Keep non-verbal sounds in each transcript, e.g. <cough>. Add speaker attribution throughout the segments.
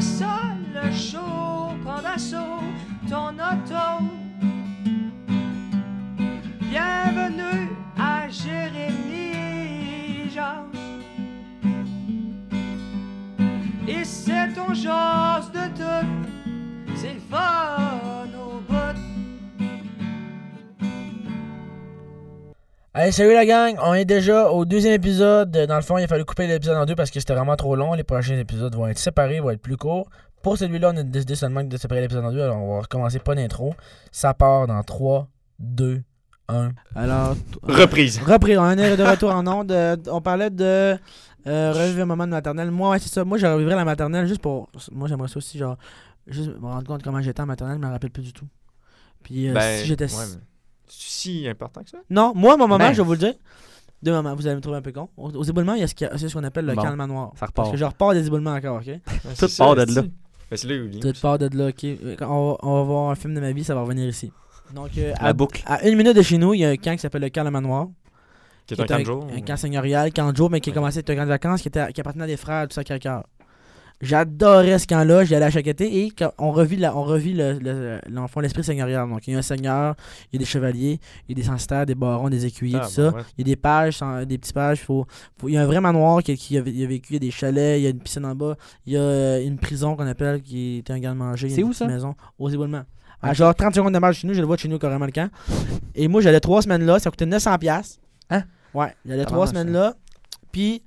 Speaker 1: sol, le chaud prend d'assaut ton auto. Bienvenue à Jérémy Jase. Et c'est ton jase de tout, c'est le fun au bout.
Speaker 2: Allez, salut la gang! On est déjà au deuxième épisode. Dans le fond, il a fallu couper l'épisode en deux parce que c'était vraiment trop long. Les prochains épisodes vont être séparés, vont être plus courts. Pour celui-là, on a décidé seulement de séparer l'épisode en deux, alors on va recommencer pas d'intro. Ça part dans 3, 2, 1.
Speaker 3: Alors,
Speaker 4: Reprise.
Speaker 3: repris, on est de retour en onde. Euh, on parlait de euh, revivre un moment de maternelle. Moi, ouais, c'est ça. Moi, je revivrais la maternelle juste pour. Moi, j'aimerais ça aussi, genre, juste me rendre compte comment j'étais en maternelle, je me rappelle plus du tout. Puis, euh, si j'étais.
Speaker 4: Ben, ouais, mais c'est si important que ça.
Speaker 3: Non, moi, mon moment,
Speaker 4: Ben.
Speaker 3: je vais vous le dire. Deux moments, vous allez me trouver un peu con. Aux aux éboulements, il y a ce qu'il y a- c'est ce qu'on appelle le
Speaker 5: Bon,
Speaker 3: calme noir.
Speaker 5: ça repart. Ben,
Speaker 3: Parce que je repars des éboulements encore, ok?
Speaker 4: Ouais,
Speaker 5: Tout
Speaker 4: c'est ça,
Speaker 5: part de
Speaker 4: c'est-tu.
Speaker 5: là.
Speaker 4: Ben, c'est là où il vient.
Speaker 3: Tout part de là, ok? Quand On va, on va voir un film de ma vie, ça va revenir ici. Donc, euh, à,
Speaker 5: La boucle.
Speaker 3: à une minute de chez nous, il y a un camp qui s'appelle le calme noir.
Speaker 4: Qui est
Speaker 3: qui
Speaker 4: un
Speaker 3: était
Speaker 4: camp de jour.
Speaker 3: Un camp seigneurial, camp de jour, mais qui a commencé avec un camp de vacances, qui, était, qui appartenait à des frères du Sacré-Cœur. J'adorais ce camp-là, j'y allais à chaque été et quand on revit, la, on revit le, le- le- en fond, l'esprit seigneurial. Donc, il y a un seigneur, il y a des chevaliers, il y a des censitaires, des barons, des écuyers,
Speaker 4: Ah,
Speaker 3: tout ça.
Speaker 4: ben ouais.
Speaker 3: Il y a des pages, sans- des petits pages. Faut, faut- il y a un vrai manoir qui, qui a, il a vécu. Il y a des chalets, il y a une piscine en bas. Il y a euh, une prison qu'on appelle qui était un garde-manger. il y a
Speaker 5: C'est
Speaker 3: une
Speaker 5: où,
Speaker 3: petite
Speaker 5: ça?
Speaker 3: maison, aux éboulements. À genre 30 secondes de marche de chez nous, je le vois de chez nous carrément le camp. Et moi, j'allais trois semaines là. Ça coûtait 900$. piastres.
Speaker 5: Hein?
Speaker 3: Ouais, j'allais trois
Speaker 5: Tabarnak,
Speaker 3: semaines là. Puis,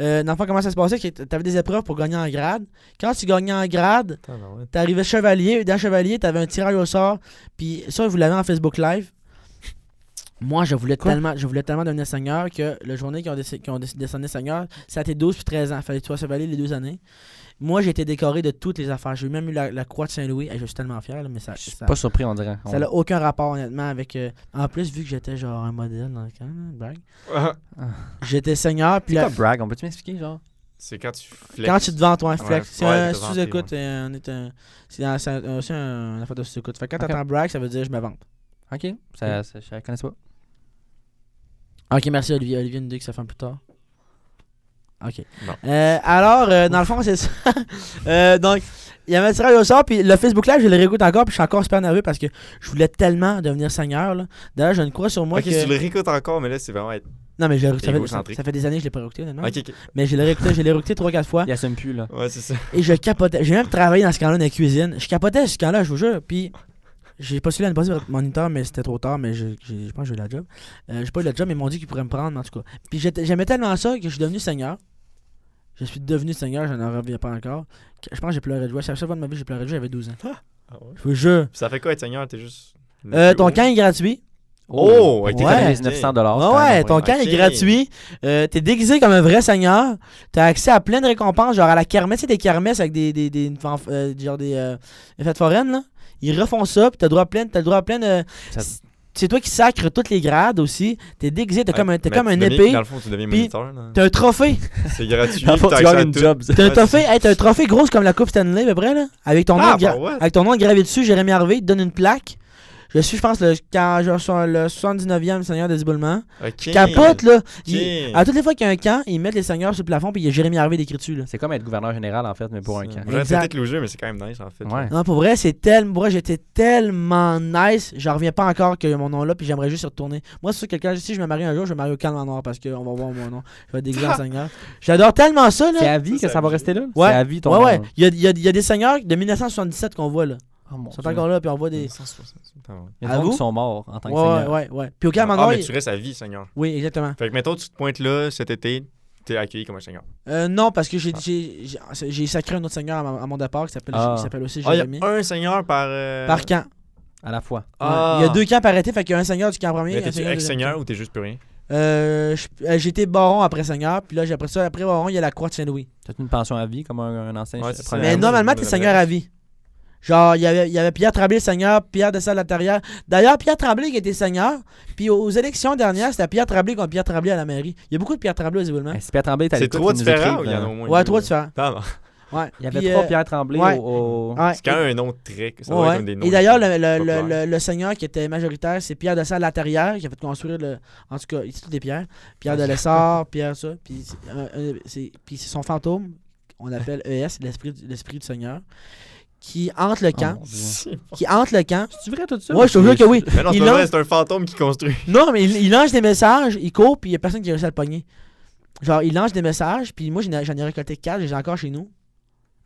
Speaker 3: euh, dans le fond, comment ça se passait? c'est que T'avais des épreuves pour gagner en grade. Quand tu gagnais en grade,
Speaker 4: Attends, ben ouais.
Speaker 3: T'arrivais chevalier, dans chevalier, t'avais un tirage au sort. Puis ça, vous l'avez en Facebook Live. Moi, je voulais,
Speaker 5: Quoi?
Speaker 3: tellement, je voulais tellement devenir seigneur que la journée qu'ils ont, déci- qu'ils ont décidé de sonner seigneur, ça a été 12 puis 13 ans. Fallait que tu sois chevalier les deux années. Moi, j'ai été décoré de toutes les affaires. J'ai même eu la, la croix de Saint-Louis. Et je suis tellement fier, là, mais ça.
Speaker 5: Je suis
Speaker 3: ça-
Speaker 5: pas surpris, on dirait.
Speaker 3: ça n'a aucun rapport, honnêtement, avec. euh, en plus, vu que j'étais genre un modèle dans le camp, là, blague.
Speaker 4: Ah,
Speaker 3: J'étais seigneur, puis
Speaker 5: C'est
Speaker 3: la-
Speaker 5: quoi brag? On peut-tu m'expliquer, genre?
Speaker 4: C'est quand tu flex.
Speaker 3: Quand tu te vends, toi, un
Speaker 4: Ouais,
Speaker 3: flex. C'est
Speaker 4: ouais,
Speaker 3: un-
Speaker 4: te
Speaker 3: si
Speaker 4: vanter,
Speaker 3: tu écoutes, euh, on est un- c'est un- c'est un- c'est un- une affaire de sous-écoute. Fait que quand
Speaker 5: Ok.
Speaker 3: t'entends brag, ça veut dire je me vante.
Speaker 5: Ok. Ça, ça- je la connais pas.
Speaker 3: Ok, merci Olivier. Olivier nous dit que ça fait un plus tard. Ok.
Speaker 4: Non.
Speaker 3: Euh, alors, euh, dans le fond, c'est ça. <laughs> Euh, donc, il y avait un tirage au sort, puis le Facebook Live, je le réécoute encore, puis je suis encore super nerveux parce que je voulais tellement devenir seigneur. là. D'ailleurs, je ne crois sur moi
Speaker 4: ok,
Speaker 3: que.
Speaker 4: tu le réécoutes encore, mais là, c'est vraiment être.
Speaker 3: Non, mais je l'ai- ça fait, ça,
Speaker 4: Égocentrique.
Speaker 3: ça fait des années que je l'ai pas réécouté, honnêtement.
Speaker 4: Ok, ok.
Speaker 3: Mais je l'ai réécouté, je l'ai réécouté 3-4 fois.
Speaker 5: Il assume plus, là.
Speaker 4: Ouais, c'est ça.
Speaker 3: Et je capotais. J'ai même travaillé dans ce camp-là, dans la cuisine. Je capotais ce camp-là, je vous jure. Puis, j'ai postulé l'année passée pour être moniteur, mais c'était trop tard, mais j'ai- j'ai- je pense que j'ai eu la job. Euh, j'ai pas eu la job, mais ils m'ont dit qu'ils pourraient me prendre, en tout cas. Puis, j'étais- j'aimais tellement ça que je suis devenu seigneur. Je suis devenu seigneur, je n'en reviens pas encore. Que- Je pense que j'ai pleuré de joie. C'est la seule fois de ma vie que j'ai pleuré de joie, j'avais 12 ans.
Speaker 4: Ah ouais.
Speaker 3: Je vous jure.
Speaker 4: Ça fait quoi être seigneur T'es juste. le
Speaker 3: Euh,
Speaker 4: plus
Speaker 3: ton
Speaker 4: haut.
Speaker 3: camp est gratuit.
Speaker 4: Oh, ok.
Speaker 3: Ouais.
Speaker 5: Ouais.
Speaker 4: ok.
Speaker 5: 900 dollars.
Speaker 3: ouais, ouais, ton camp
Speaker 4: Ok.
Speaker 3: est gratuit. Euh, t'es déguisé comme un vrai seigneur. T'as accès à plein de récompenses, genre à la kermesse. Tu sais, des kermesses avec des, des, des, fanf- euh, genre des, euh, des fêtes foraines, là. Ils refont ça, puis t'as le droit à plein, t'as le droit à plein de...
Speaker 5: Ça-
Speaker 3: C'est toi qui sacres toutes les grades aussi. T'es déguisé, t'as comme un, t'as
Speaker 4: Mais
Speaker 3: comme
Speaker 4: tu
Speaker 3: un
Speaker 4: deviens-
Speaker 3: épée.
Speaker 4: Dans le fond, tu deviens
Speaker 3: puis-
Speaker 4: moniteur. là.
Speaker 3: T'as un
Speaker 4: <laughs>
Speaker 3: trophée.
Speaker 4: C'est gratuit.
Speaker 5: Dans le fond,
Speaker 4: t'as
Speaker 5: tu
Speaker 4: accès à
Speaker 5: gagnes une
Speaker 4: tout.
Speaker 5: job.
Speaker 3: T'as un
Speaker 4: Ouais,
Speaker 3: trophée. Hey, t'as un trophée grosse comme la Coupe Stanley, à peu près, là. Avec ton, nom,
Speaker 4: Ah,
Speaker 3: gra-
Speaker 4: bah ouais.
Speaker 3: avec ton nom gravé dessus, Jérémy Harvey, il te donne une plaque. Je suis, je pense, le, quand, genre, sur le 79e seigneur des éboulements.
Speaker 4: Ok.
Speaker 3: Capote, là. Il-
Speaker 4: Ok.
Speaker 3: À toutes les fois qu'il y a un camp, ils mettent les seigneurs sur le plafond puis il y a Jérémy Harvey décrit dessus. Là.
Speaker 5: C'est comme être gouverneur général, en fait, mais pour un
Speaker 4: C'est-
Speaker 5: camp.
Speaker 4: J'aurais
Speaker 3: Exact.
Speaker 4: peut-être le jeu, mais c'est quand même nice en fait.
Speaker 5: Ouais.
Speaker 3: Non, pour vrai, c'est tellement. Moi, j'étais tellement nice. J'en reviens pas encore que mon nom là, puis j'aimerais juste y retourner. Moi, c'est sûr que quand, si je me marie un jour, je vais me marier au calme en noir parce qu'on va voir mon nom. Je vais être déguisé
Speaker 4: <laughs>
Speaker 3: en seigneur. J'adore tellement ça,
Speaker 5: C'est
Speaker 3: là.
Speaker 5: à vie
Speaker 4: Ça,
Speaker 5: que
Speaker 4: c'est à
Speaker 5: ça va
Speaker 4: vie.
Speaker 5: rester là?
Speaker 3: Ouais.
Speaker 5: C'est à vie, ton
Speaker 3: Ouais,
Speaker 5: camp,
Speaker 3: ouais.
Speaker 5: là.
Speaker 3: Il y a, il y a- il y a des seigneurs de 1977 qu'on voit, là.
Speaker 5: Oh, mon
Speaker 3: Ils sont
Speaker 5: Dieu.
Speaker 3: encore là, puis on voit des.
Speaker 4: 160, c'est pas vrai.
Speaker 5: Il y
Speaker 3: À
Speaker 5: a des gens
Speaker 3: vous?
Speaker 5: qui sont morts en tant que
Speaker 3: Ouais, ouais,
Speaker 5: seigneur.
Speaker 3: ouais, ouais. Puis au calme en
Speaker 4: Ah,
Speaker 3: noir.
Speaker 4: mais
Speaker 3: il-
Speaker 4: tu restes à vie, Seigneur.
Speaker 3: Oui, exactement.
Speaker 4: Fait que, mettons, tu te pointes là cet été, t'es accueilli comme un Seigneur.
Speaker 3: Euh, non, parce que j'ai j'ai- j'ai- j'ai sacré un autre seigneur à, mon- à mon départ qui s'appelle
Speaker 5: Ah.
Speaker 3: qui s'appelle aussi
Speaker 4: Ah, il y a
Speaker 3: Jérémy.
Speaker 4: un Seigneur par. euh,
Speaker 3: Par camp.
Speaker 5: À la fois.
Speaker 3: Ouais.
Speaker 4: Ah.
Speaker 3: Il y a deux camps par été, fait qu'il y a un seigneur du camp premier.
Speaker 4: Mais
Speaker 3: un
Speaker 4: t'es-tu
Speaker 3: seigneur du deuxième
Speaker 4: ex-Seigneur ou t'es juste plus rien
Speaker 3: camp. Euh, je- euh, J'étais baron après seigneur, puis là, j'ai- après ça, après baron, il y a la croix de Saint-Louis.
Speaker 5: T'as une pension à vie comme un, un ancien
Speaker 4: Ouais,
Speaker 5: chef-
Speaker 4: c'est ça.
Speaker 5: premier
Speaker 3: Mais
Speaker 4: Ah, oui,
Speaker 5: ministre?
Speaker 3: normalement,
Speaker 4: je me
Speaker 3: t'es
Speaker 4: rappelle.
Speaker 3: seigneur à vie. Genre, il y avait, il y avait Pierre Tremblay, le seigneur, Pierre de salle Latarrière. D'ailleurs, Pierre Tremblay qui était seigneur, puis aux élections dernières, c'était Pierre Tremblay contre Pierre Tremblay à la mairie. Il y a beaucoup de Pierre Tremblay aux éboulements.
Speaker 5: Eh, Si Pierre Tremblay, t'as
Speaker 4: C'est trois différents ou il y en a au moins
Speaker 3: Ouais,
Speaker 4: deux,
Speaker 3: trois
Speaker 4: là?
Speaker 3: différents.
Speaker 4: Non, non.
Speaker 3: Ouais.
Speaker 5: Il y avait
Speaker 3: Puis,
Speaker 5: trois
Speaker 3: euh,
Speaker 5: Pierre Tremblay
Speaker 3: ouais.
Speaker 5: au. au-
Speaker 3: ouais.
Speaker 4: C'est quand même un nom de trick. Ça
Speaker 3: Ouais.
Speaker 4: doit être un des noms.
Speaker 3: Et d'ailleurs,
Speaker 4: <laughs>
Speaker 3: le, le- le-
Speaker 4: populaires.
Speaker 3: le- le seigneur qui était majoritaire, c'est Pierre de Salle Latarrière, qui a fait construire le. En tout cas,
Speaker 4: Ah, <laughs>
Speaker 3: c'est toutes des pierres. Pierre de Lessard, Pierre ça. Puis c'est- euh, euh, c'est puis c'est son fantôme, on
Speaker 4: <laughs>
Speaker 3: appelle ES, l'esprit du, l'esprit du Seigneur, qui hante le camp.
Speaker 5: Oh, mon Dieu.
Speaker 3: Qui hante le camp.
Speaker 5: C'est-tu vrai tout ça?
Speaker 3: Ouais, je te jure que oui.
Speaker 4: Mais non, c'est
Speaker 3: Il
Speaker 4: pas vrai,
Speaker 3: lance-
Speaker 4: c'est un fantôme qui construit.
Speaker 3: Non, mais il, il lance des messages, il court, puis il y a personne qui a réussi à le pogner. Genre, il lance des messages, puis moi, j'en ai, j'en ai récolté 4, j'ai encore chez nous,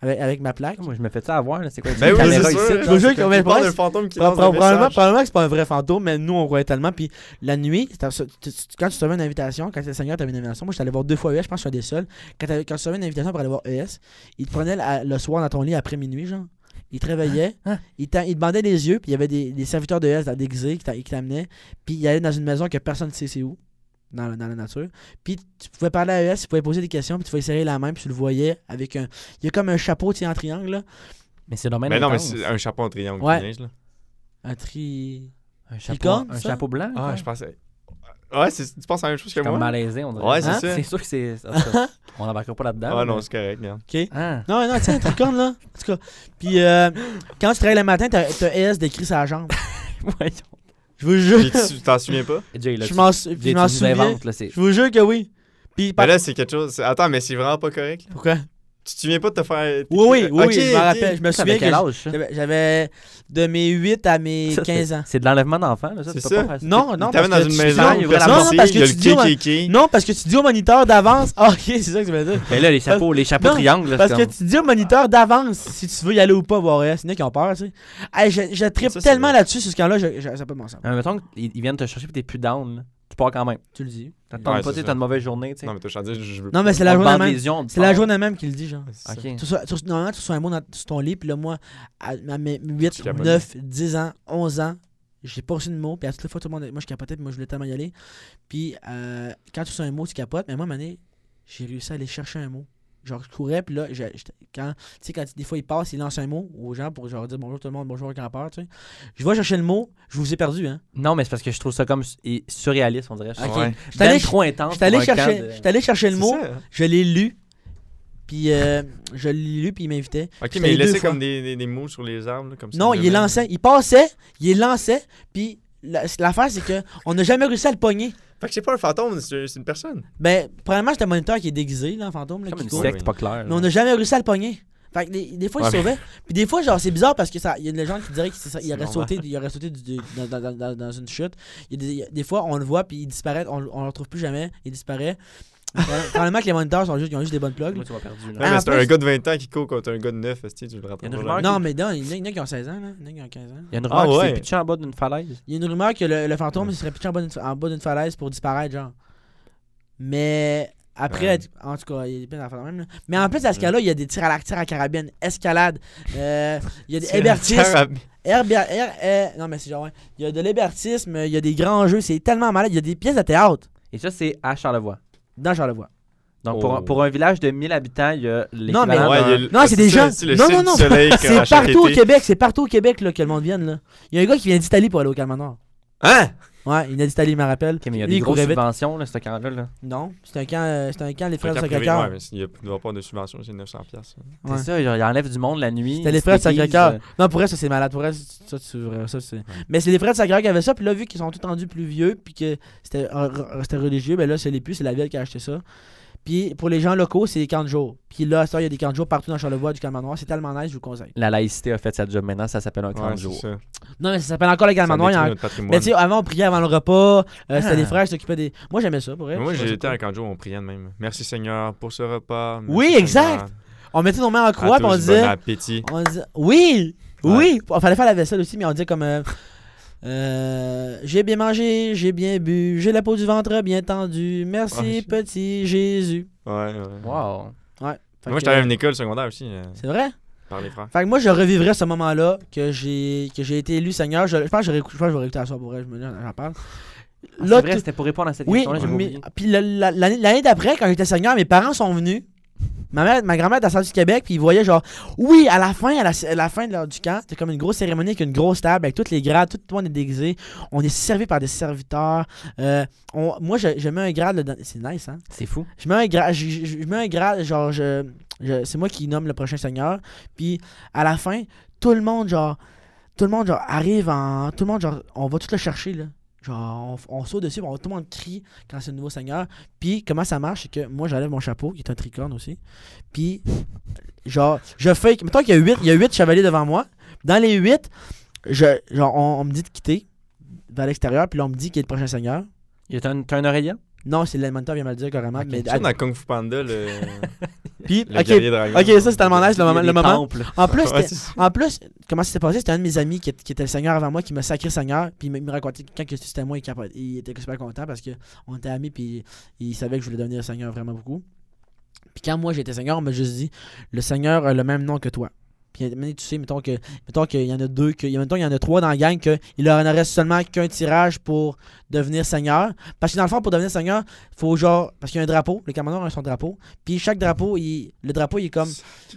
Speaker 3: avec, avec ma plaque.
Speaker 5: Moi, je me fais ça avoir, là. C'est quoi?
Speaker 3: <laughs>
Speaker 4: Ben
Speaker 5: une
Speaker 4: oui,
Speaker 5: caméra
Speaker 4: c'est
Speaker 5: ici,
Speaker 4: sûr.
Speaker 5: là,
Speaker 3: Je vous jure
Speaker 5: c'est
Speaker 3: que-
Speaker 5: comme-
Speaker 3: mais
Speaker 4: Il parle
Speaker 3: vrai,
Speaker 4: d'un fantôme qui
Speaker 3: Pro-
Speaker 4: lance
Speaker 3: pro-
Speaker 4: des
Speaker 3: Probablement,
Speaker 4: messages.
Speaker 3: probablement que c'est pas un vrai fantôme, mais nous on croyait tellement. Puis la nuit, t'as- tu- tu- quand tu recevais une invitation, quand le Seigneur t'avait une invitation, moi j'étais allé voir deux fois ES, je pense que je suis un des seuls. Quand, t'avais- quand tu recevais une invitation pour aller voir ES, il te prenait la- le soir dans ton lit après minuit, genre. Il te réveillait,
Speaker 5: Hein?
Speaker 3: il, t'a- il te bandait les yeux, puis il y avait des, des serviteurs de ES dans- déguisés qui t'a- qui t'amenaient, puis il allait dans une maison que personne ne sait c'est où, dans, la- dans la nature. Puis tu pouvais parler à ES, tu pouvais poser des questions, puis tu pouvais serrer la main, puis tu le voyais avec un. Il y a comme un chapeau, tu sais, en triangle, là.
Speaker 5: Mais c'est dommage.
Speaker 4: Mais non, mais c'est un chapeau en triangle
Speaker 3: Ouais.
Speaker 4: qui neige, là.
Speaker 3: Un tri.
Speaker 5: Un chapeau,
Speaker 3: Licorne,
Speaker 5: un
Speaker 3: ça?
Speaker 5: chapeau blanc.
Speaker 4: Ah,
Speaker 5: quoi.
Speaker 4: je pensais. Ouais, c'est- tu penses à la même chose que
Speaker 5: Comme
Speaker 4: moi?
Speaker 5: malaisé, on dirait.
Speaker 4: Ouais, c'est
Speaker 5: Hein?
Speaker 4: ça.
Speaker 5: C'est sûr que c'est. en tout cas, On n'embarquera pas là-dedans.
Speaker 4: Ah
Speaker 5: mais-
Speaker 4: non, c'est
Speaker 3: <laughs>
Speaker 4: correct, regarde.
Speaker 3: Ok.
Speaker 5: Ah.
Speaker 3: Non, non, tiens, un tricorne, là. En tout cas. Puis, euh, quand tu travailles le matin, t'as t'as ES décrit sa jambe.
Speaker 5: Voyons.
Speaker 3: Je vous
Speaker 4: Puis
Speaker 3: jure.
Speaker 4: tu t'en souviens pas?
Speaker 5: Jay, là,
Speaker 3: Je
Speaker 5: tu-
Speaker 3: m'en sou-
Speaker 5: Jay,
Speaker 3: je m'en
Speaker 5: tu nous
Speaker 3: souviens.
Speaker 5: inventes, là, c'est-
Speaker 3: Je vous jure que oui. Puis, par-
Speaker 4: Mais là, c'est quelque chose. c'est- Attends, mais c'est vraiment pas correct. là.
Speaker 3: pourquoi?
Speaker 4: Tu te souviens pas de te faire.
Speaker 3: Oui, oui, oui,
Speaker 4: Ok,
Speaker 3: oui, je me
Speaker 4: ok.
Speaker 3: rappelle. Je me
Speaker 5: Ça, avec
Speaker 3: souviens que
Speaker 5: quel âge, ça?
Speaker 3: j'avais- j'avais de mes 8 à mes
Speaker 5: Ça,
Speaker 3: 15 ans.
Speaker 5: C'est de l'enlèvement d'enfants, là, ça?
Speaker 4: C'est
Speaker 5: tu peux
Speaker 4: ça.
Speaker 5: pas faire
Speaker 3: Non, non,
Speaker 4: Il t'amène
Speaker 3: parce
Speaker 4: dans
Speaker 3: que
Speaker 4: une
Speaker 3: tu-
Speaker 4: maison,
Speaker 5: sens, il
Speaker 4: où
Speaker 5: ouvrait la
Speaker 4: personne
Speaker 5: porte.
Speaker 4: sait,
Speaker 3: Non, parce que
Speaker 4: il y a
Speaker 3: tu
Speaker 4: le
Speaker 3: dis, ouais.
Speaker 4: kékéké.
Speaker 3: Non, parce que tu dis au moniteur d'avance. Ah, ok, c'est ça que tu voulais dire.
Speaker 5: Mais là, les chapeaux, les chapeaux
Speaker 3: Non,
Speaker 5: triangles, là,
Speaker 3: Parce
Speaker 5: c'est
Speaker 3: que
Speaker 5: comme-
Speaker 3: tu dis au moniteur d'avance si tu veux y aller ou pas voir ES. Il y en a qui ont peur, tu sais. Hey, je, je trippe
Speaker 4: Ça, c'est
Speaker 3: tellement
Speaker 4: vrai.
Speaker 3: là-dessus sur ce camp-là, je- je- ça peut de bon sens.
Speaker 5: Ah, mettons qu'ils ils viennent te chercher et t'es plus down, là. Tu pars quand même.
Speaker 3: Tu le dis.
Speaker 5: T'attends
Speaker 4: Ouais,
Speaker 5: pas,
Speaker 4: c'est
Speaker 5: tu sais,
Speaker 4: ça.
Speaker 5: t'as une mauvaise journée, tu sais.
Speaker 4: Non, mais t'as changé, je veux pas.
Speaker 3: Non, mais c'est la
Speaker 5: On te
Speaker 3: journée
Speaker 5: bande
Speaker 3: même.
Speaker 5: les yeux, on te
Speaker 3: C'est la
Speaker 5: sort.
Speaker 3: journée même qui le dit, genre.
Speaker 4: C'est ça.
Speaker 5: Ok.
Speaker 3: Tu reçois- tu reçois- normalement, tu reçois un mot dans, sur ton lit, puis là, moi, à, à mes 8,
Speaker 4: Tu capotes.
Speaker 3: 9, 10 ans, 11 ans, j'ai pas reçu de mot, puis à toutes les fois, tout le monde, moi, je capotais, puis moi, je voulais tellement y aller. Puis euh, quand tu reçois un mot, tu capotes, mais moi, Mané, j'ai réussi à aller chercher un mot. Genre, je courais, puis là, je- j'étais- quand, tu sais, quand des fois, il passe, il lance un mot aux gens pour genre dire bonjour tout le monde, bonjour campeur, tu sais. Je vais chercher le mot, je vous ai perdu, hein.
Speaker 5: Non, mais c'est parce que je trouve ça comme su- et surréaliste, on dirait. Je
Speaker 3: Ok.
Speaker 5: trouve-
Speaker 3: J'étais allé-
Speaker 5: Ben trop intense.
Speaker 3: J'étais allé
Speaker 5: pour un camp
Speaker 3: chercher,
Speaker 5: de-
Speaker 3: j'étais allé chercher le
Speaker 4: euh. C'est
Speaker 3: mot,
Speaker 4: ça.
Speaker 3: je l'ai lu, puis euh, je l'ai lu, puis il m'invitait.
Speaker 4: Ok,
Speaker 3: J'étais
Speaker 4: mais
Speaker 3: allé
Speaker 4: il laissait
Speaker 3: deux fois.
Speaker 4: comme des, des, des mots sur les arbres, là, comme ça.
Speaker 3: Non,
Speaker 4: de
Speaker 3: il est
Speaker 4: même.
Speaker 3: lançait. Il passait, il est lançait, puis la- l'affaire, c'est que on n'a jamais réussi à le pogner.
Speaker 4: Fait que c'est pas un fantôme, c'est c'est une personne.
Speaker 3: Ben, premièrement, c'était un moniteur qui est déguisé, là, en fantôme, là,
Speaker 5: Comme
Speaker 3: qui
Speaker 5: une
Speaker 3: court.
Speaker 5: secte, pas clair.
Speaker 3: Mais on n'a jamais réussi à le pogner. Fait que des, des fois, il
Speaker 4: Ouais,
Speaker 3: sauvait. Puis des fois, genre, c'est bizarre parce que ça, il y a une légende qui dirait qu'il s'est- il
Speaker 4: C'est
Speaker 3: aurait
Speaker 4: normal.
Speaker 3: sauté, il aurait sauté du- du- dans, dans- dans- dans- dans une chute. Il y a des, il y a- des fois, on le voit, puis il disparaît, on, on le retrouve plus jamais, il disparaît. Probablement que les moniteurs sont juste, ils ont juste des bonnes plugs.
Speaker 5: <laughs> Moi, tu m'as perdu,
Speaker 4: Non,
Speaker 5: là.
Speaker 3: Ah,
Speaker 4: mais
Speaker 3: en
Speaker 4: c'est un
Speaker 3: plus-
Speaker 4: gars de 20 ans qui court contre un gars de 9, esti, tu le
Speaker 5: Il y a
Speaker 4: rappelles
Speaker 5: une
Speaker 4: pas, là.
Speaker 5: rumeur
Speaker 3: Non, mais non, il y en a- il y en a qui ont 16 ans, là. Il y en a qui ont 15 ans.
Speaker 5: Il y a une
Speaker 4: Ah,
Speaker 5: rumeur qui
Speaker 4: ouais.
Speaker 5: s'est pitchée en bas d'une falaise.
Speaker 3: Il y a une rumeur que le, le fantôme se serait pitché en bas d'une fa- en bas d'une falaise pour disparaître, genre. Mais après,
Speaker 4: Ouais.
Speaker 3: être- en tout cas, il y a plein d'affaires de même. là. Mais en plus, à ce cas-là, il y a des tirs à la tirs à carabine, escalade, euh, il y a des hébertismes. herber- her- euh, non, mais c'est genre, ouais. Il y a de l'hébertisme, il y a des grands jeux, c'est tellement malade. Il y a des pièces de théâtre
Speaker 5: Et ça, c'est à Charlevoix.
Speaker 3: dans Charlevoix.
Speaker 5: Donc,
Speaker 4: Oh.
Speaker 5: pour, un, pour un village de 1000 habitants, il y a les.
Speaker 3: Non, mais-
Speaker 4: Ouais, il y a le-
Speaker 3: Non, c'est des
Speaker 4: ça,
Speaker 3: gens.
Speaker 4: c'est le
Speaker 3: Non,
Speaker 4: signe
Speaker 3: non,
Speaker 4: du
Speaker 3: non.
Speaker 4: soleil
Speaker 3: <laughs>
Speaker 4: qu'à
Speaker 3: C'est
Speaker 4: chaque
Speaker 3: partout au
Speaker 4: été.
Speaker 3: Québec, c'est partout au Québec là, que le monde vienne. Là. Il y a un gars qui vient d'Italie pour aller au Calme Noir.
Speaker 4: Hein?
Speaker 3: Ouais, il vient d'Italie, il me rappelle.
Speaker 5: Ok, mais il y a
Speaker 3: Lui,
Speaker 5: des grosses
Speaker 3: courait vite.
Speaker 5: subventions, là, ce camp-là. là.
Speaker 3: Non, c'est un camp, euh, c'est un camp, les
Speaker 4: Fait
Speaker 3: frères de
Speaker 4: qu'à privé,
Speaker 3: Sacré-Cœur.
Speaker 4: ouais, mais s'il y a- il doit avoir de subvention, c'est 900$. piastres, ça.
Speaker 3: Ouais.
Speaker 5: C'est ça, genre, ils enlèvent du monde la nuit.
Speaker 3: C'était les
Speaker 5: ils se
Speaker 3: frères de
Speaker 5: déguisent,
Speaker 3: Sacré-Cœur.
Speaker 5: euh,
Speaker 3: Non, pour vrai, ça c'est malade. Pour vrai, ça, ça, c'est vrai, ça, c'est- Mais c'est les frères de Sacré-Cœur qui avaient ça. Puis là, vu qu'ils sont tous rendus plus vieux, puis que c'était euh, re- c'était religieux, ben là, c'est les plus, c'est la ville qui a acheté ça. Puis pour les gens locaux, c'est les camps de jour. Puis là, ça, il y a des camps de jour partout dans Charlevoix, du Calme Noir. C'est tellement nice, je vous le conseille.
Speaker 5: La laïcité a fait sa job maintenant, ça s'appelle un camp
Speaker 4: Ouais,
Speaker 5: de
Speaker 4: c'est
Speaker 5: jour.
Speaker 4: ça.
Speaker 3: Non, mais ça s'appelle encore le Calme
Speaker 4: Ça
Speaker 3: Noir. il y a en-
Speaker 4: détruit notre patrimoine.
Speaker 3: Mais tu sais, avant, on priait avant le repas. euh, c'était
Speaker 5: Ah.
Speaker 3: les frères qui s'occupaient des. Moi, j'aimais ça, pour vrai.
Speaker 4: Mais moi,
Speaker 3: Je
Speaker 4: j'ai
Speaker 3: sais
Speaker 4: été
Speaker 3: pas.
Speaker 4: à Canjo, on priait de même. Merci Seigneur pour ce repas. Merci,
Speaker 3: Oui,
Speaker 4: Seigneur.
Speaker 3: exact. On mettait nos mains en
Speaker 4: À
Speaker 3: croix, puis on
Speaker 4: tous,
Speaker 3: disait.
Speaker 4: Bon appétit.
Speaker 3: On dit oui,
Speaker 4: Ouais.
Speaker 3: oui. On fallait faire la vaisselle aussi, mais on dit comme euh, euh, j'ai bien mangé, j'ai bien bu, j'ai la peau du ventre bien tendue. Merci
Speaker 4: Ouais.
Speaker 3: petit Jésus.
Speaker 4: Ouais, ouais.
Speaker 5: Wow.
Speaker 3: Fait
Speaker 4: Moi,
Speaker 3: que,
Speaker 4: j'étais à une école secondaire aussi, euh,
Speaker 3: c'est vrai.
Speaker 4: par les frères.
Speaker 3: Fait que moi, je revivrais ce moment-là que j'ai que j'ai été élu Seigneur. Je, je pense que j'aurais- je pense que je vais réécouter la soirée pour vrai. Je me j'en parle.
Speaker 5: Ah,
Speaker 3: Là,
Speaker 5: c'est vrai,
Speaker 3: tout-
Speaker 5: c'était pour répondre à cette
Speaker 3: oui,
Speaker 5: question-là, j'ai
Speaker 3: mais-
Speaker 5: oublié.
Speaker 3: puis la- la- l'année l'année d'après, quand j'étais Seigneur, mes parents sont venus. Ma mère, ma grand-mère descendue du Québec, puis ils voyaient genre, oui, à la fin, à la, à la fin de l'heure du camp, c'était comme une grosse cérémonie avec une grosse table, avec toutes les grades, tout le monde est déguisé. On est servi par des serviteurs. Euh, on- moi, je, je mets un grade, là-dedans. c'est nice, hein.
Speaker 5: C'est fou.
Speaker 3: Je mets un grade, je, je- je mets un grade, genre, je, je- c'est moi qui nomme le prochain seigneur. Puis à la fin, tout le monde, genre, tout le monde, genre, arrive en. Tout le monde, genre, on va tout le chercher, là. Genre, on, f- on saute dessus, on, tout le monde crie quand c'est le nouveau Seigneur. Puis, comment ça marche, c'est que moi, j'enlève mon chapeau, qui est un tricorne aussi. Puis, genre, je fake. Mettons qu'il y a 8, il y a huit chevaliers devant moi. Dans les 8, je, genre, on, on me dit de quitter vers l'extérieur, puis là, on me dit qui est le prochain Seigneur.
Speaker 5: Il y a un, t'as un oreiller?
Speaker 3: Non, c'est le moniteur vient me le dire carrément. mais,
Speaker 4: C'est dans Kung Fu
Speaker 3: <laughs>
Speaker 4: Panda, le,
Speaker 3: puis,
Speaker 4: le
Speaker 3: ok,
Speaker 4: guerrier dragon.
Speaker 3: ok, ça, c'est tellement nice, le moment.
Speaker 5: Il y
Speaker 3: Le
Speaker 5: a des
Speaker 3: moment.
Speaker 5: temples.
Speaker 3: En plus, <laughs>
Speaker 4: Ouais,
Speaker 3: c'était- en plus, comment ça s'est passé? C'était un de mes amis qui, est- qui était le Seigneur avant moi, qui m'a sacré Seigneur, puis il m'a- il me racontait que quand que c'était moi, il, capote- il était super content parce que on était amis, puis il savait que je voulais devenir Seigneur vraiment beaucoup. Puis quand moi j'étais Seigneur, on m'a juste dit, le Seigneur a le même nom que toi. Puis à un moment donné, tu sais, mettons que mettons qu'il y en a deux, que, mettons qu'il y en a trois dans la gang, qu'il leur en reste seulement qu'un tirage pour devenir Seigneur. Parce que dans le fond, pour devenir Seigneur, faut genre. Parce qu'il y a un drapeau, les commandants ont son drapeau, puis chaque drapeau, il, le drapeau, il est comme.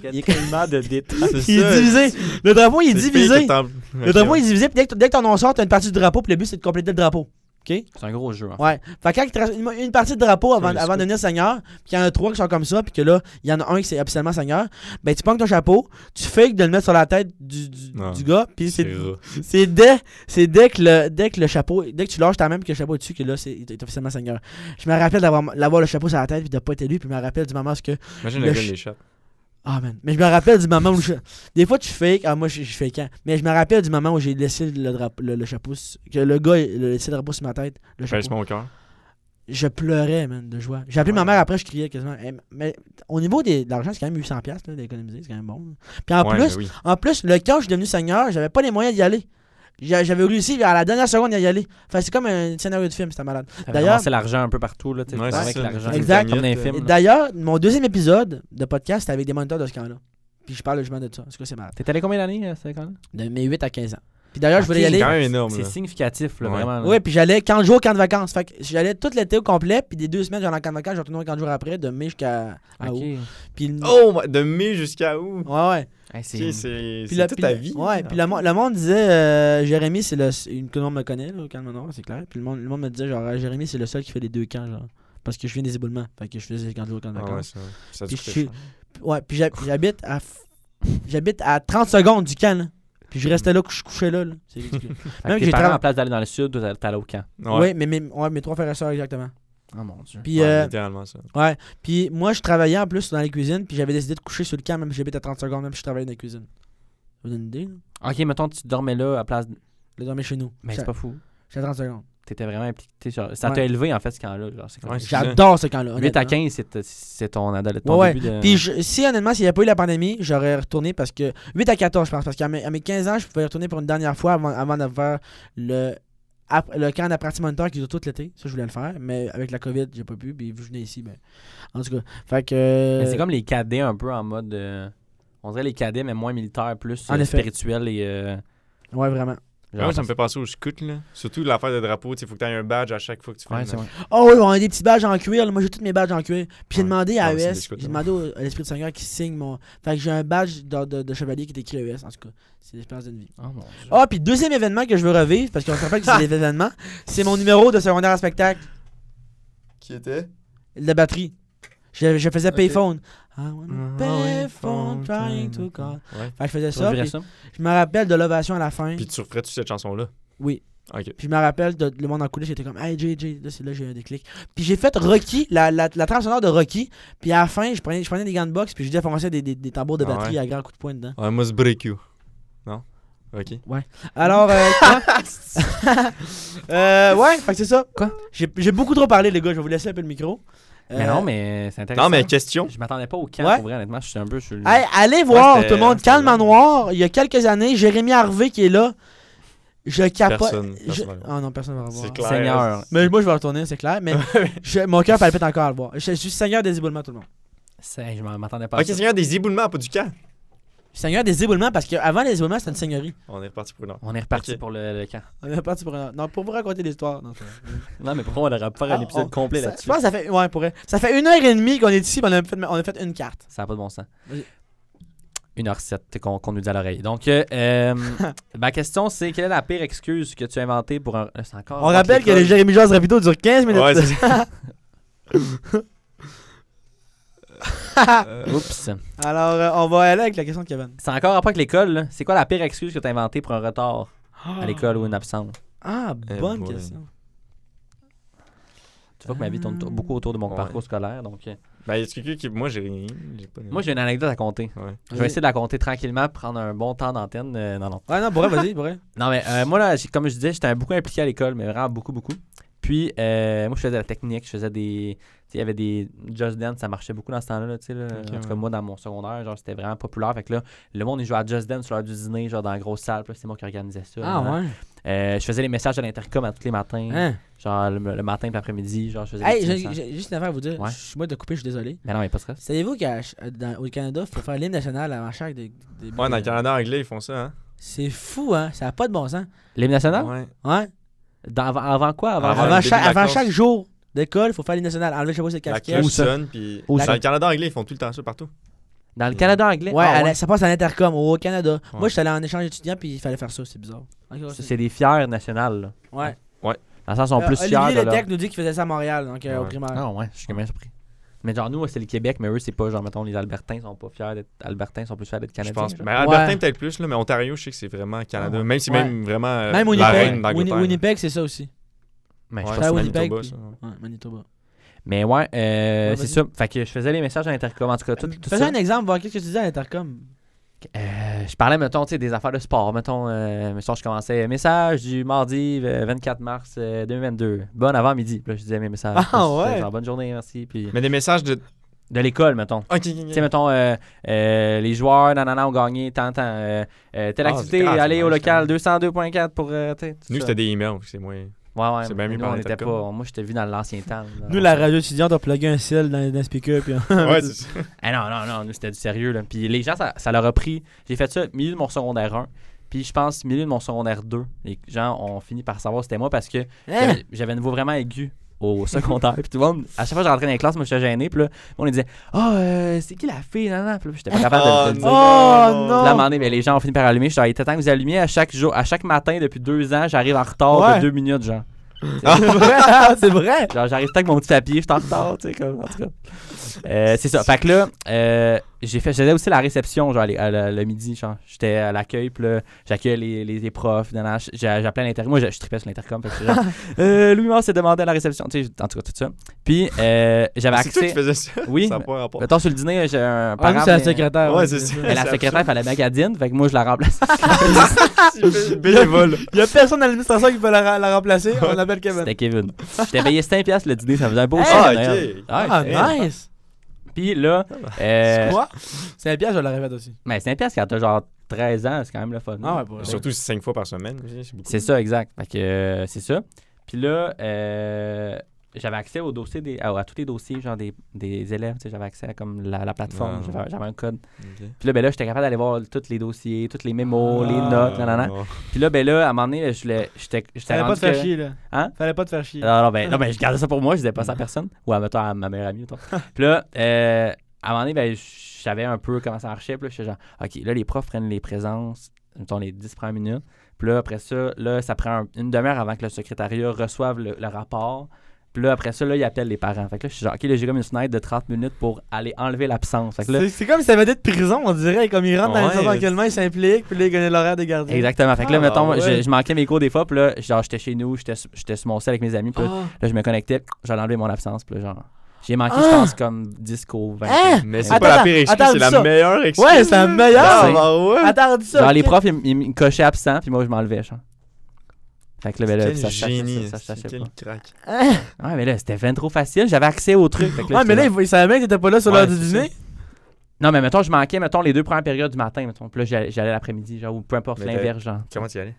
Speaker 5: Il y a tellement de détails.
Speaker 4: C'est
Speaker 3: Il est
Speaker 4: ça.
Speaker 3: divisé! Le drapeau, il est
Speaker 4: C'est le
Speaker 3: divisé!
Speaker 4: pire que t'en-
Speaker 3: Le
Speaker 4: Ok,
Speaker 3: drapeau
Speaker 4: ouais.
Speaker 3: est divisé, puis dès que, dès que t'en en sors, t'as une partie du drapeau, puis le but c'est de compléter le drapeau. OK?
Speaker 5: <laughs> C'est un gros jeu. hein. en fait.
Speaker 3: Ouais. Fait que quand il te reste une, une partie de drapeau avant,
Speaker 4: Comme les
Speaker 3: avant de devenir seigneur, puis il y en a trois qui sont comme ça, puis que là, il y en a un qui c'est officiellement seigneur, ben tu prends ton chapeau, tu fakes de le mettre sur la tête du, du,
Speaker 4: Non.
Speaker 3: du gars, puis
Speaker 4: C'est
Speaker 3: c'est
Speaker 4: rare.
Speaker 3: c'est dès, c'est dès que le, dès que le chapeau, dès que tu lâches ta même que le chapeau est dessus, que là, c'est il est officiellement seigneur. Je me rappelle d'avoir, d'avoir le chapeau sur la tête, puis de pas être élu, puis je me rappelle du moment où ce que
Speaker 4: Imagine
Speaker 3: Le
Speaker 4: le gars
Speaker 3: ch-
Speaker 4: de l'échappe.
Speaker 3: ah, man. Mais je me rappelle du moment où je. Des fois, tu fake. Ah, moi, je, je fake. hein. Mais je me rappelle du moment où j'ai laissé le, drapeau, le, le chapeau. su- Que le gars il a laissé le drapeau sur ma tête. Le chapeau.
Speaker 4: Pince-moi au cœur.
Speaker 3: Je pleurais, man, de joie. J'ai appelé
Speaker 4: Ouais.
Speaker 3: ma mère après, je criais quasiment. Eh, mais au niveau des- de l'argent, c'est quand même 800$ piastres, là, d'économiser. C'est quand même bon. Puis en,
Speaker 4: Ouais,
Speaker 3: plus,
Speaker 4: ben oui.
Speaker 3: en plus, le camp, je suis devenu seigneur. J'avais pas les moyens d'y aller. J'a- J'avais réussi à la dernière seconde à y aller. Enfin, c'est comme un scénario de film, c'était malade. D'ailleurs-
Speaker 5: D'ailleurs, c'est l'argent un peu partout. Là, tu sais,
Speaker 4: Ouais,
Speaker 5: tu
Speaker 4: c'est
Speaker 5: travailles
Speaker 4: ça.
Speaker 5: avec l'argent.
Speaker 3: Exact.
Speaker 5: Comme dans les
Speaker 3: Et
Speaker 5: films. là.
Speaker 3: D'ailleurs, mon deuxième épisode de podcast, c'était avec des moniteurs de ce camp-là. Puis je parle justement de ça. Est-ce que c'est malade?
Speaker 5: T'es allé combien d'années, euh, c'est quand même?
Speaker 3: De mes 8 à 15 ans. Puis d'ailleurs, je voulais y
Speaker 5: Ok.
Speaker 3: aller.
Speaker 4: C'est quand même énorme.
Speaker 5: C'est
Speaker 4: là.
Speaker 5: significatif, là,
Speaker 4: euh, Ouais.
Speaker 5: vraiment. là.
Speaker 3: Oui, puis j'allais 40 jours, camp de vacances. Fait que j'allais tout l'été au complet, puis des deux semaines, j'allais en camp de vacances, je retournais au camp de jours après, de mai jusqu'à à
Speaker 5: Ah, Ok.
Speaker 3: août. Puis le-
Speaker 4: Oh, my- de mai jusqu'à août.
Speaker 3: Ouais, ouais.
Speaker 5: Hey,
Speaker 4: Ok,
Speaker 5: c'est-
Speaker 4: C'est
Speaker 3: Oh, Puis
Speaker 4: c'est
Speaker 3: le-
Speaker 4: toute
Speaker 3: puis
Speaker 4: ta
Speaker 3: le-
Speaker 4: vie.
Speaker 3: Ouais, puis le, mo- le monde disait, euh, Jérémy, c'est le. Une, que le monde me connaît, là, au camp de Monor, c'est clair. Puis le monde, le monde me disait, genre, Ah, Jérémy, c'est le seul qui fait les deux camps, genre. Parce que je viens des éboulements. Fait que je faisais les camps de jours, camp de
Speaker 4: Ah ouais,
Speaker 3: vacances.
Speaker 4: ça- ça
Speaker 3: Puis
Speaker 4: te
Speaker 3: je
Speaker 4: coûte
Speaker 3: suis-
Speaker 4: cher.
Speaker 3: ouais, puis j'ha- j'habite à. f- J'habite à 30 secondes du camp, là. Puis je restais là, je couchais là, là. C'est
Speaker 4: <laughs>
Speaker 3: ridicule.
Speaker 5: Fait que
Speaker 3: Même
Speaker 5: tes
Speaker 3: j'ai trava-
Speaker 5: parents, en place d'aller dans le sud, toi, t'allais- t'allais au camp.
Speaker 4: Ouais,
Speaker 3: ouais, mais mes, ouais, mes trois frères et sœurs, exactement.
Speaker 5: Oh mon dieu.
Speaker 3: Puis.
Speaker 4: ouais,
Speaker 3: euh,
Speaker 4: littéralement ça.
Speaker 3: Ouais, puis moi je travaillais en plus dans la cuisine, puis j'avais décidé de coucher sur le camp, même si j'habite à 30 secondes, même si je travaillais dans la cuisine. Ça vous donne une idée, là?
Speaker 5: Ok, mettons, tu dormais là à place.
Speaker 3: Je dormais chez nous.
Speaker 5: Mais
Speaker 3: J'étais
Speaker 5: c'est pas fou.
Speaker 3: j'étais à 30 secondes.
Speaker 5: T'étais vraiment impliqué. Sur... Ça
Speaker 3: Ouais.
Speaker 5: t'a élevé, en fait, ce camp-là. genre, c'est comme-
Speaker 4: Ouais, c'est hein. ça.
Speaker 3: J'adore ce camp-là.
Speaker 5: 8 à euh.
Speaker 3: honnêtement.
Speaker 5: 15, c'est- euh, c'est ton adolescence.
Speaker 3: Ouais, ouais.
Speaker 5: début de...
Speaker 3: Puis je- si honnêtement, s'il n'y avait pas eu la pandémie, j'aurais retourné parce que. 8 à 14, je pense, parce qu'à mes, à mes 15 ans, je pouvais y retourner pour une dernière fois avant, avant de faire le, ap- le camp d'apprenti moniteur qui dure tout l'été. Ça, je voulais le faire, mais avec la COVID, j'ai pas pu, puis vu que je venais ici, ben. En tout cas, fait que.
Speaker 5: Mais c'est comme les cadets un peu en mode. euh, On dirait les cadets, mais moins militaires, plus
Speaker 3: En
Speaker 5: euh,
Speaker 3: effet.
Speaker 5: spirituels et. euh,
Speaker 3: Ouais, vraiment.
Speaker 5: genre,
Speaker 4: Moi, ça me fait penser au scout, là. Surtout l'affaire de drapeau, il faut que tu aies un badge à chaque fois que tu fais
Speaker 5: Ouais,
Speaker 4: une
Speaker 5: c'est vrai.
Speaker 3: Oh oui, on a des petits badges en cuir. là. Moi, j'ai tous mes badges en cuir. Puis j'ai
Speaker 4: Ouais.
Speaker 3: demandé à
Speaker 4: Ah ouais, c'est
Speaker 3: ES,
Speaker 4: des scouts,
Speaker 3: j'ai
Speaker 4: hein.
Speaker 3: demandé au- à l'Esprit du Seigneur qui signe mon. Fait que j'ai un badge de, de- de chevalier qui est écrit ES, en tout cas. C'est l'espérance d'une vie.
Speaker 5: Oh mon dieu.
Speaker 3: Ah, puis deuxième événement que je veux revivre, parce qu'on se <laughs> rappelle que c'est l'événement, c'est mon numéro de secondaire à spectacle,
Speaker 4: Qui était
Speaker 3: la batterie. Je, je faisais payphone. I want a payphone
Speaker 4: Ah Payphone
Speaker 3: trying to call.
Speaker 4: Ouais.
Speaker 3: Fait que je faisais
Speaker 5: Tu
Speaker 3: ça.
Speaker 5: verrais
Speaker 3: puis
Speaker 5: Ah, ça?
Speaker 3: Je me rappelle de l'ovation à la fin.
Speaker 4: Puis tu referais-tu cette chanson-là?
Speaker 3: Oui.
Speaker 4: Ok.
Speaker 3: Puis je me rappelle de, le monde en coulisses qui était comme Hey JJ, là c'est là j'ai eu un déclic. Puis j'ai fait Rocky, la, la, la trame sonore de Rocky. Puis à la fin, je prenais, je prenais des gants de boxe, puis je disais français des, des, des tambours de
Speaker 4: Ah
Speaker 3: batterie
Speaker 4: ouais.
Speaker 3: à grands coups de poing dedans.
Speaker 4: I must break you. Non? Ok.
Speaker 3: Alors, euh,
Speaker 4: <laughs>
Speaker 3: quoi? Euh, ouais, fait que c'est ça.
Speaker 5: Quoi?
Speaker 3: J'ai j'ai beaucoup trop parlé, les gars, je vais vous laisser un peu le micro.
Speaker 5: Mais
Speaker 3: Euh,
Speaker 5: non, mais c'est intéressant.
Speaker 4: Non, mais question.
Speaker 5: Je m'attendais pas au camp,
Speaker 3: Ouais.
Speaker 5: pour vrai, honnêtement. Je suis un peu sur le.
Speaker 3: Hey, allez voir,
Speaker 4: c'était-
Speaker 3: tout le monde,
Speaker 4: c'était
Speaker 3: calme en
Speaker 4: long.
Speaker 3: noir. Il y a quelques années, Jérémy Harvey qui est là. Je capote.
Speaker 4: Personne, personne
Speaker 3: Je-
Speaker 4: va le voir.
Speaker 3: Ah non, personne va revoir.
Speaker 4: C'est clair.
Speaker 5: Seigneur.
Speaker 3: Mais moi, je vais retourner, c'est clair.
Speaker 4: <laughs>
Speaker 3: Mais je- mon cœur palpite encore à le voir. Je, je suis seigneur des éboulements, tout le monde.
Speaker 5: C'est- Je m'en- m'attendais pas à
Speaker 4: Ok,
Speaker 5: ça.
Speaker 4: Seigneur, des éboulements, pas du camp.
Speaker 3: Seigneur des éboulements, parce qu'avant les éboulements, c'était une seigneurie.
Speaker 4: On est reparti pour une heure.
Speaker 5: On est reparti
Speaker 4: Ok.
Speaker 5: pour le, le camp.
Speaker 3: On est parti pour un... Non, pour vous raconter l'histoire. Non, c'est vrai.
Speaker 5: Non, mais pourquoi on aurait pas faire un
Speaker 3: Ah,
Speaker 5: épisode
Speaker 3: on-
Speaker 5: complet
Speaker 3: Ça-
Speaker 5: là-dessus?
Speaker 3: je pense que ça fait... Ouais, pour vrai. Ça fait une heure et demie qu'on est ici, mais on a fait, on a fait une carte.
Speaker 5: Ça n'a pas de bon sens.
Speaker 3: Vas-y.
Speaker 5: 1h07 qu'on qu'on nous dit à l'oreille. Donc, euh,
Speaker 3: <laughs>
Speaker 5: euh, ma question, c'est quelle est la pire excuse que tu as inventée pour un. euh, Ah, c'est encore
Speaker 3: On rappelle que
Speaker 5: l'école.
Speaker 3: les Jérémy Jazz Rapido durent 15 minutes.
Speaker 4: Ouais, c'est ça. Euh,
Speaker 5: Oups.
Speaker 3: Alors, euh, on va aller avec la question de Kevin.
Speaker 5: C'est encore après que l'école, là. C'est quoi la pire excuse que tu as inventée pour un retard à l'école ou une absence
Speaker 3: Ah,
Speaker 4: Eh
Speaker 3: bonne
Speaker 4: boy.
Speaker 3: question.
Speaker 5: Tu vois que ma vie tourne t-
Speaker 3: Ah.
Speaker 5: beaucoup autour de mon
Speaker 4: Ouais.
Speaker 5: parcours scolaire. Donc, euh,
Speaker 4: Ben, y a quelqu'un qui. Moi, j'ai rien. J'ai pas de-
Speaker 5: Moi, j'ai une anecdote à compter.
Speaker 4: Ouais.
Speaker 5: Je vais essayer de la compter tranquillement, prendre un bon temps d'antenne. Euh, non, non.
Speaker 3: Ouais, non, pour vrai, vas-y, pour vrai.
Speaker 5: Non, mais euh, moi, là, j'ai- comme je disais, j'étais beaucoup impliqué à l'école, mais vraiment beaucoup, beaucoup. Puis, euh, moi, je faisais de la technique, je faisais des. tu sais, Il y avait des Just Dance, ça marchait beaucoup dans ce temps-là. là, tu sais, là.
Speaker 4: Ok,
Speaker 5: en tout cas,
Speaker 4: ouais.
Speaker 5: moi, dans mon secondaire, genre, c'était vraiment populaire. Fait que là, le monde, il jouait à Just Dance sur l'heure du dîner, genre, dans la grosse salle. Puis là, c'est moi qui organisais ça.
Speaker 3: Ah,
Speaker 5: là.
Speaker 3: ouais.
Speaker 5: Euh, je faisais les messages à l'intercom à tous les matins.
Speaker 3: Hein.
Speaker 5: Genre, le, le matin et l'après-midi. Genre, je faisais.
Speaker 3: Hey,
Speaker 5: des petits
Speaker 3: j'ai
Speaker 5: messages.
Speaker 3: j'ai juste une affaire à vous dire.
Speaker 5: Ouais.
Speaker 3: Je suis moi de couper, je suis désolé.
Speaker 5: Mais non, mais pas de stress.
Speaker 3: Savez-vous qu'au Canada, faut faire l'hymne national avant chaque. des- des-
Speaker 4: Ouais, dans le Canada anglais, ils font ça, hein.
Speaker 3: C'est fou, hein. Ça a pas de bon sens.
Speaker 5: L'hymne national
Speaker 4: Ouais.
Speaker 3: Ouais.
Speaker 5: Dans- avant, avant quoi Avant,
Speaker 4: Avant
Speaker 3: Avant,
Speaker 4: le début
Speaker 3: chaque,
Speaker 4: de la
Speaker 3: avant
Speaker 4: classe.
Speaker 3: chaque jour d'école, faut faire l'hymne national. Enlever, je sais pas, c'est le
Speaker 4: La
Speaker 3: casque.
Speaker 4: cloche
Speaker 5: Où ça?
Speaker 4: sonne, puis.
Speaker 5: Où
Speaker 4: Dans
Speaker 5: ça?
Speaker 4: le Canada anglais, ils font tout le temps ça partout.
Speaker 5: Dans le Canada anglais
Speaker 3: Ouais,
Speaker 5: Ah,
Speaker 3: à la- ça passe à l'intercom au Canada.
Speaker 4: Ouais.
Speaker 3: Moi, je suis allé en échange étudiant, puis il fallait faire ça. C'est bizarre. Ok, ouais,
Speaker 5: Ça,
Speaker 3: c'est-
Speaker 5: C'est des fiers nationales. là.
Speaker 3: Ouais.
Speaker 5: Dans le sens, ils sont
Speaker 3: Euh,
Speaker 5: plus fiers
Speaker 3: Olivier
Speaker 5: de leur...
Speaker 3: Letec nous dit qu'il faisait ça à Montréal, donc euh, au
Speaker 4: Ouais.
Speaker 3: primaire.
Speaker 5: Ah ouais, je suis quand même surpris. Mais genre, nous, c'est le Québec, mais eux, c'est pas genre, mettons, les Albertains sont pas fiers d'être Albertains, sont plus fiers d'être
Speaker 4: Je
Speaker 5: Canadiens.
Speaker 4: pense.
Speaker 5: genre.
Speaker 4: Mais Albertin,
Speaker 3: Ouais.
Speaker 4: Ben, peut-être plus, là, mais Ontario, je sais que c'est vraiment Canada.
Speaker 5: Ouais.
Speaker 4: Même si,
Speaker 3: Ouais.
Speaker 4: même vraiment. euh,
Speaker 3: Même
Speaker 4: la
Speaker 3: Winnipeg.
Speaker 4: reine d'Angleterre.
Speaker 3: Winni- Winnipeg, c'est ça aussi.
Speaker 5: Mais, je
Speaker 4: Ouais,
Speaker 5: pense
Speaker 3: Ah,
Speaker 4: c'est
Speaker 5: que-
Speaker 3: Winnipeg,
Speaker 4: Manitoba,
Speaker 3: puis-
Speaker 4: ça, ouais.
Speaker 3: Ouais, Manitoba.
Speaker 5: mais ouais, euh,
Speaker 3: Ouais,
Speaker 5: c'est
Speaker 3: vas-y.
Speaker 5: ça. Fait que je faisais les messages à l'intercom. En tout cas, tout, tout
Speaker 3: Fais-moi
Speaker 5: ça.
Speaker 3: un exemple, voir qu'est-ce que tu dis à l'intercom.
Speaker 5: Euh, je parlais, mettons, tu sais, des affaires de sport. Mettons, euh, mettons, je commençais message du mardi euh, 24 mars euh, 2022. Bon avant-midi. Puis Là, je disais mes messages.
Speaker 3: Ah,
Speaker 5: Puis c'était
Speaker 3: ouais.
Speaker 5: genre, bonne journée, merci. Puis
Speaker 4: Mais des messages de.
Speaker 5: de l'école, mettons.
Speaker 4: Ok,
Speaker 5: Tu sais, mettons, euh, euh, les joueurs, nanana, ont gagné tant, tant. euh, euh, telle
Speaker 4: Ah,
Speaker 5: activité,
Speaker 4: c'est grave,
Speaker 5: aller
Speaker 4: c'est
Speaker 5: au
Speaker 4: nice,
Speaker 5: local 202.4 pour. euh, tu sais, tout
Speaker 4: Nous,
Speaker 5: ça.
Speaker 4: c'était des emails, c'est <laughs> moins.
Speaker 5: Ouais, ouais.
Speaker 4: c'est bien
Speaker 5: mais
Speaker 4: mieux
Speaker 5: nous,
Speaker 4: par
Speaker 5: on était pas.
Speaker 4: l'intercom.
Speaker 5: Moi, j'étais vu dans l'ancien temps. là.
Speaker 3: Nous, la radio étudiante, on plugué un ciel dans dans le speaker, puis
Speaker 4: Ouais, c'est ça.
Speaker 5: Ah non, non, non, nous, c'était du sérieux, là. Puis les gens, ça, ça leur a pris. J'ai fait ça milieu de mon secondaire 1. Puis je pense milieu de mon secondaire 2. Les gens ont fini par savoir c'était moi parce que
Speaker 3: Hein?
Speaker 5: J'avais- J'avais un niveau vraiment aigu au <laughs> secondaire. puis tout le monde, à chaque fois que je rentrais dans les classes, moi, j'étais gêné. Puis là, on disait Ah, euh, c'est qui la fille Nan, nan. Puis là, j'étais pas capable de- de,
Speaker 4: Ah,
Speaker 5: le dire.
Speaker 3: Oh non!
Speaker 5: Puis là, à un moment donné, ben, les gens ont fini par allumer. Je suis il était temps que vous allumiez à chaque jour, à chaque matin depuis deux ans, j'arrive en retard
Speaker 3: Ouais.
Speaker 5: de deux minutes, genre.
Speaker 3: C'est
Speaker 5: <laughs>
Speaker 3: vrai, hein, c'est vrai!
Speaker 5: Genre, j'arrive tant avec mon petit papier, je suis en retard, tu sais, comme, en tout cas. Euh, c'est ça. Fait que là, euh, j'ai fait, je faisais aussi la réception, genre, les- à le, le midi, genre. J'étais à l'accueil, puis là, j'accueillais les, les, les profs, nanana, j- j'a- j'appelais à l'intercom. Moi, je, je tripais sur l'intercom, fait que c'est
Speaker 3: <laughs>
Speaker 5: genre, euh, Louis Mort s'est demandé à la réception, tu sais, en tout cas, tout ça. Puis, euh, j'avais
Speaker 4: Ah, C'est toi qui
Speaker 5: accès.
Speaker 4: faisais ça.
Speaker 5: Oui.
Speaker 4: Ça n'a pas rapport.
Speaker 5: Mettons, sur le dîner, j'ai un
Speaker 3: Ah, nous,
Speaker 5: parent,
Speaker 3: c'est la
Speaker 5: mais-
Speaker 3: secrétaire.
Speaker 4: Ouais, c'est ça.
Speaker 5: mais la
Speaker 4: <laughs> C'est
Speaker 5: secrétaire, fallait bien qu'elle dîne, fait que moi, je la remplace. <laughs>
Speaker 4: Bénévole.
Speaker 3: Il y a personne dans l'administration qui peut la, ra- la remplacer, on appelle Kevin.
Speaker 5: C'était Kevin. J'étais payé 5$ piastres le dîner, ça faisait un beau chèque,
Speaker 4: Ah,
Speaker 5: d'ailleurs.
Speaker 4: ok.
Speaker 5: Ouais,
Speaker 3: Ah,
Speaker 5: c'est-
Speaker 3: nice!
Speaker 5: Puis là, euh,
Speaker 3: Quoi? C'est un piège, je la répète aussi.
Speaker 5: Mais c'est un pièce quand t'as genre 13 ans, c'est quand même le fun.
Speaker 3: Ah ouais, pour vrai.
Speaker 4: Surtout cinq fois par semaine. C'est beaucoup.
Speaker 5: C'est ça, exact. Fait que euh, c'est ça. Puis là, euh, j'avais accès au dossier des, à, à tous les dossiers genre des, des élèves. tu sais, J'avais accès à comme la, la plateforme.
Speaker 4: Ah.
Speaker 5: J'avais- J'avais un code.
Speaker 4: Ok.
Speaker 5: Puis là, ben là, j'étais capable d'aller voir tous les dossiers, tous les mémos, les
Speaker 3: Ah.
Speaker 5: notes, nanana. Puis là, ben là, à un moment donné, je l'ai- j'étais. j'étais
Speaker 3: Fallait pas
Speaker 5: rendu
Speaker 3: te faire
Speaker 5: que-
Speaker 3: chier, là.
Speaker 5: Hein?
Speaker 3: Fallait pas te faire chier.
Speaker 5: Non, non, ben, non, ben, je gardais ça pour moi, je disais pas ça à personne. Ou à, mettons, à ma meilleure amie, mettons. Puis là, euh, à un moment donné, ben, je savais un peu comment ça marchait. Puis là, j'étais genre, OK, là, les profs prennent les présences, mettons, les 10 premières minutes. Puis là, après ça, là, ça prend un- une demi-heure avant que le secrétariat reçoive le, le rapport. Puis là, après ça, là, ils appellent les parents. Fait que là, je suis genre, OK, là, j'ai comme une fenêtre de 30 minutes pour aller enlever l'absence. Fait que là,
Speaker 3: C'est- C'est comme si ça venait de prison, on dirait. Comme il rentre dans
Speaker 4: Ouais.
Speaker 3: l'administration actuellement, il s'implique, puis là, il connaît l'horaire des gardiens.
Speaker 5: Exactement. Fait que là,
Speaker 4: Ah,
Speaker 5: mettons,
Speaker 4: ouais.
Speaker 5: je, je manquais mes cours des fois, puis là, genre, j'étais chez nous, j'étais sur- j'étais sur mon sel avec mes amis, puis là,
Speaker 3: Ah,
Speaker 5: Là, je me connectais, j'allais enlever mon absence, puis là, genre. J'ai manqué, je
Speaker 3: Ah!
Speaker 5: pense, comme 10 cours, 20.
Speaker 3: Hein?
Speaker 4: Mais c'est
Speaker 5: Attends,
Speaker 4: pas la
Speaker 3: attends,
Speaker 4: pire excuse,
Speaker 3: attends,
Speaker 4: c'est la
Speaker 3: ça.
Speaker 4: meilleure excuse.
Speaker 3: Ouais, c'est la meilleure!
Speaker 5: Merci.
Speaker 4: Ah, ouais.
Speaker 3: Attends, dis ça.
Speaker 5: genre, les
Speaker 3: ok.
Speaker 5: profs, ils, m- ils me cochaient absent, puis moi, je m'enlevais, genre. Fait que là, ben là,
Speaker 4: Quel
Speaker 5: ça se
Speaker 4: génie.
Speaker 5: ça, ça, ça, ça, ça,
Speaker 4: Quel crack.
Speaker 5: pas. Ouais, mais là, c'était bien trop facile, j'avais accès au truc. Fait que
Speaker 3: Hein? Ouais, mais là,
Speaker 5: j'étais
Speaker 3: il il savait bien que t'étais pas là sur
Speaker 4: Ouais,
Speaker 3: l'heure du
Speaker 4: c'est ça.
Speaker 3: dîner.
Speaker 5: Non, mais mettons, je manquais, mettons, les deux premières périodes du matin, mettons. Puis là, j'allais j'allais l'après-midi, genre, ou peu importe,
Speaker 4: Mais t'as-
Speaker 5: l'inverse, genre.
Speaker 4: Comment tu y allais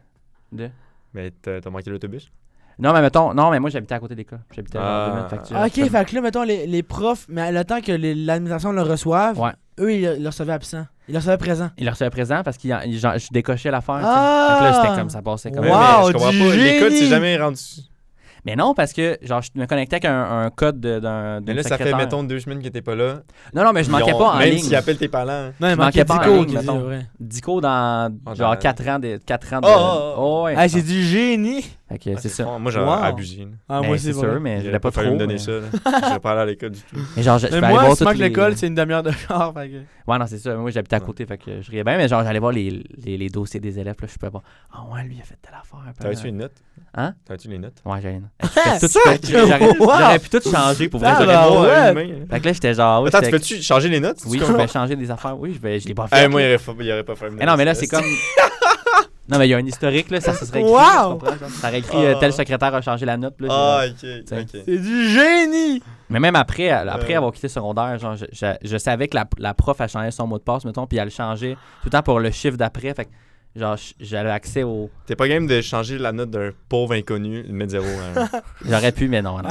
Speaker 5: De-
Speaker 4: Mais t'as t'as manqué l'autobus
Speaker 5: Non, mais mettons, non, mais moi, j'habitais à côté de l'école. J'habitais à
Speaker 4: Ah.
Speaker 5: deux minutes, fait que, genre,
Speaker 3: Ok,
Speaker 5: j'étais-
Speaker 3: fait que là, mettons, les, les profs, mais le temps que les- l'administration le reçoive,
Speaker 5: Ouais.
Speaker 3: eux, ils le- le recevaient absent. Ils le recevaient présent.
Speaker 5: Il leur recevait présent parce que je décochais l'affaire. tu sais.
Speaker 3: Ah!
Speaker 5: Fait que là, c'était comme ça passait comme
Speaker 4: Ouais,
Speaker 3: Wow,
Speaker 4: mais Je
Speaker 3: du
Speaker 4: comprends pas. L'école,
Speaker 3: génie.
Speaker 4: c'est jamais rendu.
Speaker 5: Mais non, parce que genre, je me connectais avec un, un code de- d'un.
Speaker 4: Mais
Speaker 5: d'une
Speaker 4: là, ça fait,
Speaker 5: secrétaire.
Speaker 4: mettons, deux semaines que t'es pas là.
Speaker 5: Non, non, mais je
Speaker 4: Ils
Speaker 5: manquais
Speaker 4: ont-
Speaker 5: pas en
Speaker 4: Même
Speaker 5: ligne.
Speaker 4: s'ils appellent tes parents. hein.
Speaker 3: Non,
Speaker 5: Je
Speaker 3: il manquait
Speaker 5: manquais pas
Speaker 3: pas
Speaker 5: en
Speaker 3: cours,
Speaker 5: ligne,
Speaker 3: qu'il dit,
Speaker 5: mettons.
Speaker 3: ouais.
Speaker 5: Dico dans
Speaker 4: Ah, dans
Speaker 5: genre
Speaker 4: la-
Speaker 5: 4 ans de. 4 ans de.
Speaker 4: Oh, oh, oh.
Speaker 5: Oh, ouais.
Speaker 3: Ah, c'est du génie!
Speaker 5: Fait que
Speaker 4: Ah,
Speaker 5: c'est ça.
Speaker 4: fort. Moi, j'en
Speaker 3: Wow.
Speaker 4: ai abusé. là.
Speaker 3: Ah,
Speaker 5: Ben,
Speaker 3: moi,
Speaker 5: c'est
Speaker 3: c'est
Speaker 5: sûr,
Speaker 3: vrai.
Speaker 4: Il
Speaker 5: mais je
Speaker 4: aurait
Speaker 5: l'ai pas trop.
Speaker 4: fallu me donner
Speaker 5: mais-
Speaker 4: ça. là. Je vais pas aller à l'école du tout.
Speaker 5: Mais genre, je, je
Speaker 3: Mais
Speaker 5: peux aller
Speaker 3: moi,
Speaker 5: voir
Speaker 3: si
Speaker 5: toutes
Speaker 3: manque
Speaker 5: les-
Speaker 3: l'école, c'est une demi-heure de genre. fait que-
Speaker 5: Ouais, non, c'est ça. Moi, j'habitais à côté, fait que je riais bien, mais genre, j'allais voir les, les, les dossiers des élèves, là, je pouvais voir. Ah ouais, lui, il a fait telle affaire. puis là-
Speaker 4: T'avais-tu une note?
Speaker 5: Ah, Hein?
Speaker 4: T'avais-tu les notes?
Speaker 5: Ouais, j'ai une. Hey, <laughs> je fais tout
Speaker 3: Sac!
Speaker 5: fait. J'aurais
Speaker 3: Ah, <laughs> Wow!
Speaker 5: j'aurais pu tout changer pour vrai.
Speaker 3: Ah,
Speaker 5: j'aurais-
Speaker 3: bah,
Speaker 4: Bon,
Speaker 3: ouais.
Speaker 4: allumé, hein.
Speaker 5: Fait que là, j'étais genre. oui,
Speaker 4: Attends, tu
Speaker 5: j'étais-
Speaker 4: peux-tu changer les notes?
Speaker 5: Oui, <laughs> je vais changer des affaires. Oui, je vais. Je l'ai pas fait.
Speaker 4: Eh, moi, il aurait fa- il aurait pas fallu me
Speaker 5: Eh non, mais là,
Speaker 4: ça.
Speaker 5: c'est comme. <laughs> Non, mais il y a un historique, là, ça se serait écrit.
Speaker 3: Wow!
Speaker 5: tu comprends, genre? Ça aurait écrit euh,
Speaker 4: Ah.
Speaker 5: tel secrétaire a changé la note. Là,
Speaker 4: Ah,
Speaker 5: j'ai-
Speaker 4: ok,
Speaker 5: Tiens.
Speaker 4: ok.
Speaker 3: C'est du génie!
Speaker 5: Mais même après, après
Speaker 4: Euh.
Speaker 5: avoir quitté le secondaire, genre, je, je- je savais que la, la prof a changé son mot de passe, mettons, puis elle le changeait tout le temps pour le chiffre d'après. Fait que, genre, j- j'avais accès au.
Speaker 4: T'es pas game de changer la note d'un pauvre inconnu, le mettre zéro hein. à un.
Speaker 5: J'aurais pu, mais non. non.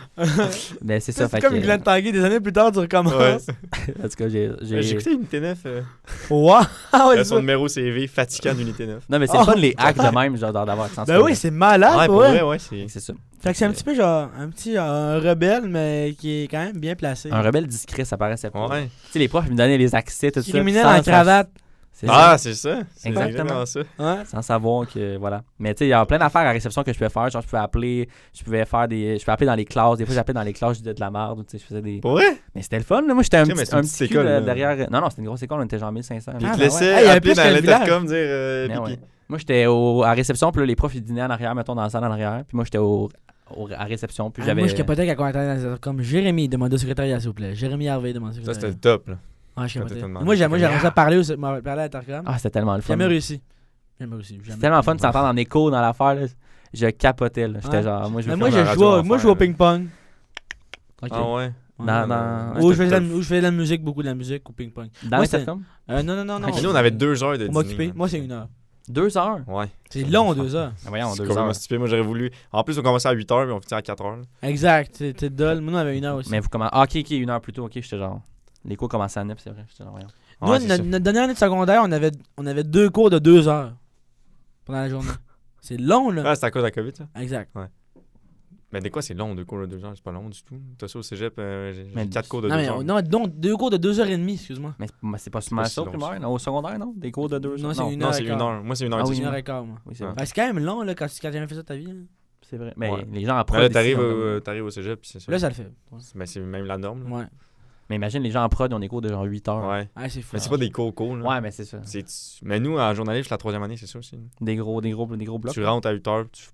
Speaker 5: <laughs> mais c'est ça.
Speaker 3: Ah, C'est
Speaker 5: Fait
Speaker 3: comme
Speaker 5: que,
Speaker 3: une Glenn Tanguy, des années plus tard, tu
Speaker 4: Ouais.
Speaker 3: recommences.
Speaker 5: en tout cas, j'ai-
Speaker 4: Euh, J'ai
Speaker 5: j'ai.
Speaker 4: écouté Unité 9. euh,
Speaker 3: Wow! Ben
Speaker 4: euh,
Speaker 3: ouais,
Speaker 4: son
Speaker 3: ça.
Speaker 4: numéro CV, fatigant d'Unité 9.
Speaker 5: Non, mais c'est
Speaker 3: Oh.
Speaker 5: le fun, les hacks de même, genre, d'avoir accent
Speaker 3: Ben oui, c'est malade,
Speaker 4: pour
Speaker 3: ouais.
Speaker 4: vrai, ouais, c'est.
Speaker 5: c'est ça.
Speaker 3: Fait que c'est un petit peu genre un petit genre, un rebelle, mais qui est quand même bien placé.
Speaker 5: Un rebelle discret, ça paraissait pas.
Speaker 4: Ouais.
Speaker 5: Tu sais, les profs ils me donnaient les accès, tout ça.
Speaker 3: Criminel
Speaker 5: sans-
Speaker 3: en cravate.
Speaker 5: C'est ça.
Speaker 4: Ah, c'est ça. C'est
Speaker 5: Exactement.
Speaker 4: exactement ça.
Speaker 3: Ouais.
Speaker 5: Sans savoir que, voilà. Mais tu sais, il y a plein d'affaires à réception que je pouvais faire. Genre, je pouvais appeler, je pouvais faire des. Je pouvais appeler dans les classes. Des fois, j'appelais dans les classes, je disais de la merde. ou Tu sais, je faisais des.
Speaker 4: Pour vrai?
Speaker 5: Mais c'était le fun, là. Moi, j'étais un
Speaker 4: Oh. Ok, mais
Speaker 5: petit,
Speaker 4: c'est une
Speaker 5: un
Speaker 4: petite
Speaker 5: petit cul,
Speaker 4: école, là.
Speaker 5: là, derrière. euh, Non, non, c'était une grosse école, on était genre 1500.
Speaker 4: Puis
Speaker 3: Ah, ben
Speaker 4: ils te
Speaker 3: ouais.
Speaker 4: laissaient
Speaker 3: Ah, il y avait
Speaker 4: appeler
Speaker 3: plus que
Speaker 4: dans
Speaker 3: le
Speaker 4: l'intercom, dire euh,
Speaker 5: Mais
Speaker 4: pipi.
Speaker 5: Ben ouais. Moi, j'étais au- à réception, puis là, les profs, ils dînaient en arrière, mettons, dans la salle en arrière. Puis moi, j'étais au, au- à réception, puis
Speaker 3: Ah,
Speaker 5: j'avais.
Speaker 3: Moi, je capotais quand on était dans les affaires comme Jérémy, demande au secrétariat, s'il vous plaît. Jérémy Hervé, demande au
Speaker 4: Ça, c'était
Speaker 3: secrétariat.
Speaker 4: le top, là.
Speaker 3: Ouais, je
Speaker 4: quand t'étais
Speaker 3: capotais.
Speaker 4: demandé
Speaker 3: Moi, j'ai moi, j'ai
Speaker 4: au
Speaker 3: réussi à parler au- m'a parlé à l'intercom.
Speaker 5: Ah, c'était tellement le fun.
Speaker 3: Jamais réussi. Jamais réussi.
Speaker 5: C'est
Speaker 3: jamais.
Speaker 5: tellement fun de s'entendre en écho dans l'affaire. là. Je capotais. là. J'étais
Speaker 3: Ouais.
Speaker 5: genre, moi, je
Speaker 3: Mais
Speaker 5: veux
Speaker 3: moi,
Speaker 5: faire
Speaker 3: je
Speaker 4: la
Speaker 3: joue,
Speaker 4: radio
Speaker 3: au- moi,
Speaker 4: en
Speaker 3: je
Speaker 4: faire,
Speaker 3: joue au
Speaker 4: là.
Speaker 3: ping-pong. Ok.
Speaker 4: Ah ouais.
Speaker 3: Ouais.
Speaker 5: Dans- dans-
Speaker 3: Ou
Speaker 4: c'était
Speaker 3: je faisais de
Speaker 4: le
Speaker 3: la-
Speaker 4: top.
Speaker 3: ou je faisais de la musique, beaucoup de la musique, ou ping-pong.
Speaker 5: de- dans
Speaker 3: Moi,
Speaker 5: l'intercom.
Speaker 3: Euh, non, non, non, non.
Speaker 5: Ok,
Speaker 4: Puis nous, on avait hein. deux heures de
Speaker 3: Pour
Speaker 4: dîner.
Speaker 3: m'occuper.
Speaker 4: là.
Speaker 3: Moi, c'est une heure.
Speaker 5: Deux heures.
Speaker 4: Ouais.
Speaker 3: C'est long, deux heures.
Speaker 5: Ah, voyons,
Speaker 4: C'est
Speaker 5: deux heures.
Speaker 4: complètement stupide. Moi, j'aurais voulu. En plus, on commençait à 8 heures, mais on finit à 4 heures. là.
Speaker 3: Exact. c'est- T'es dol. Moi, on avait une heure aussi.
Speaker 5: Mais vous commencez. Ah, ok, ok, une heure plus tôt. Ok, j'étais genre. Les cours commençaient à 9, c'est vrai. J'étais genre, voyons.
Speaker 3: Nous,
Speaker 4: Ouais, c'est
Speaker 3: notre,
Speaker 4: ça.
Speaker 3: notre dernière année de secondaire, on avait, on avait deux cours de deux heures pendant la
Speaker 4: <laughs>
Speaker 3: journée. c'est long, là.
Speaker 4: Ah, c'est à cause de la COVID, ça.
Speaker 3: Exact.
Speaker 4: Mais des quoi, c'est long, deux cours de deux heures. C'est pas long du tout. T'as ça au cégep, euh, j'ai-
Speaker 5: Mais-
Speaker 4: j'ai 4 cours de
Speaker 3: Non, mais
Speaker 4: deux heures.
Speaker 3: on- non, donc deux cours de deux heures et demie, excuse-moi.
Speaker 5: Mais c'est mais c'est pas seulement
Speaker 4: pas
Speaker 5: ça au
Speaker 4: si long, ça.
Speaker 5: primaire, non, au secondaire, non Des cours de deux
Speaker 3: Non,
Speaker 5: heures.
Speaker 3: c'est une
Speaker 4: Non, c'est
Speaker 3: heure et
Speaker 4: une heure. Moi, c'est une
Speaker 5: Ah
Speaker 4: heure
Speaker 5: oui,
Speaker 4: dix
Speaker 3: une heure
Speaker 4: minutes.
Speaker 3: et quart, moi.
Speaker 5: Oui, c'est
Speaker 4: Ouais.
Speaker 5: vrai.
Speaker 3: Ben, c'est quand même long, là, quand tu n'as jamais fait ça de ta vie. hein.
Speaker 5: C'est vrai. Mais
Speaker 4: Ouais.
Speaker 5: les gens en prod.
Speaker 4: Là,
Speaker 5: ici,
Speaker 4: t'arrives euh,
Speaker 5: on a-
Speaker 4: au- t'arrives au cégep, puis c'est ça.
Speaker 3: Là, ça le fait. Ouais.
Speaker 4: Mais c'est même la norme.
Speaker 3: Ouais,
Speaker 5: Mais imagine, les gens en prod, ils ont des cours de genre 8
Speaker 4: là.
Speaker 5: heures.
Speaker 4: Ouais.
Speaker 3: Ah, c'est fou.
Speaker 4: Mais c'est pas des cours courts, là.
Speaker 5: Ouais, mais c'est ça.
Speaker 4: C'est- tu- Mais nous, en journalisme, la troisième année, c'est ça aussi.
Speaker 5: Des gros, des gros, des gros blocs.
Speaker 4: Tu rentres à 8 heures, tu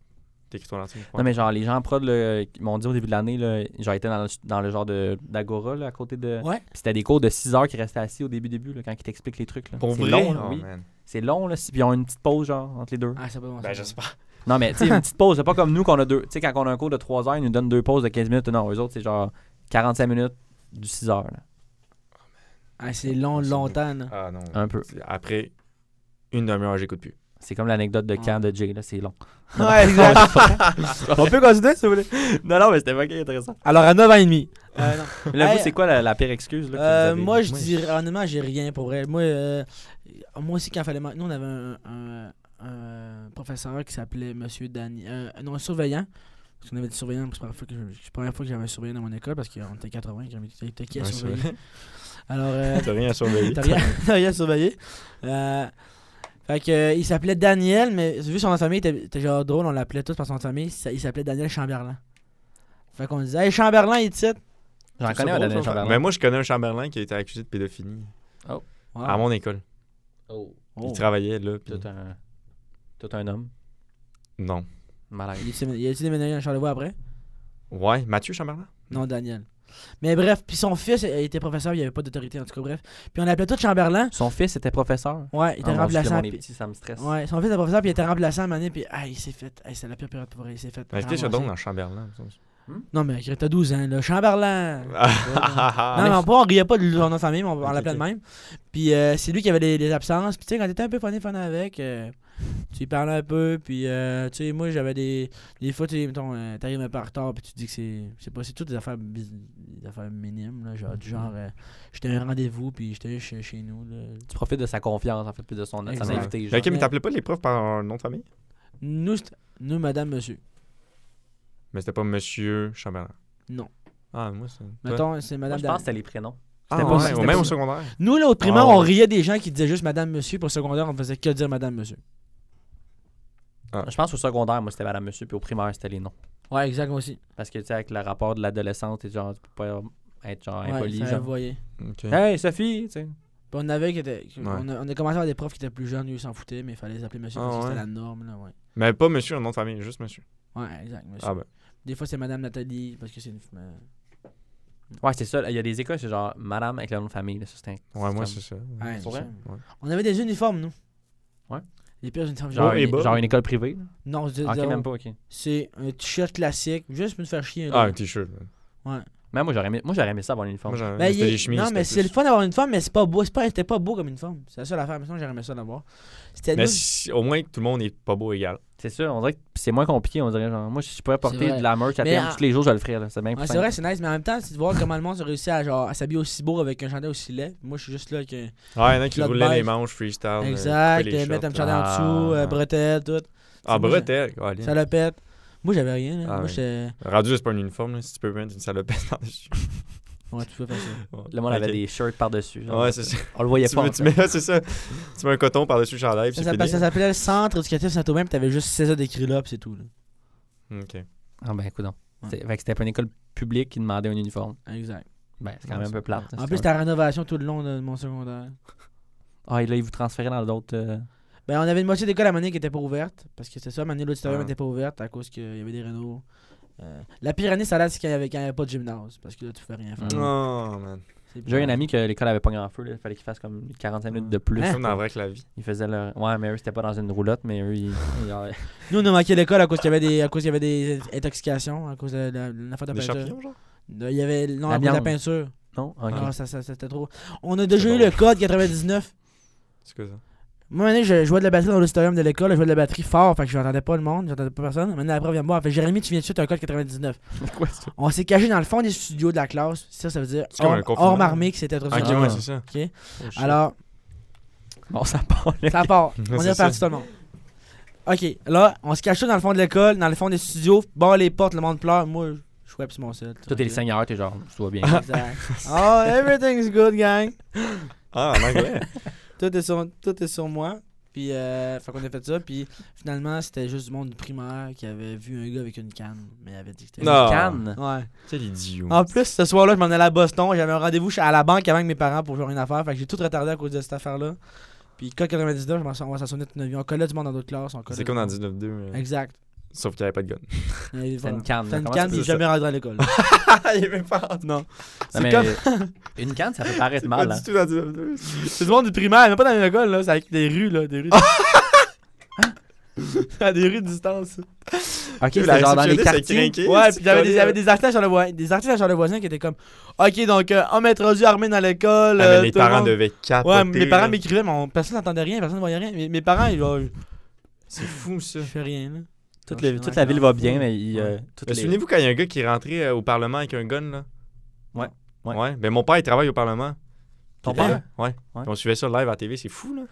Speaker 4: écris ton article.
Speaker 5: Non, mais genre, les gens en prod, là, ils m'ont dit au début de l'année, là, genre, ils étaient dans le, dans le genre de- d'Agora, là, à côté de.
Speaker 3: Ouais.
Speaker 5: Puis c'était des cours de 6 heures qui restaient assis au début, début, là, quand ils t'expliquent les trucs. Là.
Speaker 4: Pour
Speaker 5: c'est
Speaker 4: vrai?
Speaker 5: long, là,
Speaker 4: Oh,
Speaker 5: oui.
Speaker 4: man.
Speaker 5: C'est long, là. si- Puis ils ont une petite pause, genre, entre les deux.
Speaker 3: Ah, c'est pas bon.
Speaker 4: Ben,
Speaker 3: ça.
Speaker 4: j'espère.
Speaker 5: Non, mais tu sais, une petite pause. C'est pas comme nous qu'on a deux. Tu sais, quand on a un cours de 3 heures, ils nous donnent deux pauses de 15 minutes. Non, eux autres, c'est genre 45 minutes du 6 heures, là.
Speaker 3: Ah, c'est long,
Speaker 4: C'est
Speaker 3: longtemps, là.
Speaker 4: Ah non.
Speaker 5: Un peu.
Speaker 4: Après une demi-heure, j'écoute plus.
Speaker 5: C'est comme l'anecdote de Can de Jay, là, c'est long.
Speaker 3: Ouais,
Speaker 5: <laughs>
Speaker 3: exact. on peut continuer, si vous voulez.
Speaker 5: non, non, mais c'était vraiment intéressant.
Speaker 3: Alors, à 9h30. Euh, non.
Speaker 5: Mais là,
Speaker 3: Hey,
Speaker 5: vous, c'est quoi la, la pire excuse, là, que
Speaker 3: Euh,
Speaker 5: vous avez?
Speaker 3: moi, je dirais, honnêtement, j'ai rien pour vrai. Moi, euh, moi aussi, quand fallait. man- Nous, on avait un, un- un professeur qui s'appelait Monsieur Dani. euh, non, un surveillant. Parce qu'on avait des surveillants. C'est la première fois que je- c'est la première fois que j'avais un surveillant dans mon école parce qu'on était 80. quand même, T'as t'as qui à
Speaker 4: Ouais,
Speaker 3: surveiller
Speaker 4: c'est
Speaker 3: Alors,
Speaker 4: <laughs>
Speaker 3: euh,
Speaker 4: T'as rien à surveiller.
Speaker 3: t'as rien, <laughs> t'as rien à surveiller. Euh, fait que, euh, il s'appelait Daniel, mais vu son nom de famille, était, était genre drôle, on l'appelait tous par son nom de famille. ça- Il s'appelait Daniel Chamberlain. Fait qu'on disait, hey, Chamberlain, il est titre.
Speaker 5: J'en connais un,
Speaker 4: C'est
Speaker 5: Daniel
Speaker 4: drôle, ça.
Speaker 5: Chamberlain.
Speaker 4: Mais moi, je connais un Chamberlain qui a été accusé de pédophilie
Speaker 3: Ah.
Speaker 4: à mon école.
Speaker 5: Oh.
Speaker 4: Ah, Il travaillait là. puis-
Speaker 5: Tout un. Tout un homme.
Speaker 4: Non.
Speaker 5: Malaise.
Speaker 3: Il s'est- il a-tu déménagé à Charlevoix après?
Speaker 4: Ouais, Mathieu Chamberlain.
Speaker 3: Non, Daniel. Mais bref, puis son fils euh, était professeur, il n'y avait pas d'autorité, en tout cas, bref. Puis on l'appelait tout Chamberlain.
Speaker 5: Son fils était professeur.
Speaker 3: Ouais, il était
Speaker 5: Ah, mon Dieu,
Speaker 3: remplaçant.
Speaker 5: mon
Speaker 3: puis-
Speaker 5: petit, ça me stresse.
Speaker 3: ouais, son fils était professeur, puis il était remplaçant à un moment donné, puis ah, il s'est fait. Ah, c'est la pire période pour vrai, il s'est fait.
Speaker 4: Mais J'étais
Speaker 3: ramasser.
Speaker 4: chez dans Chamberlain. il me semble.
Speaker 3: Non, mais il était 12 ans, là. Chamberlain!
Speaker 4: Ah,
Speaker 3: non, non, pas, on riait pas de son nom de famille, mais on, on
Speaker 4: Ok,
Speaker 3: l'appelait de
Speaker 4: ok.
Speaker 3: même. Puis euh, c'est lui qui avait les, les absences. Puis tu sais, quand t'étais un peu funny fun avec, euh, tu y parlais un peu. Puis euh, tu sais, moi j'avais des. Des fois, tu sais, mettons, euh, t'arrives un peu en retard, puis tu dis que c'est. C'est pas, c'est toutes des affaires, bis- des affaires minimes, là.
Speaker 4: Mm-hmm.
Speaker 3: Genre, du genre, euh, j'étais à un rendez-vous, puis j'étais chez, chez nous, là.
Speaker 5: Tu profites de sa confiance, en fait, puis de son, son
Speaker 3: Exact.
Speaker 5: invité.
Speaker 4: Ok,
Speaker 5: genre.
Speaker 4: mais t'appelais pas les profs par un nom de famille
Speaker 3: Nous, c't- nous, madame, monsieur.
Speaker 4: Mais c'était pas Monsieur Chamberlain.
Speaker 3: Non.
Speaker 4: Ah, moi, c'est.
Speaker 3: Mettons, c'est
Speaker 5: Moi,
Speaker 3: madame.
Speaker 5: je pense
Speaker 3: Dan-
Speaker 5: que c'était les prénoms.
Speaker 4: Ah,
Speaker 5: c'était pas-
Speaker 4: ouais,
Speaker 5: c'était
Speaker 4: au
Speaker 5: pas-
Speaker 4: même au secondaire.
Speaker 3: Nous, là, au primaire,
Speaker 4: Ah ouais.
Speaker 3: on riait des gens qui disaient juste madame, monsieur. Pour le secondaire, on faisait que dire madame, monsieur.
Speaker 4: Ah.
Speaker 5: Je pense au secondaire, moi, c'était Madame Monsieur, puis au primaire, c'était les noms.
Speaker 3: Ouais, exact, moi aussi.
Speaker 5: Parce que, tu sais, avec le rapport de l'adolescence, t'es genre, tu peux pas être genre
Speaker 4: Ben,
Speaker 5: impoli.
Speaker 3: ouais, ça,
Speaker 5: genre,
Speaker 3: vous voyez.
Speaker 4: Ok.
Speaker 3: Hein?
Speaker 5: Hey, Sophie, tu sais.
Speaker 3: Puis on avait qui étaient- qui-
Speaker 4: Ouais.
Speaker 3: on, a, on a commencé à avoir des profs qui étaient plus jeunes, eux ils s'en foutaient, mais il fallait les appeler monsieur
Speaker 4: Ah,
Speaker 3: parce que
Speaker 4: ouais.
Speaker 3: c'était la norme, là, ouais.
Speaker 4: Mais pas monsieur, un nom de famille, juste monsieur.
Speaker 3: Ouais, exact, monsieur.
Speaker 4: Ah ben.
Speaker 3: Des fois c'est madame Nathalie parce que c'est une. euh,
Speaker 5: Ouais, c'est ça. Il y a des écoles, c'est genre Madame avec le nom de famille. là, ça, c'est un-
Speaker 4: Ouais, moi
Speaker 5: comme-
Speaker 4: c'est ça.
Speaker 3: ouais,
Speaker 5: Mmh, pour
Speaker 3: c'est
Speaker 5: vrai?
Speaker 3: ça.
Speaker 4: Ouais.
Speaker 3: On avait des uniformes, nous.
Speaker 5: Ouais.
Speaker 3: Les pires uniformes.
Speaker 5: Genre,
Speaker 4: Ouais, et
Speaker 5: une,
Speaker 4: bas.
Speaker 5: genre une école privée. là.
Speaker 3: Non, je dis-
Speaker 5: Ok,
Speaker 3: zéro.
Speaker 5: même pas, ok.
Speaker 3: c'est un t-shirt classique, juste pour nous faire chier.
Speaker 4: Ah,
Speaker 3: là.
Speaker 4: un t-shirt. man.
Speaker 5: Mais moi, j'aurais aimé, moi, j'aurais aimé ça avoir l'uniforme.
Speaker 4: Moi, j'en-
Speaker 3: Ben, il
Speaker 4: c'était
Speaker 3: est-
Speaker 4: les chemises.
Speaker 3: non, mais c'est
Speaker 4: c'était
Speaker 3: le
Speaker 4: plus.
Speaker 3: fun d'avoir une femme, mais c'est pas beau. c'est pas- C'était pas, beau comme une femme. C'est la seule affaire. Mais sinon, j'aurais aimé ça l'avoir. C'était
Speaker 4: Mais
Speaker 3: nous-
Speaker 4: si- au moins, tout le monde est pas beau égal.
Speaker 5: C'est ça, on dirait que c'est moins compliqué. On dirait genre, moi, si je pourrais porter
Speaker 3: vrai.
Speaker 5: de la merch à
Speaker 3: Mais
Speaker 5: terme
Speaker 3: en-
Speaker 5: tous les jours, je le ferais. là. C'est bien plus
Speaker 3: Ouais, c'est
Speaker 5: simple.
Speaker 3: vrai, c'est nice, mais en même temps, c'est de voir comment le monde a réussi à, genre, à s'habiller aussi beau avec un chandail aussi laid. Moi, je suis juste là avec un.
Speaker 4: Ah, il y en a qui
Speaker 3: Notre
Speaker 4: roulaient les
Speaker 3: beige.
Speaker 4: manches freestyle. euh,
Speaker 3: exact,
Speaker 4: couper les
Speaker 3: euh, mettre un
Speaker 4: shorts,
Speaker 3: chandail
Speaker 4: là.
Speaker 5: là.
Speaker 3: en dessous, euh,
Speaker 4: Ah.
Speaker 3: bretelles, tout.
Speaker 4: Ah,
Speaker 3: moi,
Speaker 4: bretelles. Ah, lien.
Speaker 3: Salopette. Moi, j'avais rien, là.
Speaker 4: Ah,
Speaker 3: Moi,
Speaker 4: ouais.
Speaker 3: j'étais.
Speaker 4: Rendu, là, c'est pas un uniforme, là, si tu peux mettre une salopette <laughs> par-dessus.
Speaker 3: Ouais, tu peux faire ça.
Speaker 5: Le monde avait
Speaker 4: Ok.
Speaker 5: des shirts par-dessus. genre.
Speaker 4: Ouais, c'est ça.
Speaker 5: On le voyait
Speaker 4: Tu
Speaker 5: pas.
Speaker 4: mets-
Speaker 5: en
Speaker 4: tu
Speaker 5: fait.
Speaker 4: mets- c'est ça. Tu mets un coton par-dessus le chandail, puis
Speaker 3: Ça
Speaker 4: c'est
Speaker 3: s'appelle-
Speaker 4: fini.
Speaker 3: ça s'appelait le Centre éducatif Saint-Aubin, puis t'avais juste 16 ans d'écrit là, puis c'est tout. Là.
Speaker 4: Ok.
Speaker 5: Ah, ben, écoute donc.
Speaker 3: Ouais.
Speaker 5: C'est- Fait que c'était pas une école publique qui demandait un uniforme.
Speaker 3: Exact.
Speaker 5: Ben, c'est
Speaker 4: Ouais,
Speaker 5: quand même un
Speaker 4: c'est-
Speaker 5: peu plate.
Speaker 3: En plus,
Speaker 5: c'est-
Speaker 3: c'était la rénovation tout le long de mon secondaire.
Speaker 5: Ah, et là, ils vous transféraient dans d'autres. euh,
Speaker 3: Ben, on avait une moitié d'école à Mané qui était pas ouverte. Parce que c'est ça, Mané, l'auditorium
Speaker 4: Ah.
Speaker 3: n'était pas ouverte à cause qu'il y avait des rénaux. Euh, la pire année, ça allait, c'est quand il n'y avait, quand il y avait pas de gymnase. Parce que là, tu pouvais rien faire.
Speaker 5: Mm.
Speaker 4: Oh, man.
Speaker 3: C'est
Speaker 5: J'ai eu un
Speaker 3: bizarre.
Speaker 5: ami que l'école avait pas grand feu. là. Il fallait qu'il fasse comme 45 minutes de plus.
Speaker 4: C'est
Speaker 3: Hein?
Speaker 4: comme dans la vraie que la vie.
Speaker 5: Ils faisaient leur. Ouais, mais eux, c'était pas dans une roulotte, mais eux, ils. ils-
Speaker 3: Nous, on a manqué l'école à cause qu'il y avait des, à cause qu'il y avait des intoxications, à cause de la, la faute de
Speaker 4: Des
Speaker 3: peinture.
Speaker 4: champignons, genre
Speaker 3: De- Il y avait, non,
Speaker 5: La
Speaker 3: à cause de la
Speaker 5: viande.
Speaker 3: peinture.
Speaker 5: Non? Ok.
Speaker 3: Non, Ah, ça, ça- c'était trop. On a déjà eu
Speaker 4: bon.
Speaker 3: le code 99.
Speaker 4: C'est quoi ça
Speaker 3: Moi, un moment donné, je jouais de la batterie dans l'auditorium de l'école, je jouais de la batterie fort, fait que j'entendais pas le monde, j'entendais pas personne. Maintenant, la prof vient me voir, elle fait Jérémy, tu viens de tuer, t'as un code 99.
Speaker 5: Pourquoi ça?
Speaker 3: On s'est caché dans le fond des studios de la classe, ça, ça veut dire
Speaker 4: C'est comme un
Speaker 3: hors,
Speaker 4: confinement.
Speaker 3: hors armée que c'était trop
Speaker 4: Ok,
Speaker 5: Ah.
Speaker 4: ouais, c'est ça.
Speaker 3: Ok.
Speaker 4: Oh, shit.
Speaker 3: Alors,
Speaker 5: Bon, ça part. là.
Speaker 3: ça
Speaker 4: <laughs>
Speaker 3: part, on
Speaker 4: C'est
Speaker 3: est reparti tout
Speaker 4: ça.
Speaker 3: le monde. Ok, là, on se cachait dans le fond de l'école, dans le fond des studios, barre les portes, le monde pleure, moi, je suis sur mon sel.
Speaker 5: Toi, t'es le seigneur, t'es genre, tout va bien.
Speaker 4: <laughs>
Speaker 3: Exact. oh, everything's good, gang.
Speaker 4: Ah,
Speaker 3: <laughs>
Speaker 4: en anglais.
Speaker 3: Tout est sur, tout est sur moi. Puis, euh, fait qu'on a fait ça. Puis, finalement, c'était juste du monde du primaire qui avait vu un gars avec une canne. Mais il avait dit que c'était.
Speaker 4: Non. Ah.
Speaker 5: Cannes.
Speaker 3: Ouais.
Speaker 4: Quel idiot.
Speaker 3: En plus, ce soir-là, je m'en allais à Boston. J'avais un rendez-vous chez- à la banque avant que mes parents pour jouer à une affaire. Fait que j'ai tout retardé à cause de cette affaire-là. Puis, code 99, je m'en souviens, ça sonnait toute notre vie. On collait du monde dans d'autres classes. on collait
Speaker 4: C'est
Speaker 3: du
Speaker 4: comme dans
Speaker 3: monde.
Speaker 4: 19-2. euh,
Speaker 3: Exact.
Speaker 4: Sauf qu'il n'y avait pas de gun.
Speaker 3: C'était
Speaker 5: C'est une canne.
Speaker 3: C'était une
Speaker 5: Comment tu
Speaker 3: canne,
Speaker 5: peux-
Speaker 3: puis
Speaker 4: ça?
Speaker 3: jamais rentré à l'école. Ah,
Speaker 4: Il n'y avait pas.
Speaker 3: non.
Speaker 5: Non,
Speaker 3: C'est
Speaker 5: mais
Speaker 3: comme.
Speaker 5: <laughs> Une canne, ça peut paraître
Speaker 4: C'est
Speaker 5: mal.
Speaker 4: pas
Speaker 5: hein.
Speaker 4: du tout dans 19-2.
Speaker 3: C'est du monde du primaire, mais pas dans l'école, là. C'est avec des rues, là. Des rues. <laughs> à des rues de distance.
Speaker 5: Ok,
Speaker 4: Tu sais,
Speaker 5: c'est
Speaker 4: la
Speaker 5: genre dans les
Speaker 4: réceptionniste, elle
Speaker 5: quartiers.
Speaker 4: craquait,
Speaker 3: Ouais, puis
Speaker 4: c'est
Speaker 3: il y avait des, il y avait
Speaker 4: collé,
Speaker 3: des artistes à le voisin, des artistes à le voisin qui étaient comme, ok donc euh, homme introduit armé dans l'école.
Speaker 4: Ah, mais
Speaker 3: euh,
Speaker 4: les
Speaker 3: tout le
Speaker 4: parents
Speaker 3: monde-
Speaker 4: devaient capoter.
Speaker 3: Ouais, mes
Speaker 4: là.
Speaker 3: parents m'écrivaient, mais on- personne n'entendait rien, personne ne voyait rien. Mes, mes parents, ils genre,
Speaker 4: C'est fou, ça.
Speaker 3: je fais rien là.
Speaker 5: Toute,
Speaker 3: Non,
Speaker 5: le-
Speaker 3: c'est
Speaker 5: toute
Speaker 3: vrai,
Speaker 5: la ville va
Speaker 3: c'est
Speaker 5: bien,
Speaker 3: fou.
Speaker 5: mais il, euh, toutes
Speaker 4: Mais
Speaker 5: les-
Speaker 4: Souvenez-vous quand il y a un gars qui est rentré euh, au Parlement avec un gun, là?
Speaker 5: Ouais, ouais.
Speaker 4: Ouais. Ben, mon père, il travaille au Parlement.
Speaker 5: Ton
Speaker 4: Puis,
Speaker 5: père?
Speaker 4: euh, Ouais.
Speaker 5: Ouais.
Speaker 4: Puis on suivait ça live à la TV, c'est fou, là.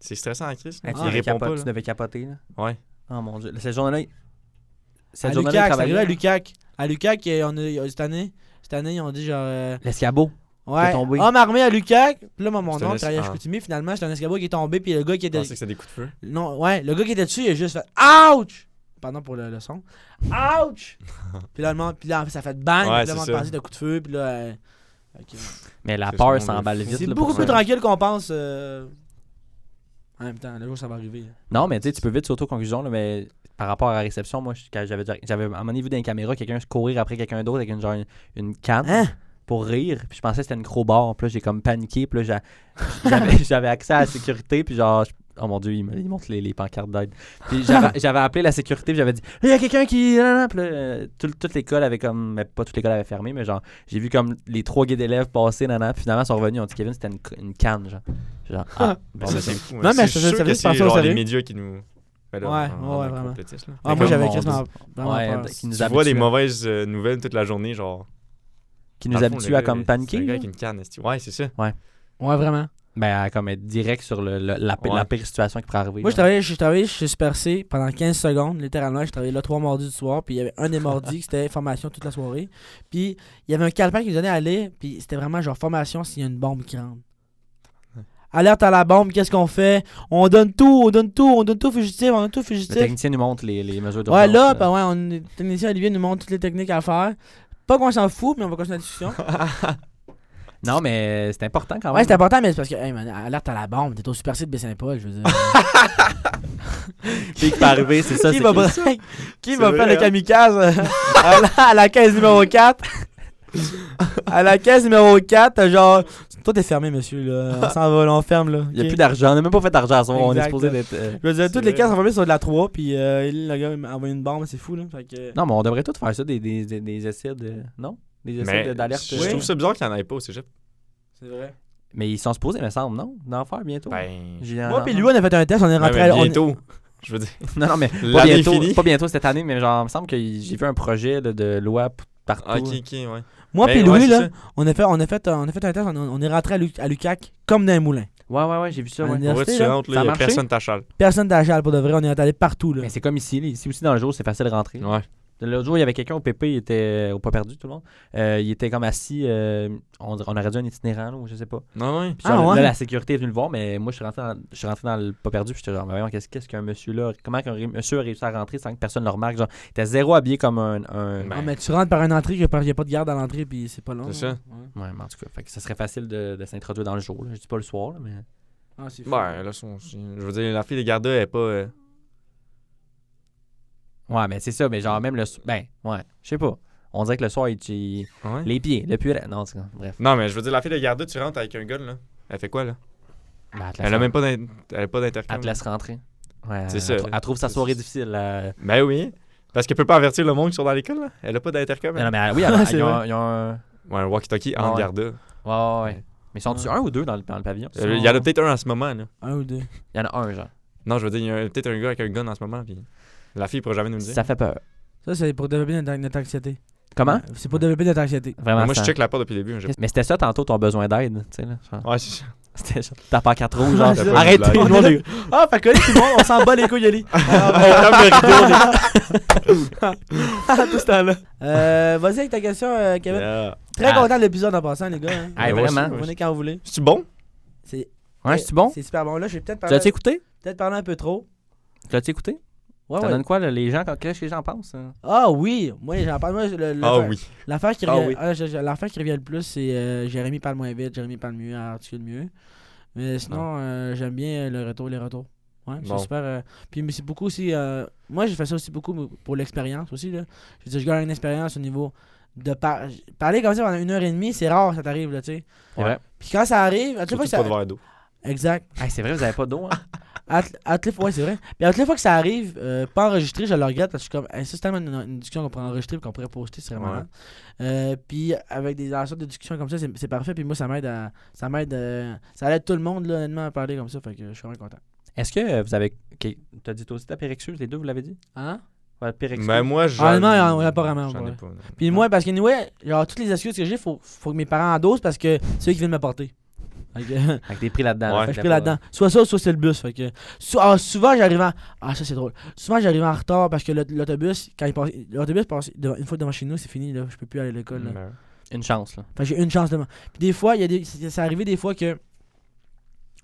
Speaker 4: C'est stressant en crise.
Speaker 5: Hey, tu,
Speaker 4: il
Speaker 5: devais
Speaker 4: répond
Speaker 5: capo-
Speaker 4: pas,
Speaker 5: Ah, tu
Speaker 4: là.
Speaker 5: devais capoter. Là.
Speaker 4: Ouais.
Speaker 5: Oh mon dieu. Cette journée-là,
Speaker 3: À
Speaker 5: il-
Speaker 4: Ah,
Speaker 5: cette
Speaker 3: Lucac,
Speaker 5: journée-là, hein. il
Speaker 3: ça arrivait à
Speaker 5: travaillait.
Speaker 3: Lucac. À Lucac, euh, on a- cette année, cette année, ils ont dit genre, euh,
Speaker 5: L'escabeau.
Speaker 3: ouais,
Speaker 5: tombé.
Speaker 3: homme armé à Lucac. Puis là, moi, mon
Speaker 4: C'est un ah.
Speaker 3: oncle travaillait à
Speaker 4: escroc.
Speaker 3: Chicoutimi. Finalement, c'est un escabeau qui est tombé, puis le gars qui
Speaker 4: Je
Speaker 3: était,
Speaker 4: pensais que c'était des coups de feu.
Speaker 3: non, ouais, le gars qui était dessus, il a juste fait, ouch. Pardon pour le, le son.
Speaker 4: <laughs>
Speaker 3: Ouch! puis là, le monde, puis là, ça fait bang,
Speaker 4: Ouais,
Speaker 3: puis là, le
Speaker 4: c'est
Speaker 3: monde
Speaker 4: ça.
Speaker 3: passait de coups de feu, puis là. euh, ok.
Speaker 5: Mais la
Speaker 4: C'est
Speaker 5: peur
Speaker 4: ce monde
Speaker 5: s'emballe
Speaker 4: de fou.
Speaker 5: vite.
Speaker 3: C'est
Speaker 5: là,
Speaker 3: beaucoup
Speaker 5: pour
Speaker 3: plus
Speaker 5: ça.
Speaker 3: tranquille qu'on pense. euh, En même temps, le jour ça va arriver.
Speaker 5: Non, mais tu sais, tu peux vite s'auto-conclusion, là, mais par rapport à la réception, moi, je- quand j'avais, j'avais à un moment donné vu dans les caméras quelqu'un se courir après quelqu'un d'autre avec une, genre, une, une canne
Speaker 3: Hein?
Speaker 5: pour rire. Puis je pensais que c'était une crowbar. Puis là, j'ai comme paniqué. Puis là, j'a- <laughs> j'avais, j'avais accès à la sécurité. Puis genre, je- oh mon dieu, il, me, il montre les, les pancartes d'aide.
Speaker 4: <laughs>
Speaker 5: Puis j'avais, j'avais appelé la sécurité. Puis j'avais dit, il y a quelqu'un qui. nan, nan. Puis là, euh, tout- toute l'école avait comme. mais pas toute l'école avait fermé, mais genre, j'ai vu comme les trois guides d'élèves passer. nan, nan. Puis finalement, ils sont revenus. On dit, Kevin, c'était une, une canne. Genre, genre
Speaker 4: <laughs>
Speaker 5: ah,
Speaker 4: Ben,
Speaker 5: bon,
Speaker 4: ça,
Speaker 5: ben,
Speaker 4: c'est fou. hein.
Speaker 3: Non, mais
Speaker 4: C'est
Speaker 3: ça,
Speaker 4: sûr
Speaker 3: ça, ça,
Speaker 4: que
Speaker 3: ça,
Speaker 4: c'est
Speaker 3: ça,
Speaker 4: genre
Speaker 3: ça,
Speaker 4: les
Speaker 3: ça.
Speaker 4: médias qui nous. Ben là,
Speaker 3: Ouais,
Speaker 4: on-
Speaker 3: ouais,
Speaker 4: on est
Speaker 3: vraiment.
Speaker 4: complotistes, là.
Speaker 3: Ah,
Speaker 5: Fait
Speaker 3: moi,
Speaker 5: comme
Speaker 3: j'avais
Speaker 5: mon
Speaker 3: quasiment
Speaker 5: Dieu.
Speaker 3: vraiment
Speaker 5: Ouais,
Speaker 3: peur.
Speaker 5: d- qui nous
Speaker 4: Tu vois des
Speaker 5: habituait.
Speaker 4: mauvaises euh, nouvelles toute la journée, genre.
Speaker 5: qui
Speaker 4: dans
Speaker 5: nous
Speaker 4: le fond,
Speaker 5: habitue
Speaker 4: le
Speaker 5: à
Speaker 4: gars,
Speaker 5: comme
Speaker 4: c'est un
Speaker 5: paniquer.
Speaker 4: gars
Speaker 5: là.
Speaker 4: avec une canne, esti. Ouais, c'est ça.
Speaker 3: Ouais, vraiment.
Speaker 5: Ben, à comme être direct sur le, le- la, pi-
Speaker 4: Ouais.
Speaker 5: la pire situation qui pourrait arriver.
Speaker 3: Moi, je
Speaker 5: là.
Speaker 3: travaillais, je travaillais chez Super C pendant 15 secondes, littéralement. Je travaillais là trois mardis du soir, puis il y avait un des mardis qui c'était formation toute la soirée. Puis il y avait un calepin qui nous donnait à lire, puis c'était vraiment genre formation s'il y a une bombe qui rentre. alerte à la bombe, qu'est-ce qu'on fait? On donne tout, on donne tout, on donne tout fugitif, on donne tout
Speaker 5: Le
Speaker 3: fugitif.
Speaker 5: technicien nous montre les, les mesures d'urgence.
Speaker 3: Ouais, là,
Speaker 5: euh,
Speaker 3: ben ouais, on, le technicien Olivier nous montre toutes les techniques à faire. Pas qu'on s'en fout, mais on va continuer la discussion.
Speaker 5: Non, mais euh, c'est important quand même.
Speaker 3: Ah Ouais, c'est important, mais c'est parce que, hey, man, alerte à la bombe, t'es au super site de Baie-Saint-Paul, je veux dire.
Speaker 5: Puis qui peut arriver, c'est
Speaker 3: <laughs>
Speaker 5: ça.
Speaker 3: qui
Speaker 5: c'est
Speaker 3: va,
Speaker 5: que-
Speaker 3: qui
Speaker 4: C'est
Speaker 3: va
Speaker 4: vrai,
Speaker 3: faire le
Speaker 4: hein.
Speaker 3: kamikaze euh, à, la, à la caisse numéro 4? à la caisse numéro 4, genre, toi t'es fermé, monsieur, là. On s'en va, là, on ferme, là.
Speaker 5: Il n'y a
Speaker 3: Ok?
Speaker 5: plus d'argent. On n'a même pas fait d'argent. On on est
Speaker 3: Exact.
Speaker 5: supposé d'être. euh,
Speaker 3: Je veux dire,
Speaker 4: C'est
Speaker 3: toutes les
Speaker 4: vrai.
Speaker 3: cases sont fermées sur de la 3, puis euh, le gars il m'a envoyé une bombe, c'est fou, là. Fait que...
Speaker 5: Non, mais on devrait tous faire ça, des, des, des, des essais de. Non? Des essais
Speaker 4: Mais
Speaker 5: de- d'alerte. euh,
Speaker 4: je trouve ça bizarre qu'il n'y en ait pas au cégep.
Speaker 3: c'est vrai.
Speaker 5: Mais ils sont supposés, me semble, non? D'en faire bientôt.
Speaker 4: Ben,
Speaker 5: J'ai-
Speaker 3: Moi,
Speaker 5: <laughs>
Speaker 3: puis lui, on a fait un test, on est
Speaker 4: ben,
Speaker 3: rentré
Speaker 4: ben,
Speaker 3: à- on-
Speaker 4: bientôt. Je veux dire,
Speaker 5: Non, non, mais pas
Speaker 4: l'année
Speaker 5: bientôt,
Speaker 4: finie.
Speaker 5: pas bientôt cette année, mais genre, il me semble que j'ai vu un projet de, de loi p- partout.
Speaker 4: Ah, ok, ok, ouais.
Speaker 3: Moi,
Speaker 4: Ben,
Speaker 3: puis
Speaker 4: ouais,
Speaker 3: Louis,
Speaker 4: c'est
Speaker 3: là,
Speaker 4: ça.
Speaker 3: on a, fait, on, a fait, on a fait un test, on, on est rentré à, Lu- à Lucac comme dans un moulin.
Speaker 5: Ouais, ouais, ouais, j'ai vu ça. ouais.
Speaker 3: À
Speaker 4: Pour vrai,
Speaker 3: l'université,
Speaker 4: tu
Speaker 3: là,
Speaker 4: rentres,
Speaker 5: Ça
Speaker 4: là,
Speaker 5: a
Speaker 4: il n'y a
Speaker 5: marché?
Speaker 4: personne t'achale.
Speaker 3: personne d'agile pour de vrai, on est allé partout, là.
Speaker 5: Mais c'est comme ici, là. ici aussi dans le jour, c'est facile de rentrer.
Speaker 4: Ouais.
Speaker 5: L'autre jour, il y avait quelqu'un au PP, il était au pas perdu, tout le monde. Euh, il était comme assis, euh, on, on aurait dû un itinérant, là, ou je sais pas.
Speaker 4: Non, ouais.
Speaker 5: Puis genre,
Speaker 3: Ah, ouais?
Speaker 5: là, la sécurité est venue le voir, mais moi, je suis rentré dans, je suis rentré dans le pas perdu, puis j'étais genre, mais voyons, qu'est-ce qu'est-ce qu'un monsieur-là, comment qu'un ré- monsieur a réussi à rentrer sans que personne le remarque? Genre, il était zéro habillé comme un. un...
Speaker 4: Ben,
Speaker 3: Ah, mais tu rentres par une entrée, il n'y a pas de garde à l'entrée, puis c'est pas long.
Speaker 4: C'est
Speaker 3: là.
Speaker 4: ça.
Speaker 3: Ouais.
Speaker 5: Ouais, mais en tout cas, fait que ça serait facile de, de s'introduire dans le jour. là. Je dis pas le soir, là, mais.
Speaker 3: Ah, c'est fou.
Speaker 4: Ben, là, son- je veux dire, la fille des gardes elle est pas. euh,
Speaker 5: Ouais, mais c'est ça, mais genre, même le. so- Ben, ouais, je sais pas. On dirait que le soir, il- il-
Speaker 4: ouais.
Speaker 5: les pieds, le puits. Non, c'est- bref.
Speaker 4: Non, mais je veux dire, la fille des gardes tu rentres avec un gars, là. Elle fait quoi, là
Speaker 5: Ben, elle te laisse
Speaker 4: Elle a
Speaker 5: rentrer.
Speaker 4: même pas d'in- elle a pas d'intercom.
Speaker 5: Elle te laisse rentrer. Ouais,
Speaker 4: C'est
Speaker 5: elle-
Speaker 4: ça.
Speaker 5: Elle, trou- elle trouve sa
Speaker 4: C'est-
Speaker 5: soirée difficile. euh, là.
Speaker 4: Ben oui. Parce qu'elle peut pas avertir le monde qui sont dans l'école, là. Elle a pas d'intercom.
Speaker 5: Mais
Speaker 4: elle.
Speaker 5: non, mais
Speaker 4: <laughs>
Speaker 5: elle- oui, elle- elle-
Speaker 3: C'est
Speaker 5: ils, ont,
Speaker 3: vrai.
Speaker 5: ils ont un. Ouais,
Speaker 4: Ouais, un walkie-talkie
Speaker 5: Ouais.
Speaker 4: en garde
Speaker 5: ouais, ouais. Mais sont-tu
Speaker 3: Ouais.
Speaker 5: un ou deux dans le, dans le pavillon
Speaker 4: Euh, Il y en a peut-être un en ce moment, là.
Speaker 3: Un ou deux.
Speaker 5: Il y en a un, genre.
Speaker 4: Non, je veux dire, il y a peut-être un gars avec un gun en ce moment, puis la fille pourra jamais nous le dire.
Speaker 5: Ça fait peur.
Speaker 3: Ça, c'est pour développer notre, notre anxiété. Euh,
Speaker 5: Comment
Speaker 3: C'est pour développer notre anxiété.
Speaker 5: Vraiment.
Speaker 4: moi, je
Speaker 5: ça.
Speaker 4: check la porte depuis le début. mais j'ai-
Speaker 5: Mais c'était ça, tantôt, ton besoin d'aide. Tu sais, là. genre.
Speaker 4: Ouais, c'est ça.
Speaker 5: <laughs>
Speaker 4: <laughs>
Speaker 5: C'était genre. T'as pas quatre roues, genre.
Speaker 4: T'as pas une
Speaker 5: Arrêtez,
Speaker 4: blague.
Speaker 5: tout le monde
Speaker 4: <laughs>
Speaker 5: est-
Speaker 3: <laughs> Ah, fait que là, tout le monde, on s'en bat les couilles, Yoli.
Speaker 5: <laughs>
Speaker 3: Ah, tout ce temps-là. Euh, vas-y avec ta question, euh, Kevin.
Speaker 4: Yeah.
Speaker 3: Très
Speaker 5: Ah.
Speaker 3: content de l'épisode en passant, les gars. Hein.
Speaker 5: Hey,
Speaker 4: Ouais,
Speaker 5: vraiment.
Speaker 4: c'est-
Speaker 3: Venez quand vous voulez.
Speaker 4: C'est-tu bon?
Speaker 3: C'est
Speaker 5: Ouais, c'est bon
Speaker 3: c'est super bon. Là, je vais peut-être
Speaker 5: Tu
Speaker 3: parler,
Speaker 5: l'as-tu écouté
Speaker 3: peut-être parler un peu trop.
Speaker 5: Tu l'as-tu écouté
Speaker 3: Ouais,
Speaker 4: Ah
Speaker 5: Ça
Speaker 3: ouais.
Speaker 5: donne quoi, là, les gens, quand- qu'est-ce que les gens pensent hein?
Speaker 3: Ah oui, moi j'en parle. Moi, le- le-
Speaker 4: Ah oui.
Speaker 3: L'affaire qui,
Speaker 5: Ah
Speaker 3: revient-
Speaker 5: oui.
Speaker 3: ah, je- je- l'affaire qui revient le plus, c'est euh, Jérémy parle moins vite, Jérémy parle mieux, articule mieux. Mais sinon, euh, j'aime bien le retour, les retours. Ouais, c'est
Speaker 4: Ah. Bon.
Speaker 3: super. euh, puis mais c'est beaucoup aussi. euh, moi, j'ai fait ça aussi beaucoup pour l'expérience aussi. Là. Je veux dire, je gagne une expérience au niveau de par- parler comme ça pendant une heure et demie, c'est rare, ça t'arrive, là, tu sais.
Speaker 5: Ouais.
Speaker 3: Puis quand ça arrive, à chaque fois
Speaker 4: Surtout
Speaker 3: que ça.
Speaker 4: pas de verre d'eau.
Speaker 3: Exact.
Speaker 5: Hey, c'est vrai, vous avez pas d'eau,
Speaker 4: <laughs>
Speaker 5: hein?
Speaker 3: À t- à toutes les fois- ouais, c'est vrai. Puis à toutes les fois que ça arrive, euh, pas enregistré, je le regrette parce que je suis comme, Hey, ça, c'est tellement une, une discussion qu'on pourrait enregistrer et qu'on pourrait poster, c'est vraiment.
Speaker 4: Ouais.
Speaker 3: malade. Euh, puis avec des sortes de discussions comme ça, c'est c'est parfait. Puis moi, ça m'aide à. Ça m'aide. euh, ça aide tout le monde, là, honnêtement, à parler comme ça. Fait que je suis vraiment content.
Speaker 5: Est-ce que euh, vous avez. ok, T'as dit toi aussi ta pérexuse, les deux, vous l'avez dit?
Speaker 3: Hein?
Speaker 5: Ouais, pérexuse.
Speaker 4: Mais Ben, moi, j'en
Speaker 3: Honnêtement, on l'a pas vraiment,
Speaker 4: J'en ai
Speaker 3: ouais.
Speaker 4: pas, non.
Speaker 3: Puis moi, parce que, ouais, genre, toutes les excuses que j'ai, faut, faut que mes parents endossent parce que c'est eux qui viennent m'apporter. Fait que-
Speaker 5: Fait que t'es pris là-dedans.
Speaker 4: Ouais.
Speaker 5: là,
Speaker 3: Fait que je suis
Speaker 5: t'as
Speaker 3: pris
Speaker 5: pas-
Speaker 3: là-dedans. Soit ça, soit c'est le bus. Fait que, sou- ah, souvent, j'arrive en. Ah, ça, c'est drôle. Souvent, j'arrive en retard parce que l'aut- l'autobus, quand il passe. L'autobus passe devant- une fois devant chez nous, c'est fini, là. Je peux plus aller à l'école,
Speaker 5: Mm.
Speaker 3: là.
Speaker 4: Ben,
Speaker 5: Une chance, là.
Speaker 3: Fait que j'ai une chance demain. Puis des fois, il y a des. C'est c'est arrivé des fois que.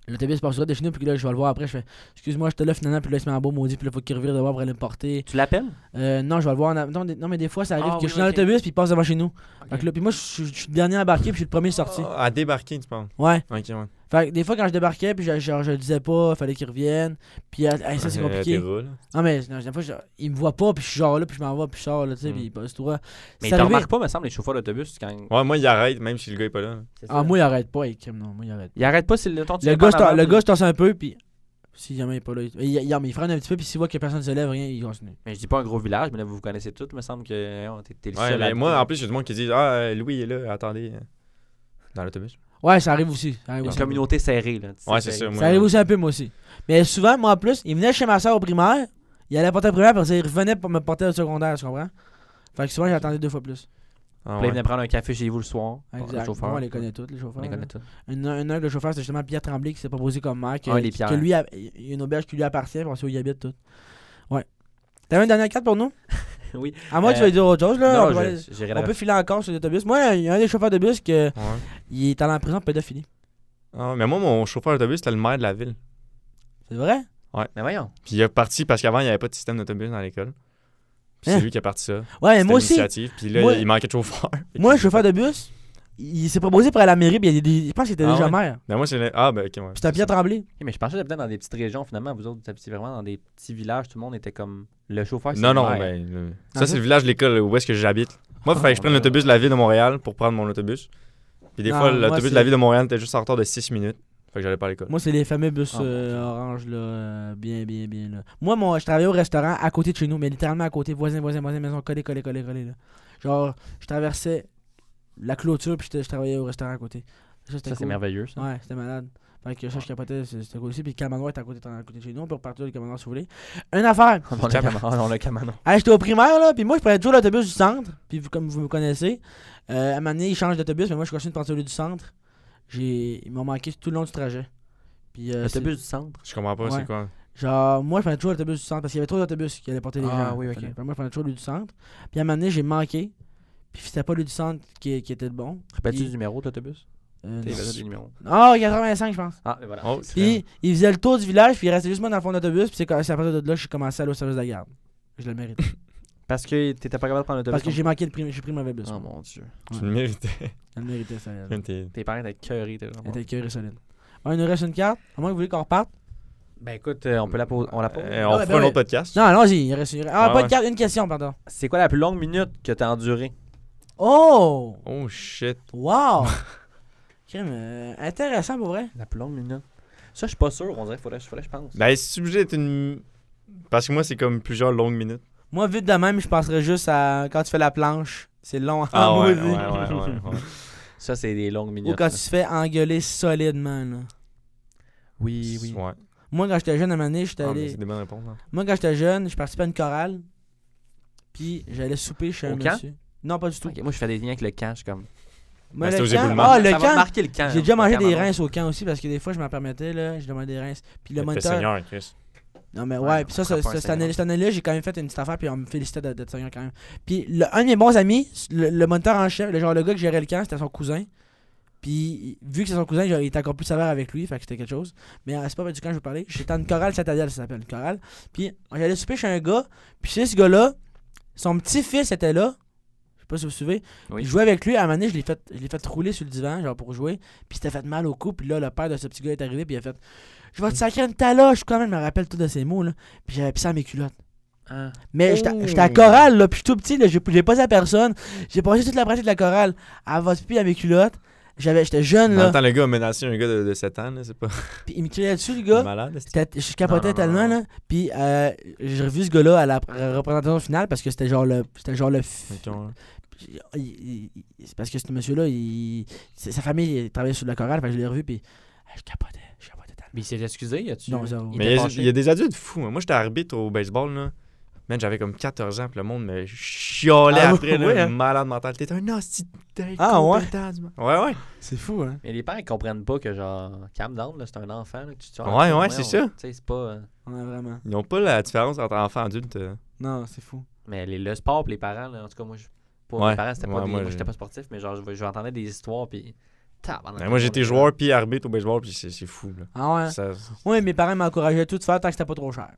Speaker 3: L'autobus passe droit de chez nous, puis que là, je vais le voir après. Je fais, excuse-moi, j'étais là finalement, puis là, il se met en beau maudit, puis là, faut qu'il revienne de voir pour aller me porter.
Speaker 5: Tu l'appelles?
Speaker 3: Euh, non, je vais le voir en avant. Non, des- non, mais des fois, ça arrive
Speaker 5: Ah,
Speaker 3: que
Speaker 5: oui,
Speaker 3: je suis dans
Speaker 5: ok.
Speaker 3: l'autobus, puis il passe devant chez nous. Fait
Speaker 5: Ok.
Speaker 3: que là, puis moi, je suis je suis le dernier embarqué, puis je suis le premier sorti.
Speaker 4: Ah, à débarquer, tu penses?
Speaker 3: Ouais.
Speaker 4: Ok, ouais.
Speaker 3: Fait que des fois, quand je débarquais, puis je, genre, je le disais pas, fallait qu'il revienne. Puis euh, hey, ça, c'est
Speaker 4: Euh,
Speaker 3: compliqué.
Speaker 4: déroule.
Speaker 3: Ah, mais non, des fois, je- il me voit pas, puis je suis genre là, puis je m'en vais, puis je sors, là, tu sais,
Speaker 4: Mm.
Speaker 3: puis il passe tout droit. C'est
Speaker 5: Mais t'en
Speaker 3: arrivé-
Speaker 5: remarques pas, me semble, les chauffeurs d'autobus quand.
Speaker 4: Ouais, moi, il arrête, même si le gars est pas là.
Speaker 3: Ah, moi, il arrête pas, il crime, non, moi, il arrête.
Speaker 5: Il arrête pas si le ton tu
Speaker 3: Le
Speaker 5: l'as pas
Speaker 3: gars,
Speaker 5: en
Speaker 3: je t'en-
Speaker 5: avant,
Speaker 3: le
Speaker 5: puis-
Speaker 3: gars, je tasse un peu, puis si jamais il est pas là, il, il, il- mais il freine un petit peu, puis s'il voit que personne se lève, rien, il continue.
Speaker 5: Mais je dis pas un gros village, mais là, vous vous connaissez tous, me semble que euh, t'es t'es le
Speaker 4: Ouais,
Speaker 5: seul.
Speaker 4: mais
Speaker 5: à-
Speaker 4: moi, en plus, j'ai du monde qui dit Ah, euh, Louis est là, attendez. euh, Dans l'autobus.
Speaker 3: Ouais, ça arrive aussi. Ça arrive
Speaker 5: Une
Speaker 3: aussi,
Speaker 5: communauté serrée, là. tu sais,
Speaker 4: Ouais, c'est ça.
Speaker 3: ça
Speaker 4: moi.
Speaker 3: arrive aussi un peu, moi aussi. Mais souvent, moi, en plus, il venait chez ma soeur au primaire, il allait porter au primaire, parce qu'il revenait pour me porter au secondaire, tu comprends? Fait que souvent, j'attendais deux fois plus.
Speaker 4: Ah,
Speaker 5: Puis là,
Speaker 4: ouais.
Speaker 5: ils venaient prendre un café chez vous le soir. Ah, Le
Speaker 3: Exact.
Speaker 5: chauffeur.
Speaker 3: Moi, on les connaît toutes, les chauffeurs.
Speaker 5: On les
Speaker 3: là.
Speaker 5: connaît tous.
Speaker 3: Une, une heure, le chauffeur, c'est justement Pierre Tremblay qui s'est proposé comme maire. Que,
Speaker 5: Ah, les Pierres.
Speaker 3: que lui, a- il y a une auberge qui lui appartient parce qu'il y habite tout. Ouais. T'avais une dernière carte pour nous
Speaker 5: <laughs> Oui.
Speaker 3: À moins que tu
Speaker 5: Euh,
Speaker 3: veuilles dire autre chose, là.
Speaker 5: Non,
Speaker 3: Ah, on,
Speaker 5: non,
Speaker 3: peut,
Speaker 5: je-
Speaker 3: aller-
Speaker 5: j'irai
Speaker 3: on
Speaker 5: là-
Speaker 3: peut filer encore sur l'autobus. Moi, il y a un des chauffeurs de bus que
Speaker 4: Ouais.
Speaker 3: il est allé en prison pour pédophilie.
Speaker 4: Ah, mais moi, mon chauffeur d'autobus, c'était le maire de la ville.
Speaker 3: C'est vrai?
Speaker 5: Mais voyons.
Speaker 4: Puis il est parti parce qu'avant, il n'y avait pas de système d'autobus dans l'école. Puis
Speaker 3: Hein?
Speaker 4: c'est lui qui a parti ça.
Speaker 3: Ouais, mais
Speaker 4: C'était
Speaker 3: moi aussi.
Speaker 4: l'initiative. Puis là,
Speaker 3: Moi-
Speaker 4: il manquait de chauffeur.
Speaker 3: Moi,
Speaker 4: <laughs>
Speaker 3: le chauffeur de bus, il s'est proposé pour aller à la mairie, puis il y a des- je pense qu'il était
Speaker 4: Ah
Speaker 3: déjà
Speaker 4: ouais?
Speaker 3: maire.
Speaker 4: Ben, moi, c'est le- Ah, ben, ok, ouais.
Speaker 3: Puis c'était Pierre Tremblay.
Speaker 5: Ok, mais je pensais que peut-être dans des petites régions, finalement, vous autres, vous habitiez vraiment dans des petits villages, tout le monde était comme le chauffeur. c'est
Speaker 4: Non,
Speaker 5: le
Speaker 4: non,
Speaker 5: maire.
Speaker 4: ben, le-
Speaker 3: Ah,
Speaker 4: ça, c'est le village de l'école où est-ce que j'habite. Moi, il fallait que je prenne
Speaker 5: ouais.
Speaker 4: l'autobus de la ville de Montréal pour prendre mon autobus. Puis des
Speaker 3: Non,
Speaker 4: fois,
Speaker 3: moi,
Speaker 4: l'autobus
Speaker 3: c'est-
Speaker 4: de la ville de Montréal était juste en retard de 6 minutes. Fait que j'allais pas à l'école.
Speaker 3: Moi, c'est les fameux bus
Speaker 5: Ah, mon
Speaker 3: euh, orange, là. euh, bien, bien, bien, là. Moi, mon, je travaillais au restaurant à côté de chez nous, mais littéralement à côté, voisin, voisin, voisin, maison, collé, collé, collé, collé, là. Genre, je traversais la clôture, puis j'étais- je travaillais au restaurant à côté. Ça, c'était
Speaker 5: Ça, c'est
Speaker 3: cool.
Speaker 5: merveilleux, ça. Ah.
Speaker 3: Ouais, c'était malade. Fait que ça, je capotais, c'est- c'était cool aussi. Puis le Camanoir est à côté, à côté de chez nous, on peut repartir du Camanoir si vous voulez. Une affaire!
Speaker 5: <laughs> <laughs> On a Camanon. On a Camanon.
Speaker 3: Ah, j'étais au primaire, là, puis moi, je prenais toujours l'autobus du centre, puis vous- comme vous me connaissez, euh, à un moment donné, ils changent d'autobus, mais moi, je continue de prendre celui du centre. J'ai... Ils m'ont manqué tout le long du trajet. Puis, euh, c'est-
Speaker 5: L'autobus du centre.
Speaker 4: Je comprends pas,
Speaker 3: Ouais.
Speaker 4: c'est quoi.
Speaker 3: genre, moi, je prenais toujours l'autobus du centre, parce qu'il y avait trop d'autobus qui allaient porter les
Speaker 5: Ah,
Speaker 3: gens.
Speaker 5: oui, ok.
Speaker 3: Fait que moi, je prenais toujours lui du centre. Puis à un moment donné, j'ai manqué, puis c'était pas lui du centre qui, qui était le bon.
Speaker 5: Répète-tu
Speaker 3: Puis-
Speaker 5: le numéro de l'autobus?
Speaker 3: Euh,
Speaker 5: T'as les numéros.
Speaker 3: Ah, 85, je pense.
Speaker 5: Ah, et voilà.
Speaker 4: Oh,
Speaker 3: Puis il faisait le tour du village, puis il restait juste moi dans le fond d'autobus, puis c'est quand- c'est à partir de là que j'ai commencé à aller au service de la garde. Je le mérite.
Speaker 5: Parce que t'étais pas capable de prendre l'autobus.
Speaker 3: Parce que j'ai manqué le prime, j'ai pris le mauvais bus.
Speaker 5: Oh mon dieu.
Speaker 4: tu le méritais. <laughs>
Speaker 3: Je le méritais, ça.
Speaker 4: T'es-
Speaker 5: Tes parents étaient curés, t'es genre.
Speaker 3: Elle était curie solide. Ouais, il nous reste une carte. À moins que vous voulez qu'on reparte.
Speaker 5: Ben écoute, euh, on peut la poser. On la pose.
Speaker 4: Euh,
Speaker 3: Ah,
Speaker 4: on
Speaker 3: ouais,
Speaker 4: fera
Speaker 3: ben
Speaker 4: un
Speaker 3: ouais.
Speaker 4: autre podcast.
Speaker 3: Non, allons-y. Il reste une... Ah,
Speaker 4: Ouais,
Speaker 3: pas
Speaker 4: ouais.
Speaker 3: de carte, une question, pardon.
Speaker 5: C'est quoi la plus longue minute que t'as endurée?
Speaker 3: Oh!
Speaker 4: Oh shit.
Speaker 3: <laughs> Wow! Crime, euh, intéressant pour vrai.
Speaker 5: La plus longue minute. Ça, je suis pas sûr. On dirait qu'il faudrait, faudrait, je pense.
Speaker 4: Ben, c'est obligé d'être une. Parce que moi, c'est comme plusieurs longues minutes.
Speaker 3: Moi, vite de même, je penserais juste à quand tu fais la planche. C'est long en
Speaker 4: Ah, ouais, ouais,
Speaker 3: maudit. <laughs>
Speaker 4: ouais, ouais, Ah, ouais.
Speaker 5: Ça, c'est des longues
Speaker 3: Ou
Speaker 5: minutes.
Speaker 3: quand
Speaker 5: là.
Speaker 3: tu te fais engueuler solidement. là.
Speaker 5: Oui, oui.
Speaker 4: Ouais.
Speaker 3: Moi, quand j'étais jeune à un moment donné, j'étais
Speaker 4: Ah, mais
Speaker 3: allé.
Speaker 4: c'est des bonnes réponses. hein.
Speaker 3: Moi, quand j'étais jeune, je participais à une chorale. Puis j'allais souper chez un
Speaker 5: Au camp?
Speaker 3: monsieur. Non, pas du tout.
Speaker 5: Ok, moi, je fais des liens avec le camp. Je suis comme.
Speaker 3: Moi,
Speaker 4: Ah, c'était
Speaker 3: le
Speaker 4: aux
Speaker 3: camp-
Speaker 4: éboulements.
Speaker 3: Ah, le
Speaker 5: ça va
Speaker 3: camp!
Speaker 5: marquer le camp.
Speaker 3: J'ai déjà
Speaker 5: le
Speaker 3: mangé
Speaker 5: camp,
Speaker 3: des
Speaker 5: maman.
Speaker 3: rinces au camp aussi parce que des fois, je m'en permettais. là, Je demandais des rinces. Puis le
Speaker 4: Mais t'es
Speaker 3: moniteur.
Speaker 4: seigneur, Chris.
Speaker 3: Non, mais
Speaker 5: Ouais,
Speaker 3: ouais,
Speaker 5: on
Speaker 3: puis ça,
Speaker 5: fera
Speaker 3: ça,
Speaker 5: pas un
Speaker 3: ça, cette
Speaker 5: Seigneur.
Speaker 3: année- cette année-là, j'ai quand même fait une petite affaire, puis on me félicitait d'être d'être Seigneur quand même. Puis le, un de mes bons amis, le, le moniteur en chef, le, genre le gars qui gérait le camp, c'était son cousin. Puis vu que c'est son cousin, genre, il était encore plus sévère avec lui, fait que c'était quelque chose. Mais euh, c'est pas du camp que je veux parler. J'étais en une chorale citadelle, ça s'appelle, une chorale. Puis j'allais souper chez un gars, puis c'est ce gars-là, son petit-fils était là. Je sais pas si vous vous suivez.
Speaker 5: Oui.
Speaker 3: Puis Je jouais avec lui, à un moment donné, je l'ai fait, je l'ai fait rouler sur le divan, genre pour jouer. Puis c'était fait mal au cou, puis là, le père de ce petit gars est arrivé, puis il a fait Je vais te sacrer une taloche, quand même, je me rappelle tout de ces mots, là. Puis j'avais pissé à mes culottes.
Speaker 5: Ah.
Speaker 3: Mais
Speaker 4: Oh.
Speaker 3: j'étais j'étais à chorale, là, puis je suis tout petit, là, j'ai j'ai pas à personne. J'ai passé toute la pratique de la chorale à votre pied à mes culottes. J'avais- J'étais jeune,
Speaker 4: En
Speaker 3: là.
Speaker 4: même temps, le gars a menacé un gars de, de 7 ans, là, c'est pas
Speaker 3: Puis il me criait dessus, le gars.
Speaker 4: malade. est-ce que-
Speaker 3: C'était- Je capotais
Speaker 5: Non, non,
Speaker 3: tellement,
Speaker 5: non, non.
Speaker 3: là. Puis euh, j'ai revu ce gars-là à la pr- représentation finale parce que c'était genre le. C'était genre le. f-
Speaker 4: Ok, ouais.
Speaker 3: il- il- il- c'est parce que ce monsieur-là, il, c'est- sa famille il travaillait sur le chorale, fait que je l'ai revu, puis ah, je capotais, je capotais tellement.
Speaker 5: Mais il s'est excusé, y a-tu.
Speaker 3: Non, zéro.
Speaker 5: il
Speaker 4: Mais il y,
Speaker 5: était
Speaker 4: a-
Speaker 5: fâché?
Speaker 4: il y a des adultes fous. hein. Moi, j'étais arbitre au baseball, là. Man, j'avais comme 14 ans, puis le monde me chiolait
Speaker 3: Ah,
Speaker 4: après, là,
Speaker 3: ouais, hein?
Speaker 4: malade mental. T'es un hostie d'incompétent,
Speaker 3: Ah, ouais?
Speaker 4: du monde. Ouais, ouais.
Speaker 3: C'est fou, hein?
Speaker 5: Mais les parents, ils comprennent pas que, genre, calm down, là, c'est un enfant, là, que tu te sors.
Speaker 4: Ouais, ouais, c'est ça.
Speaker 5: Tu sais, c'est pas. euh,
Speaker 3: Ouais, vraiment.
Speaker 4: Ils n'ont pas la différence entre enfant et adulte. euh.
Speaker 3: Non, c'est fou.
Speaker 5: Mais les- le sport, pis les parents, là, en tout cas, moi, je. Pour
Speaker 4: Ouais.
Speaker 5: mes parents, c'était pas
Speaker 4: Ouais,
Speaker 5: des-
Speaker 4: moi,
Speaker 5: moi, j'étais
Speaker 4: j'ai-
Speaker 5: pas sportif, mais genre, je- j'entendais des histoires, puis. Tabarnak,
Speaker 4: Ben, moi, j'étais joueur puis arbitre au baseball, puis c'est c'est fou, là.
Speaker 3: Ah
Speaker 5: Hein?
Speaker 3: ouais?
Speaker 4: Ça-
Speaker 3: Oui, mes parents m'encourageaient tout de faire tant que c'était pas trop cher.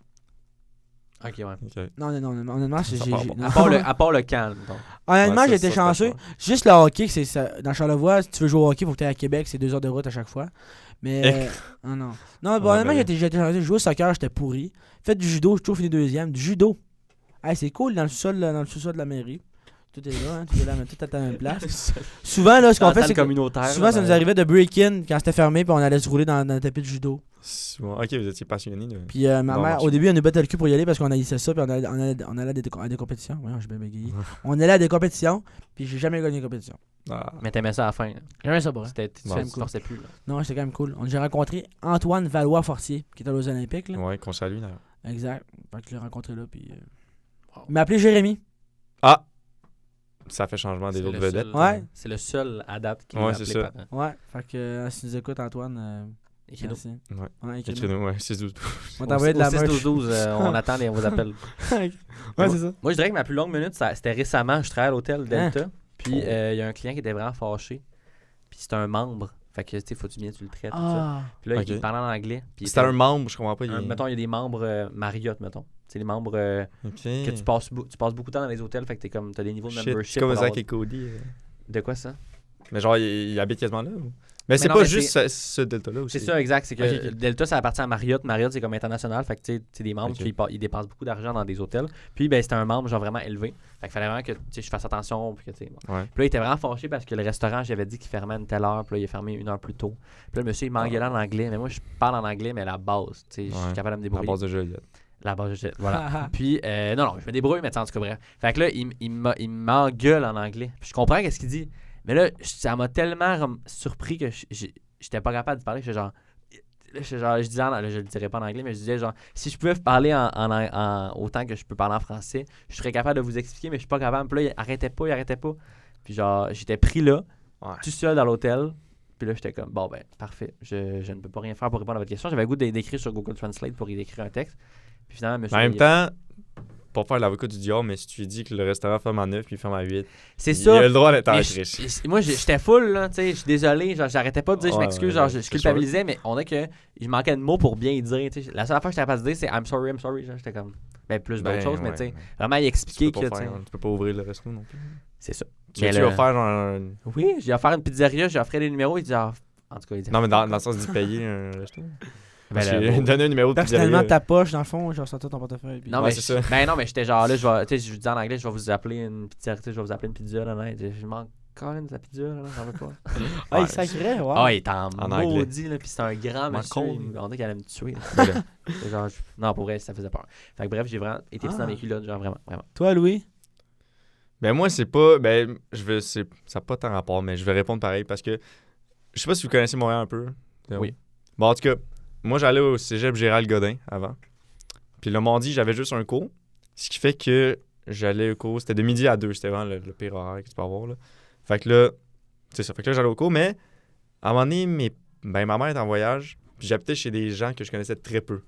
Speaker 5: Ok, ouais. <laughs>
Speaker 4: ok.
Speaker 3: Non, non, non, honnêtement, j'ai.
Speaker 4: Ça
Speaker 3: j'ai-
Speaker 4: part
Speaker 3: j'ai-
Speaker 4: pas.
Speaker 3: non.
Speaker 5: À part le, à part le calme, donc.
Speaker 3: <laughs> Honnêtement,
Speaker 4: Ouais, ça,
Speaker 3: j'étais
Speaker 4: ça, ça,
Speaker 3: chanceux.
Speaker 4: ça.
Speaker 3: Juste le hockey, c'est ça- dans Charlevoix, si tu veux jouer au hockey, faut que tu à Québec, c'est deux heures de route à chaque fois. Mais. euh, ah non. Non, mais
Speaker 4: Eh. Ouais,
Speaker 3: honnêtement,
Speaker 4: ben-
Speaker 3: j'étais j'étais chanceux. Je jouais au soccer, j'étais pourri. Fait du judo, je trouve fini deuxième. Du judo. Hey, c'est cool dans le sous-sol dans le sous-sol de la mairie. Tout est là, hein, tout est là, mais tout est à la même
Speaker 4: <laughs>
Speaker 3: place. Souvent, là, ce qu'on
Speaker 5: Ah, Dans
Speaker 3: fait,
Speaker 5: le
Speaker 3: c'est que
Speaker 5: communautaire.
Speaker 3: souvent,
Speaker 5: là,
Speaker 3: ça
Speaker 5: ben,
Speaker 3: nous arrivait de break-in quand c'était fermé, puis on allait se rouler dans, dans le tapis de judo.
Speaker 4: C'est- ouais, Ok, vous étiez passionné. là.
Speaker 3: Puis euh, ma
Speaker 4: Bon,
Speaker 3: mère,
Speaker 4: marche.
Speaker 3: au début, elle nous battait le cul pour y aller parce qu'on haïssait ça, puis on allait, on allait- on allait à, des, à des compétitions. Voyons, j'ai bien
Speaker 5: <laughs>
Speaker 3: bégayé. on allait à des compétitions, puis j'ai jamais gagné une compétition.
Speaker 4: Ah.
Speaker 5: Mais t'aimais ça à la fin. là.
Speaker 3: Jamais ça, pour vrai.
Speaker 5: C'était, tu
Speaker 4: Ouais,
Speaker 5: tu te
Speaker 3: cool.
Speaker 5: forçais plus. là.
Speaker 3: Non, c'était quand même cool. On- J'ai rencontré Antoine Valois-Fortier, qui était aux Olympiques. Là.
Speaker 4: Ouais, qu'on salue, d'ailleurs.
Speaker 3: Exact. Fait que je l'ai rencontré là, puis. euh,
Speaker 5: Wow.
Speaker 3: Il m'a appelé Jérémy.
Speaker 4: Ah! Ça fait changement
Speaker 5: C'est
Speaker 4: des
Speaker 5: le
Speaker 4: autres
Speaker 5: seul-
Speaker 4: vedettes.
Speaker 3: Ouais.
Speaker 5: C'est le seul à date qui
Speaker 4: Ouais,
Speaker 5: m'a
Speaker 4: c'est
Speaker 5: appelé
Speaker 4: ça.
Speaker 5: parent.
Speaker 3: Ouais. Fait que euh, si tu nous écoutes, Antoine, euh,
Speaker 5: Écris-nous.
Speaker 3: merci.
Speaker 4: Ouais.
Speaker 3: Ouais, écris-nous.
Speaker 4: Écris-nous, ouais, 6-12. <laughs>
Speaker 3: On
Speaker 5: Au-
Speaker 3: t'envoie de
Speaker 5: au
Speaker 3: la
Speaker 5: 6
Speaker 3: merch.
Speaker 5: 12 12,
Speaker 3: <laughs>
Speaker 5: euh, on attend les, vos appels.
Speaker 3: ouais, c'est ça.
Speaker 5: Moi, je dirais que ma plus longue minute, ça- c'était
Speaker 3: Hein?
Speaker 5: Oh. euh, récemment. Je travaillais à l'hôtel Delta. Puis, euh, il y a un client qui était vraiment fâché. Puis, c'était un membre. Fait Fait que, tu sais, faut-tu bien, tu le traites, tout ça.
Speaker 3: Ah. <laughs>
Speaker 5: Puis là,
Speaker 4: Ok.
Speaker 5: il parlait en anglais. Puis il
Speaker 4: C'était
Speaker 5: était-
Speaker 4: un membre, je comprends pas. il-
Speaker 5: un- Mettons, il y a des membres euh, Marriott, mettons. C'est les membres euh,
Speaker 4: Ok.
Speaker 5: que tu passes, bou- tu passes beaucoup de temps dans les hôtels, fait que t'es comme, t'as des niveaux de
Speaker 4: Shit,
Speaker 5: membership.
Speaker 4: C'est comme
Speaker 5: pour
Speaker 4: Zach
Speaker 5: avoir-
Speaker 4: et Cody. euh.
Speaker 5: De quoi ça?
Speaker 4: Mais genre, il, il habite quasiment là. ou? Mais c'est
Speaker 5: non,
Speaker 4: pas
Speaker 5: mais
Speaker 4: juste ce, ce delta-là aussi.
Speaker 5: C'est ça, exact. C'est que
Speaker 4: Ok, ok.
Speaker 5: Delta, ça appartient à Marriott. Marriott, c'est comme international. Fait que tu sais, c'est des membres
Speaker 4: Ok.
Speaker 5: qui pa- ils dépensent beaucoup d'argent dans des hôtels. Puis, ben, c'était un membre, genre vraiment élevé. Fait qu'il fallait vraiment que tu sais, je fasse attention. Puis, que, tu sais, bon.
Speaker 4: Ouais.
Speaker 5: Puis là, il était vraiment fâché parce que le restaurant, j'avais dit qu'il fermait à une telle heure. Puis là, il est fermé une heure plus tôt. Puis là, le monsieur, il m'engueulait en anglais. Mais moi, je parle en anglais, mais la base. tu sais, Je suis
Speaker 4: Ouais.
Speaker 5: capable de me
Speaker 4: À
Speaker 5: débrouiller.
Speaker 4: base de Joliette.
Speaker 5: La base, je-
Speaker 3: Ah.
Speaker 5: voilà. puis, euh, non, non, je me débrouille, mais tu sais, en tout cas, bref. Fait que là, il, m- il m'a- il m'engueule en anglais. Puis je comprends qu'est-ce qu'il dit. Mais là, je- ça m'a tellement rem- surpris que je- je- j'étais pas capable de parler. J'étais genre. là, j'étais genre, je disais, en- là, je le dirais pas en anglais, mais je disais genre, si je pouvais parler en, en- en- autant que je peux parler en français, je serais capable de vous expliquer, mais je suis pas capable. Puis là, il arrêtait pas, il arrêtait pas. Puis genre, j'étais pris là,
Speaker 4: Ouais.
Speaker 5: tout seul dans l'hôtel. Puis là, j'étais comme, bon, ben, parfait, je, je ne peux pas rien faire pour répondre à votre question. J'avais le goût d'é- d'écrire sur Google Translate pour y écrire un texte. Puis finalement,
Speaker 4: Mais
Speaker 5: monsieur.
Speaker 4: en même
Speaker 5: il-
Speaker 4: temps, pour faire l'avocat du diable, mais si tu lui dis que le restaurant ferme à 9 puis il ferme à 8,
Speaker 5: C'est
Speaker 4: il a
Speaker 5: ça.
Speaker 4: le droit d'être en
Speaker 5: Mais je-
Speaker 4: triche.
Speaker 5: je- moi, j'ai- j'étais full, là, tu sais, je suis désolé, genre, j'arrêtais pas de dire, je
Speaker 4: Ouais,
Speaker 5: m'excuse,
Speaker 4: ouais,
Speaker 5: genre, je, je
Speaker 4: c'est
Speaker 5: culpabilisais, mais on dirait que je manquais de mots pour bien y dire, tu sais. La seule fois que j'étais capable de dire, c'est I'm sorry, I'm sorry, genre, j'étais comme, ben, plus d'autres
Speaker 4: Ben,
Speaker 5: choses, mais
Speaker 4: ouais,
Speaker 5: tu sais,
Speaker 4: ouais.
Speaker 5: vraiment, il
Speaker 4: Tu
Speaker 5: expliquait
Speaker 4: peux,
Speaker 5: que,
Speaker 4: pas
Speaker 5: tu sais,
Speaker 4: faire, tu peux pas ouvrir le resto non plus.
Speaker 5: c'est ça.
Speaker 4: Tu,
Speaker 5: Mais
Speaker 4: veux- tu
Speaker 5: le-
Speaker 4: vas faire genre un-
Speaker 5: Oui, j'ai offert une pizzeria, j'ai offert les numéros, il dit, ah, en tout cas, il dit,
Speaker 4: Non, mais dans, dans le sens d'y payer un resto.
Speaker 5: ben,
Speaker 4: Parce
Speaker 5: là,
Speaker 4: que
Speaker 5: bon.
Speaker 4: <laughs> donner un numéro de
Speaker 3: Personnellement, ta
Speaker 4: pizzeria.
Speaker 3: poche, dans le fond, genre, sortir ton portefeuille. puis-
Speaker 5: Non,
Speaker 4: Ouais,
Speaker 5: mais
Speaker 4: c'est
Speaker 5: je-
Speaker 4: ça.
Speaker 5: ben non, mais j'étais genre là, je vais, tu sais, je vous dis en anglais, je vais vous appeler une pizza, tu sais, je vais vous appeler une pizza, là, là, je manque quand même de la pizza, là, j'en veux
Speaker 4: <laughs>
Speaker 5: pas.
Speaker 3: Ah, il sacrait, ouais.
Speaker 5: Ah, il est en,
Speaker 4: En anglais.
Speaker 5: maudit, là, puis c'est un grand
Speaker 4: M'en
Speaker 5: monsieur,
Speaker 4: colle.
Speaker 5: il me- on dirait qu'il allait me tuer. là. <laughs>
Speaker 4: Ben là,
Speaker 5: C'est genre, je- non, pour vrai, ça faisait peur. Fait que bref, j'ai vraiment été pris dans
Speaker 3: Ah.
Speaker 5: mes culottes, genre vraiment, vraiment.
Speaker 3: Toi, Louis
Speaker 4: Ben moi, c'est pas. Ben, je veux. c'est- Ça n'a pas tant rapport, mais je vais répondre pareil parce que. Je sais pas si vous connaissez Montréal un peu. Donc,
Speaker 5: Oui.
Speaker 4: Bon, en tout cas, moi, j'allais au cégep Gérald Godin avant. Puis le mardi, j'avais juste un cours. Ce qui fait que j'allais au cours. C'était de midi à 2. C'était vraiment le, le pire horaire que tu peux avoir. Là. Fait que là. C'est ça. Fait que là, j'allais au cours, mais à un moment donné, mes- ben, ma mère est en voyage. Puis j'habitais chez des gens que je connaissais très peu.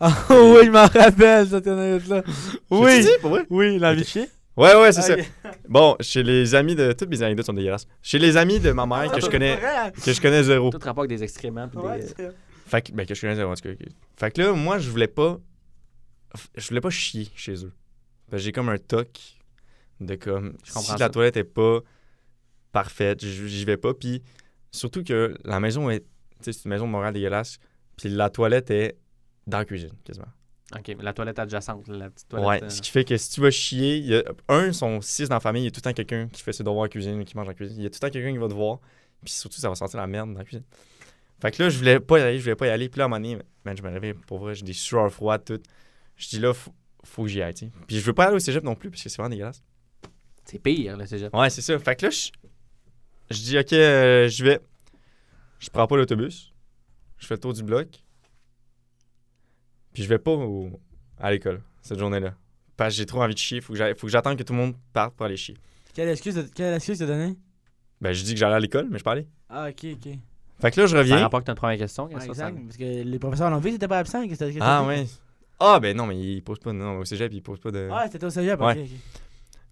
Speaker 3: Ah, oui, je m'en rappelle, cette anecdote-là.
Speaker 4: Je
Speaker 3: Oui,
Speaker 4: te dis, pour vrai?
Speaker 3: oui, la
Speaker 4: Ok.
Speaker 3: vie de chien.
Speaker 4: Ouais, ouais, c'est
Speaker 3: Ah,
Speaker 4: ça. Bon, chez les amis de. Toutes mes anecdotes sont dégueulasses. Chez les amis de ma mère que je
Speaker 5: <laughs>
Speaker 4: connais, que je connais zéro.
Speaker 5: Tout rapport avec des excréments puis
Speaker 3: Ouais,
Speaker 5: des.
Speaker 3: c'est-
Speaker 4: Fait que, ben, que je connais zéro, en tout cas. que- Fait que là, moi, je voulais pas. Je voulais pas chier chez eux. Fait que j'ai comme un toc de comme.
Speaker 5: Je comprends
Speaker 4: Si
Speaker 5: ça.
Speaker 4: la toilette est pas parfaite, j- j'y vais pas. Puis surtout que la maison est. Tu sais, c'est une maison de Montréal dégueulasse. Puis la toilette est dans la cuisine, quasiment.
Speaker 5: euh, Ok, mais la toilette adjacente, la petite
Speaker 4: Ouais,
Speaker 5: toilette. euh,
Speaker 4: ce qui fait que si tu vas chier, il y a, un, ils sont six dans la famille, il y a tout le temps quelqu'un qui fait ses devoirs en cuisine, ou qui mange en cuisine, il y a tout le temps quelqu'un qui va te voir, puis surtout, ça va sentir la merde dans la cuisine. Fait que là, je voulais pas y aller, je voulais pas y aller, puis là, à un moment donné, man, je me réveille, pour vrai, j'ai des sueurs froides, tout. Je dis là, faut, faut que j'y aille, tu sais. Puis je veux pas aller au cégep non plus, parce que c'est vraiment dégueulasse.
Speaker 5: C'est pire, le cégep.
Speaker 4: Ouais, c'est ça. Fait que là, je, je dis, OK, euh, je vais. Je prends pas l'autobus. Je fais le tour du bloc. Puis je vais pas au- à l'école cette journée-là. Parce que j'ai trop envie de chier. Faut que j'aille- faut que j'attende que tout le monde parte pour aller chier.
Speaker 3: Quelle excuse t'as- quelle excuse t'as donnée
Speaker 4: Ben, je dis que j'allais à l'école, mais je parlais.
Speaker 3: Ah, ok, ok.
Speaker 4: Fait que là, je
Speaker 5: Par
Speaker 4: reviens.
Speaker 5: rapport que t'as une première question, qu'est-ce
Speaker 3: Ouais,
Speaker 5: que ça, ça-
Speaker 3: exact, parce que les professeurs l'ont vu, t'étais pas absent. qu'est-ce que- qu'est-ce que
Speaker 4: Ah,
Speaker 3: t'as fait?
Speaker 4: ouais. Ah, ben non, mais il pose pas. Non, au cégep, il pose pas de.
Speaker 3: Ah, c'était au cégep, ok.
Speaker 4: Ouais.
Speaker 3: ok.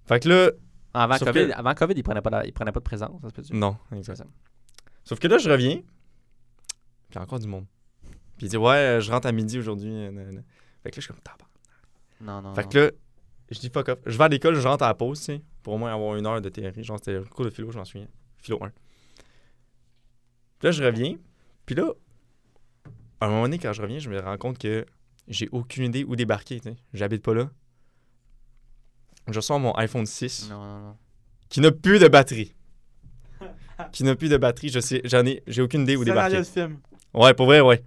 Speaker 4: Fait que là,
Speaker 5: Ah, Avant
Speaker 4: Sauf
Speaker 5: COVID,
Speaker 4: que-
Speaker 5: avant COVID, ils prenaient pas de, ils prenaient pas de présence, ça se peut-tu?
Speaker 4: Non,
Speaker 5: C'est
Speaker 4: exact.
Speaker 5: ça.
Speaker 4: Sauf que là, je reviens. Puis encore du monde. Puis il dit, ouais, euh, je rentre à midi aujourd'hui. euh, nan, nan. Fait que là, je suis comme, tabarnak.
Speaker 5: Non, non.
Speaker 4: Fait
Speaker 5: Ah non.
Speaker 4: que là, je dis fuck off. Je vais à l'école, je rentre à la pause, tu sais, pour au moins avoir une heure de théorie. Genre, c'était le cours de philo, je m'en souviens. Philo 1. Puis là, je reviens. Puis là, à un moment donné, quand je reviens, je me rends compte que j'ai aucune idée où débarquer, tu sais. J'habite pas là. Je sors mon iPhone 6
Speaker 5: Non, non, non.
Speaker 4: qui n'a plus de batterie. qui n'a plus de batterie, je sais, j'en ai, j'ai aucune idée où
Speaker 3: Scénario
Speaker 4: débarquer.
Speaker 3: de film.
Speaker 4: Ouais, pour vrai, ouais.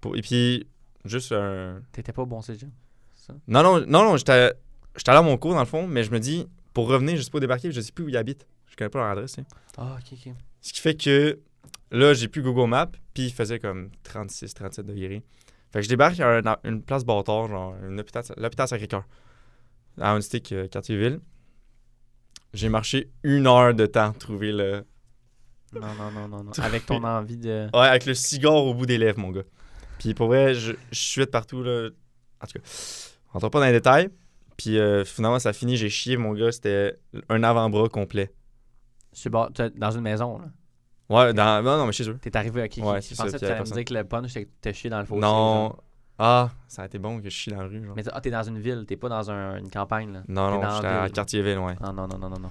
Speaker 4: Pour- et puis, juste un,
Speaker 5: T'étais pas au bon cégep. c'est ça?
Speaker 4: non, non, non, non, j'étais j'étais allé à mon cours dans le fond, mais je me dis, pour revenir, je sais pas où débarquer, je sais plus où ils habitent. Je connais pas leur adresse. hein.
Speaker 5: Ah, ok, ok.
Speaker 4: Ce qui fait que là, j'ai plus Google Maps, puis il faisait comme 36, 37 degrés. Fait que je débarque à un- dans une place bâtard, genre un hôpital- l'hôpital Sacré-Cœur, à un stick quartier-ville. J'ai marché une heure de temps, trouver le.
Speaker 5: Non, non, non, <laughs> non, non.
Speaker 4: Tu-
Speaker 5: Avec ton envie de.
Speaker 4: Ouais, avec le cigare au bout des lèvres, mon gars. Puis pour vrai, je, je suis de partout, là. En tout cas, on rentre pas dans les détails. Puis euh, finalement, ça finit, j'ai chié, mon gars. C'était un avant-bras complet.
Speaker 5: sur le bord- t'as- Dans une maison, là.
Speaker 4: Ouais, dans... non, non, mais chez eux.
Speaker 5: T'es arrivé, ok.
Speaker 4: Ouais,
Speaker 5: je
Speaker 4: c'est
Speaker 5: pensais
Speaker 4: ça,
Speaker 5: que tu
Speaker 4: puis y a
Speaker 5: allais me
Speaker 4: personne.
Speaker 5: dire que le punch, c'est que t'as chié dans le fossé. genre.
Speaker 4: Non. Ah, ça a été bon que je chie dans la rue. Genre.
Speaker 5: Mais t'es- ah, t'es dans une ville, t'es pas dans un- une campagne, là.
Speaker 4: Non,
Speaker 5: t'es
Speaker 4: non,
Speaker 5: dans
Speaker 4: j'étais
Speaker 5: la
Speaker 4: à
Speaker 5: ville.
Speaker 4: Cartierville, ouais.
Speaker 5: Ah, non, non, non, non, non.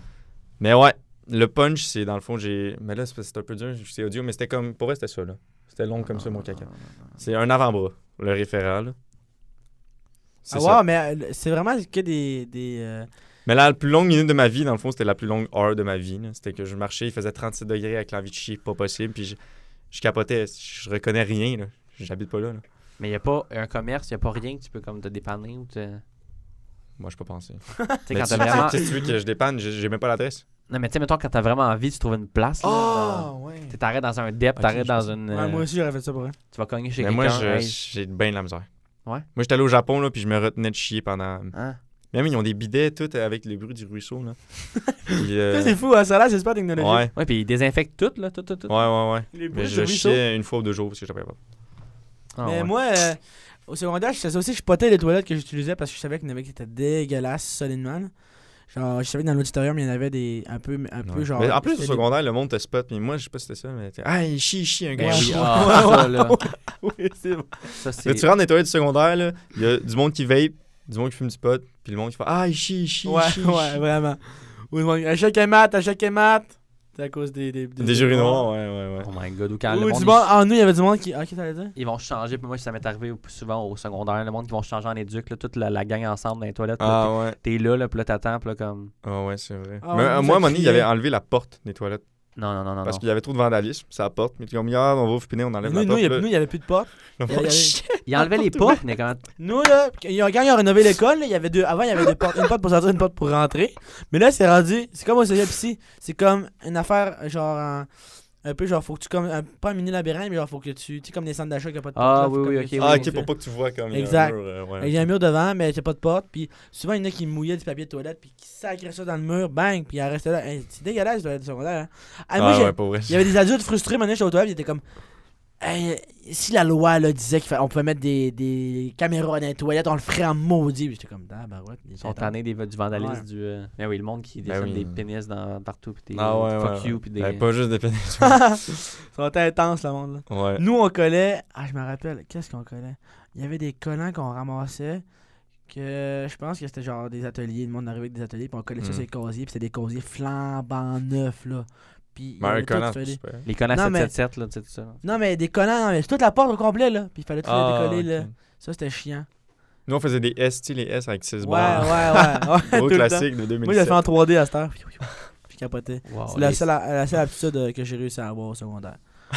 Speaker 4: Mais ouais, le punch, c'est dans le fond, j'ai. Mais là, c'est parce que c'est un peu dur, c'est audio, mais c'était comme. Pour vrai, c'était ça, là. C'était long comme ça, mon caca.
Speaker 5: Ah.
Speaker 4: C'est un avant-bras, le référal. C'est
Speaker 3: Ah
Speaker 4: ça.
Speaker 3: ouais, mais euh, c'est vraiment que des. des euh,
Speaker 4: Mais la plus longue minute de ma vie, dans le fond, c'était la plus longue heure de ma vie. là. C'était que je marchais, il faisait 37 degrés avec l'envie de chier, pas possible, puis je, je capotais. Je reconnais rien, là. J'habite pas là, là.
Speaker 5: Mais y a pas un commerce, y a pas rien que tu peux comme te dépanner ou te.
Speaker 4: Moi, je peux pas penser.
Speaker 5: Tu sais,
Speaker 4: Mais
Speaker 5: quand
Speaker 4: tu-
Speaker 5: t'as vraiment.
Speaker 4: Qu'est-ce que tu veux que je dépanne J'ai j'ai même pas l'adresse.
Speaker 5: Non, mais tu sais, mettons, quand t'as vraiment envie, tu trouves une place, là.
Speaker 3: Ah,
Speaker 5: dans-
Speaker 4: Ah, ouais.
Speaker 5: Tu sais, t'arrêtes dans un dep,
Speaker 4: Oh! Ok,
Speaker 5: t'arrêtes
Speaker 4: je
Speaker 5: dans
Speaker 4: sais.
Speaker 5: une.
Speaker 3: ouais,
Speaker 5: euh,
Speaker 3: moi aussi, j'aurais fait ça pour rien.
Speaker 5: Tu vas cogner chez
Speaker 4: Mais
Speaker 5: quelqu'un.
Speaker 4: moi, je-
Speaker 5: hey,
Speaker 4: j'ai bien de la misère.
Speaker 5: Ouais?
Speaker 4: Moi, j'étais allé au Japon, là, puis je me retenais de chier pendant.
Speaker 5: hein?
Speaker 4: Même, ils ont des bidets, tout, avec le bruit du ruisseau,
Speaker 3: <laughs>
Speaker 4: là. Puis, euh,
Speaker 3: Ça, C'est fou, hein, ça là, c'est super
Speaker 4: ouais,
Speaker 3: technologique.
Speaker 4: ouais,
Speaker 5: Ouais, puis ils désinfectent tout, là, tout, tout, tout.
Speaker 4: ouais, ouais.
Speaker 3: Les
Speaker 4: Mais
Speaker 3: bruits
Speaker 4: je
Speaker 3: du ruisseau.
Speaker 4: chiais une fois ou deux jours parce que j'avais pas.
Speaker 5: Ah,
Speaker 3: Mais
Speaker 5: ouais.
Speaker 3: moi, euh, au secondaire, je faisais ça aussi, je potais les toilettes que j'utilisais parce que je savais qu'il y en avait qui étaient dégueulasses, solidement. là. Genre, je savais que dans l'auditorium, il y en avait des. Un peu, un peu
Speaker 4: Ouais.
Speaker 3: genre.
Speaker 4: Mais en plus, au
Speaker 3: c'était des-
Speaker 4: secondaire, le monde te spot, puis moi, je sais pas si c'était ça, mais. t'es, Ah, il chie, il chie, un
Speaker 5: Ben
Speaker 4: gars.
Speaker 5: oui,
Speaker 4: chie.
Speaker 5: ah, ça, là.
Speaker 4: Oui, c'est bon.
Speaker 5: Ça, c'est.
Speaker 4: Là, tu rentres dans les toilettes du secondaire, là, il y a du monde qui vape, du monde qui fume du pot, puis le monde qui fait Ah, il chie, il chie, il chie,
Speaker 3: Ouais,
Speaker 4: il
Speaker 3: ouais,
Speaker 4: chie.
Speaker 3: vraiment. Ou du- à chaque mat, à chaque mat. C'est à cause des. Des, des,
Speaker 4: Des urinoirs, ouais, ouais, ouais.
Speaker 5: Oh my god, ou quand le
Speaker 3: Ou
Speaker 5: monde.
Speaker 3: du monde. En nous, il y avait du monde qui. Ah, qu'est-ce que t'allais dire?
Speaker 5: Ils vont changer, puis moi, ça m'est arrivé au- souvent au secondaire, le monde qui vont changer en éduc, là, toute la, la gang ensemble dans les toilettes. là,
Speaker 4: Ah, ouais.
Speaker 5: T'es t'es là, là, puis là, t'attends, puis là, comme.
Speaker 4: Ah, ouais, c'est vrai.
Speaker 3: Ah,
Speaker 4: Mais,
Speaker 3: ouais, nous,
Speaker 4: euh, moi, à
Speaker 3: ça
Speaker 4: un moment donné, il
Speaker 3: criait.
Speaker 4: avait enlevé la porte des toilettes.
Speaker 5: Non, non, non, non.
Speaker 4: Parce
Speaker 5: non.
Speaker 4: qu'il y avait trop de vandalisme, c'est la porte. Mais ils ont mis, ah, on va vous finir, on enlève
Speaker 3: Nous,
Speaker 4: la
Speaker 3: nous, il y
Speaker 4: porte.
Speaker 3: a-
Speaker 4: <laughs>
Speaker 3: nous, il y avait plus de porte.
Speaker 4: là.
Speaker 3: il y a- il y a-
Speaker 5: Ils
Speaker 4: <laughs>
Speaker 5: enlevaient les portes, mais quand.
Speaker 3: Nous, là, quand ils ont quand ils ont rénové l'école, là, il y avait deux. Avant, il y avait deux portes, une porte pour sortir, une porte pour rentrer. Mais là, c'est rendu. C'est comme au cégep ici. C'est comme une affaire, euh, genre. Un, un peu, genre, faut que tu. Comme, un- pas un mini labyrinthe, mais genre, faut que tu. Tu sais, comme des centres d'achat qui a pas de porte.
Speaker 5: Ah,
Speaker 3: là,
Speaker 5: oui,
Speaker 3: faut
Speaker 5: oui,
Speaker 3: comme-
Speaker 5: ok,
Speaker 3: faut
Speaker 4: Ah,
Speaker 5: oui,
Speaker 3: que-
Speaker 4: ok, pour pas que tu vois comme. il y a un
Speaker 3: Exact.
Speaker 4: mur, euh, ouais,
Speaker 3: Il y a un mur devant, mais il n'y a pas de porte. Puis souvent, il y en a qui mouillaient du papier de toilette, puis qui sacraient ça dans le mur, bang, puis ils restaient là. Hey, c'est dégueulasse, le secondaire. Hein. Ah, moi,
Speaker 4: Ah,
Speaker 3: j'ai-
Speaker 4: ouais, pour vrai.
Speaker 3: il y avait des adultes frustrés, maintenant, j'étais aux toilettes, ils étaient comme. Hey, si la loi là, disait qu'on pouvait mettre des, des caméras dans les toilettes, on le ferait en maudit. Puis J'étais comme, ah, bah ouais.
Speaker 5: Ils sont tannés des, du vandalisme,
Speaker 3: Ouais.
Speaker 5: du. euh, Mais oui, le monde qui dessine
Speaker 4: Ben oui.
Speaker 5: des pénis dans, partout, puis des.
Speaker 4: Ah, ouais,
Speaker 5: des
Speaker 4: ouais.
Speaker 5: fuck
Speaker 4: ouais.
Speaker 5: you, puis des.
Speaker 4: Ouais, Pas juste
Speaker 3: <laughs>
Speaker 4: des pénis.
Speaker 3: Ils sont intenses, le monde. Là.
Speaker 4: Ouais.
Speaker 3: Nous, on collait. Ah, je me rappelle, qu'est-ce qu'on collait Il y avait des collants qu'on ramassait. Que je pense que c'était genre des ateliers. Le monde arrivait avec des ateliers. Puis on collait ça
Speaker 4: Mm.
Speaker 3: sur les casiers. Puis c'était des casiers flambant neufs, là. Puis. il y
Speaker 4: Mais
Speaker 3: avait
Speaker 4: un
Speaker 3: tout
Speaker 4: connard,
Speaker 3: collé.
Speaker 4: c'est pas-
Speaker 5: Les connasses
Speaker 3: Non, mais-
Speaker 5: 777, là, tu sais, tout ça.
Speaker 3: Non, mais des collants, non, mais c'est toute la porte au complet, là. Puis il fallait tout
Speaker 4: Ah,
Speaker 3: les décoller, là.
Speaker 4: ok.
Speaker 3: Ça, c'était chiant.
Speaker 4: Nous, on faisait des S, tu sais, les S avec 6
Speaker 3: Ouais,
Speaker 4: barres.
Speaker 3: ouais, ouais. ouais,
Speaker 4: <laughs>
Speaker 3: <laughs>
Speaker 4: Gros
Speaker 3: tout le temps.
Speaker 4: classique de 2007.
Speaker 3: Moi, je l'ai fait en 3D à cette heure. Puis je capotais.
Speaker 5: Wow,
Speaker 3: C'est la
Speaker 5: les-
Speaker 3: seule, la seule aptitude euh, que j'ai réussi à avoir au secondaire. <laughs>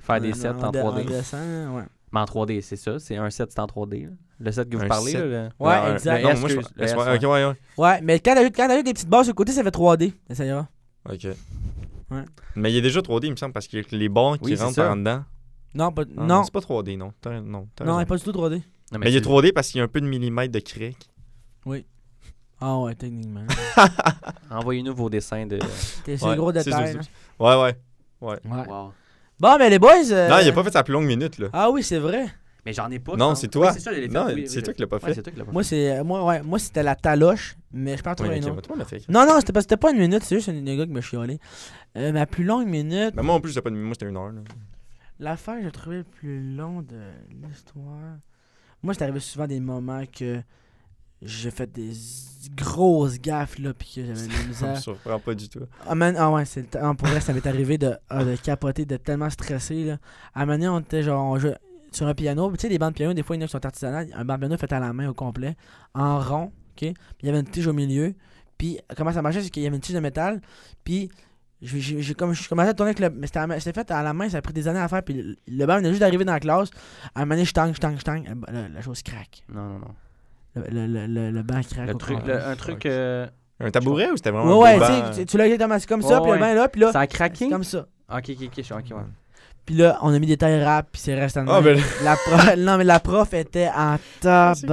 Speaker 5: Faire des
Speaker 3: En-
Speaker 5: sets en
Speaker 3: de-
Speaker 5: 3D.
Speaker 3: dessin, ouais.
Speaker 5: Mais en 3D, c'est ça. C'est un set, c'est en 3D. là. Le set que vous
Speaker 4: Un
Speaker 5: parlez,
Speaker 4: set.
Speaker 5: là. le-
Speaker 3: Ouais,
Speaker 4: Non,
Speaker 3: exact.
Speaker 4: euh, Non, moi, je...
Speaker 5: Excuse, le S,
Speaker 4: ouais,
Speaker 5: ouais.
Speaker 4: Ok, ouais, ouais.
Speaker 3: Ouais, mais quand t'as eu, quand t'as eu des petites barres sur le côté, ça fait 3D. Mais Ça ira.
Speaker 4: Ok.
Speaker 3: Ouais.
Speaker 4: Mais il y a déjà 3D, il me semble, parce qu'il y a que les bords qui
Speaker 5: Oui, c'est
Speaker 4: rentrent
Speaker 5: ça.
Speaker 4: par en dedans.
Speaker 3: Non, pas,
Speaker 4: Ah,
Speaker 3: non,
Speaker 4: C'est pas 3D, non. T'as- Non, t'as
Speaker 3: non, elle est
Speaker 4: raison.
Speaker 3: pas du tout 3D.
Speaker 5: Non,
Speaker 4: Mais Ben, il y a
Speaker 5: tu-
Speaker 4: 3D parce qu'il y a un peu de millimètres de cric.
Speaker 3: Ah ouais, techniquement.
Speaker 5: Envoyez-nous vos dessins de.
Speaker 3: T'es- c'est
Speaker 4: Ouais,
Speaker 3: le gros
Speaker 4: c'est
Speaker 3: détail.
Speaker 4: ça,
Speaker 3: là.
Speaker 4: c'est Ouais, ouais.
Speaker 3: Ouais.
Speaker 5: Wow.
Speaker 3: Bon, mais les boys. euh,
Speaker 4: Non, il a pas fait sa plus longue minute, là.
Speaker 3: Ah oui, c'est vrai.
Speaker 5: Mais j'en ai pas.
Speaker 4: Non,
Speaker 5: je pense.
Speaker 4: c'est toi.
Speaker 5: Oui, c'est ça, je l'ai fait,
Speaker 4: Non,
Speaker 5: oui, oui,
Speaker 4: c'est
Speaker 5: je-
Speaker 4: toi qui l'as pas
Speaker 5: Ouais,
Speaker 4: fait.
Speaker 5: c'est toi qui l'as pas
Speaker 3: Moi, c'est, moi, ouais, moi c'était la taloche, mais je pense que
Speaker 4: Ouais,
Speaker 3: une
Speaker 4: ok,
Speaker 3: autre.
Speaker 4: mais toi, on l'a fait.
Speaker 3: Non, non, c'était pas, c'était pas une minute, c'est juste un gars qui m'a chialé. Euh, ma plus longue minute,
Speaker 4: Mais moi, en plus, j'étais pas de Moi, c'était une heure, là.
Speaker 3: l'affaire que j'ai trouvé le plus long de l'histoire. Moi, c'est arrivé souvent des moments que j'ai fait des grosses gaffes, là, pis que j'avais de la
Speaker 4: <laughs> Ça me
Speaker 3: misère.
Speaker 4: surprend pas du tout.
Speaker 3: Ah, man, ah ouais, c'est le temps. Pour vrai, ça m'est arrivé de, ah, de capoter, de tellement stressé. Là. À un moment donné, on était genre, on jouait sur un piano. Tu sais, les bandes de piano, des fois, il y en a qui sont artisanales. Un bande de piano fait à la main au complet, en rond, OK? Puis il y avait une tige au milieu. Puis comment ça marchait, c'est qu'il y avait une tige de métal. Puis j'ai- j'ai j'ai comme, je commençais à tourner avec le. Mais c'était à la main- c'était fait à la main, ça a pris des années à faire. Puis le, le band venait juste d'arriver dans la classe. À un moment donné, je tangue, je tangue, je tangue. le- le- La, chose craque.
Speaker 5: fait. Non, non, non.
Speaker 3: Le, le, le, le- le banc craque.
Speaker 5: Le
Speaker 3: au
Speaker 5: truc,
Speaker 3: complet.
Speaker 5: le- un truc. euh,
Speaker 4: Un tabouret ou c'était vraiment.
Speaker 3: Ouais, ouais,
Speaker 4: un beau
Speaker 3: tu sais,
Speaker 4: banc?
Speaker 3: tu- tu l'as exactement, c'est comme ça,
Speaker 5: Ouais,
Speaker 3: puis le
Speaker 5: ouais.
Speaker 3: banc est là, puis là,
Speaker 5: Ça a craqué.
Speaker 3: c'est comme ça.
Speaker 5: Ok, ok, ok, je- ok, ouais.
Speaker 3: Puis là, on a mis des tailles rap, puis c'est resté en
Speaker 4: Ah, ben.
Speaker 3: la prof... <laughs> Non, mais la prof était en
Speaker 4: C'est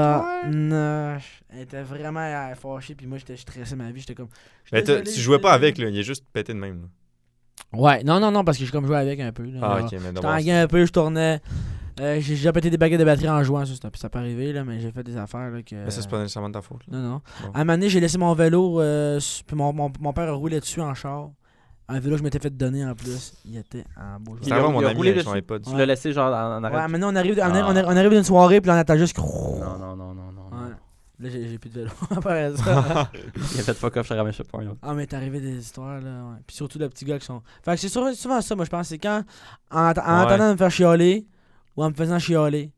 Speaker 3: tabarnouche. Elle était vraiment euh, fâchée, puis moi, j'étais stressé ma vie. J'étais comme. je suis
Speaker 4: Mais t'as-
Speaker 3: désolé,
Speaker 4: tu
Speaker 3: je
Speaker 4: jouais
Speaker 3: suis
Speaker 4: pas
Speaker 3: désolé.
Speaker 4: avec, là. Il est juste pété de même. là.
Speaker 3: Ouais, non, non, non, parce que je comme joué avec un peu. là.
Speaker 4: Ah,
Speaker 3: Genre,
Speaker 4: ok, mais
Speaker 3: Je
Speaker 4: d'abord.
Speaker 3: tanguais un peu, je tournais. Euh, j'ai déjà pété des baguettes de batterie en jouant, ça, ça, ça peut arriver, là, mais j'ai fait des affaires. Là, que...
Speaker 4: Mais ça, c'est pas nécessairement de ta faute. là.
Speaker 3: Non, non.
Speaker 4: Bon.
Speaker 3: À un moment donné, j'ai laissé mon vélo, euh, su- puis mon, mon, mon père roulait dessus en char. Un vélo que je m'étais fait donner en plus. Il était en beau
Speaker 4: C'était
Speaker 5: Il a-
Speaker 4: avant
Speaker 5: il
Speaker 4: mon
Speaker 5: a
Speaker 4: ami
Speaker 5: roulé
Speaker 4: avec son
Speaker 5: dessus.
Speaker 4: iPod.
Speaker 5: Tu l'as laissé genre en, en
Speaker 3: Ouais,
Speaker 5: arrière.
Speaker 3: maintenant on arrive, on,
Speaker 5: Ah.
Speaker 3: arrive- on arrive d'une soirée, puis on attend juste.
Speaker 5: Non, non, non, non, non. non.
Speaker 3: Ouais. Là, j'ai j'ai plus de vélo <laughs> après ça.
Speaker 5: <laughs> Il a fait fuck off, je te ramène chez toi.
Speaker 3: ah, mais t'es arrivé des histoires, là. Ouais. Puis surtout, le petit gars qui sont. Fait que c'est souvent, souvent ça, moi, je pense. C'est quand, en, att- en
Speaker 4: Ouais.
Speaker 3: attendant de me faire chialer, ou en me faisant chialer.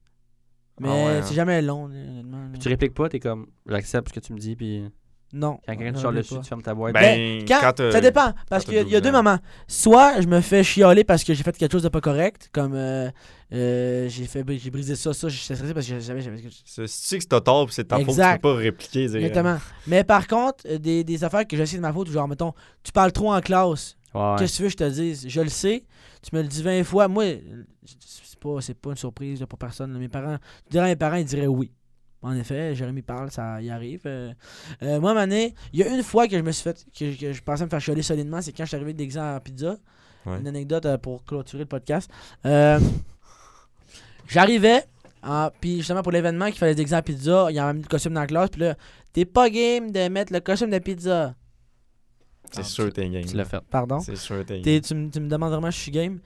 Speaker 3: Mais
Speaker 4: Ah ouais,
Speaker 3: c'est
Speaker 4: hein.
Speaker 3: jamais long, là, honnêtement. là.
Speaker 5: Tu répliques pas, t'es comme, j'accepte ce que tu me dis, puis
Speaker 3: Non.
Speaker 5: quand quelqu'un
Speaker 3: je
Speaker 5: te sort
Speaker 3: réplique
Speaker 5: dessus,
Speaker 3: pas.
Speaker 5: tu fermes ta boîte.
Speaker 4: Ben,
Speaker 3: Quand-
Speaker 4: quand, euh,
Speaker 3: ça dépend, parce
Speaker 4: t'as
Speaker 3: qu'il y a- il y a
Speaker 4: 12
Speaker 3: deux
Speaker 4: ans.
Speaker 3: moments. Soit je me fais chialer parce que j'ai fait quelque chose de pas correct, comme euh, euh, j'ai fait j'ai brisé ça, ça, j'étais stressé parce que je savais j'avais
Speaker 4: c'est- Si tu sais que c'est ta tort, puis c'est de ta faute, tu
Speaker 3: Exact.
Speaker 4: peux pas répliquer. dire,
Speaker 3: Exactement. Mais par contre, euh, des, des affaires que j'essaie de ma faute, genre mettons, tu parles trop en classe,
Speaker 5: Ouais.
Speaker 3: qu'est-ce que tu veux que je te dise Je le sais, tu me le dis 20 fois. Moi, euh, c'est pas, c'est pas une surprise là, pour personne. là. Mes parents, tu dirais à mes parents, ils diraient oui. En effet, Jérémy parle, ça y arrive. Euh, euh, moi, Mané, il y a une fois que je me suis fait, que, que je pensais me faire chialer solidement, c'est quand je suis arrivé déguisé en pizza.
Speaker 4: Ouais.
Speaker 3: Une anecdote euh, pour clôturer le podcast. Euh, J'arrivais, hein, puis justement pour l'événement qu'il fallait déguiser en pizza, il y avait mis le costume dans la classe, puis là, t'es pas game de mettre le costume de pizza.
Speaker 4: C'est sûr, t'es un game.
Speaker 5: Tu l'as fait.
Speaker 3: Pardon.
Speaker 4: C'est sûr, t'es un
Speaker 3: T'es- tu, me- tu me demandes vraiment si je suis game.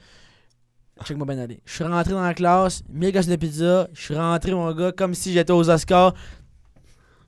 Speaker 3: Check-moi bien aller. Je suis rentré dans la classe, mis le costume de pizza, je suis rentré, mon gars, comme si j'étais aux Oscars.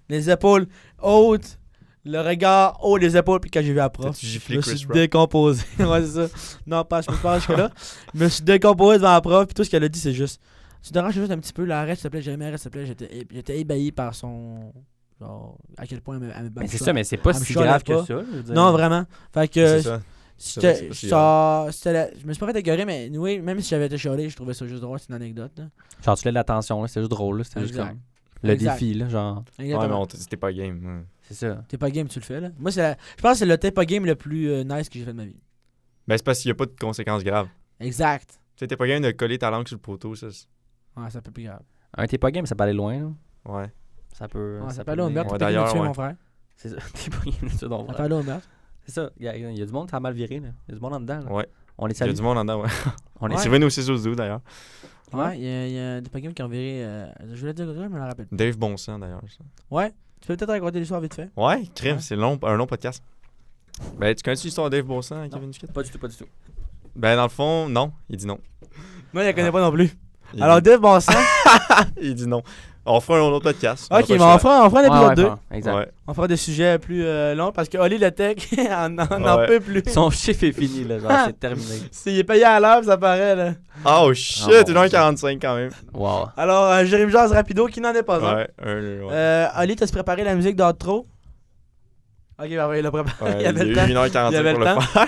Speaker 3: Les épaules hautes, le regard haut des épaules, puis quand j'ai vu la prof,
Speaker 4: T'as-tu
Speaker 3: je
Speaker 4: giflé
Speaker 3: me
Speaker 4: Chris
Speaker 3: suis
Speaker 4: Rock?
Speaker 3: décomposé. <laughs> ouais, c'est ça. Non, pas, je peux pas jusque-là. Je me suis décomposé devant la prof, puis tout ce qu'elle a dit, c'est juste. Tu te déranges juste un petit peu, là, arrête, s'il te plaît, jamais arrête, s'il te plaît. J'étais- J'étais ébahi par son. Genre, à quel point elle me. elle me
Speaker 5: Mais c'est
Speaker 3: backshot.
Speaker 5: ça, mais c'est pas
Speaker 3: Ah, mais
Speaker 5: si
Speaker 3: je
Speaker 5: grave
Speaker 3: chiale
Speaker 5: que
Speaker 3: pas.
Speaker 5: ça. je veux dire.
Speaker 3: Non, vraiment. Fait que.
Speaker 4: C'est ça. C'est vrai, c'est
Speaker 3: J'étais-
Speaker 4: pas si
Speaker 3: ça- c'était la- Je me suis pas fait écœurer, mais anyway, même si j'avais été chialé, je trouvais ça juste drôle, c'est une anecdote. là.
Speaker 5: Genre, tu l'as de l'attention, là, c'est juste drôle, là, c'était juste
Speaker 3: Exact.
Speaker 5: comme le
Speaker 3: Exact.
Speaker 5: défi, là, genre.
Speaker 4: Ouais, mais
Speaker 3: Exactement.
Speaker 4: on t'a dit que t'es pas game. hein.
Speaker 5: C'est ça.
Speaker 3: T'es pas game, tu le fais là. Moi, c'est la- je pense que c'est le t'es pas game le plus euh, nice que j'ai fait de ma vie.
Speaker 4: Ben, c'est parce qu'il y a pas de conséquences graves.
Speaker 3: Exact.
Speaker 4: Tu sais, t'es pas game de coller ta langue sur le poteau, ça. c'est-
Speaker 3: Ouais, ça peut plus grave.
Speaker 5: Un t'es pas game, ça peut aller loin, là.
Speaker 4: Ouais.
Speaker 5: Ça peut.
Speaker 3: Ouais, ça peut
Speaker 5: peut
Speaker 3: aller au
Speaker 5: venir.
Speaker 3: meurtre,
Speaker 4: Ouais,
Speaker 3: t'es
Speaker 4: d'ailleurs,
Speaker 3: tuer
Speaker 4: ouais.
Speaker 3: mon frère.
Speaker 5: C'est ça. T'es pas game, c'est drôle.
Speaker 3: Ça peut aller au meurtre.
Speaker 5: C'est ça. Il y, a- il y a du monde, ça a mal viré, là. Il y a du monde en dedans, là.
Speaker 4: Ouais.
Speaker 5: On les
Speaker 4: Il y
Speaker 5: salue.
Speaker 4: a du monde en
Speaker 3: <laughs>
Speaker 4: dedans, ouais.
Speaker 5: On les
Speaker 4: On
Speaker 5: salue.
Speaker 4: s'est venus au 6 12 d'ailleurs.
Speaker 5: Ouais.
Speaker 3: Ouais, il y a- il y, a des pas game qui ont viré. euh, Je voulais dire quelque chose, mais je me le rappelle.
Speaker 4: Dave Bonson, d'ailleurs. ça.
Speaker 3: Ouais, tu peux peut-être raconter l'histoire vite fait.
Speaker 4: Ouais, crime,
Speaker 3: Ouais.
Speaker 4: c'est long, un long podcast. Ben, tu connais-tu l'histoire de Dave Bonson, hein, Kevin Duquette?
Speaker 5: Pas du tout, pas du tout.
Speaker 4: Ben, dans le fond, non. Il dit non.
Speaker 3: Moi, je la
Speaker 4: connais
Speaker 3: pas non plus.
Speaker 4: Il
Speaker 3: Alors,
Speaker 4: dit-
Speaker 3: Dave
Speaker 4: <laughs>
Speaker 3: Bonson.
Speaker 4: il dit non. On fera un autre podcast. On a
Speaker 3: ok,
Speaker 4: pas le
Speaker 3: mais on
Speaker 4: choix.
Speaker 3: fera, on fera un
Speaker 5: Ouais, ouais,
Speaker 3: épisode 2.
Speaker 5: enfin, Exact.
Speaker 4: Ouais.
Speaker 3: On fera des sujets plus euh, longs parce que Oli le tech, <laughs> on n'en
Speaker 4: Ouais.
Speaker 3: peut plus.
Speaker 5: Son chiffre est fini, là.
Speaker 3: Ah.
Speaker 5: Genre,
Speaker 3: <laughs>
Speaker 5: c'est terminé.
Speaker 3: C'est- Il est payé à l'heure, ça paraît là.
Speaker 4: Oh shit,
Speaker 5: Ah, mon
Speaker 4: 1h45 quand même.
Speaker 5: Wow.
Speaker 3: Alors, euh, Jérémy Jazz Rapido, qui n'en est pas un.
Speaker 4: Ouais, un, ouais.
Speaker 3: Euh, Ali, t'as préparé la musique d'outro? Ok, bah ouais, il l'a préparé.
Speaker 4: Ouais,
Speaker 3: il y avait le temps.
Speaker 4: eu 1h45
Speaker 3: Il y avait
Speaker 4: pour
Speaker 3: le
Speaker 4: le,
Speaker 3: temps.
Speaker 4: faire.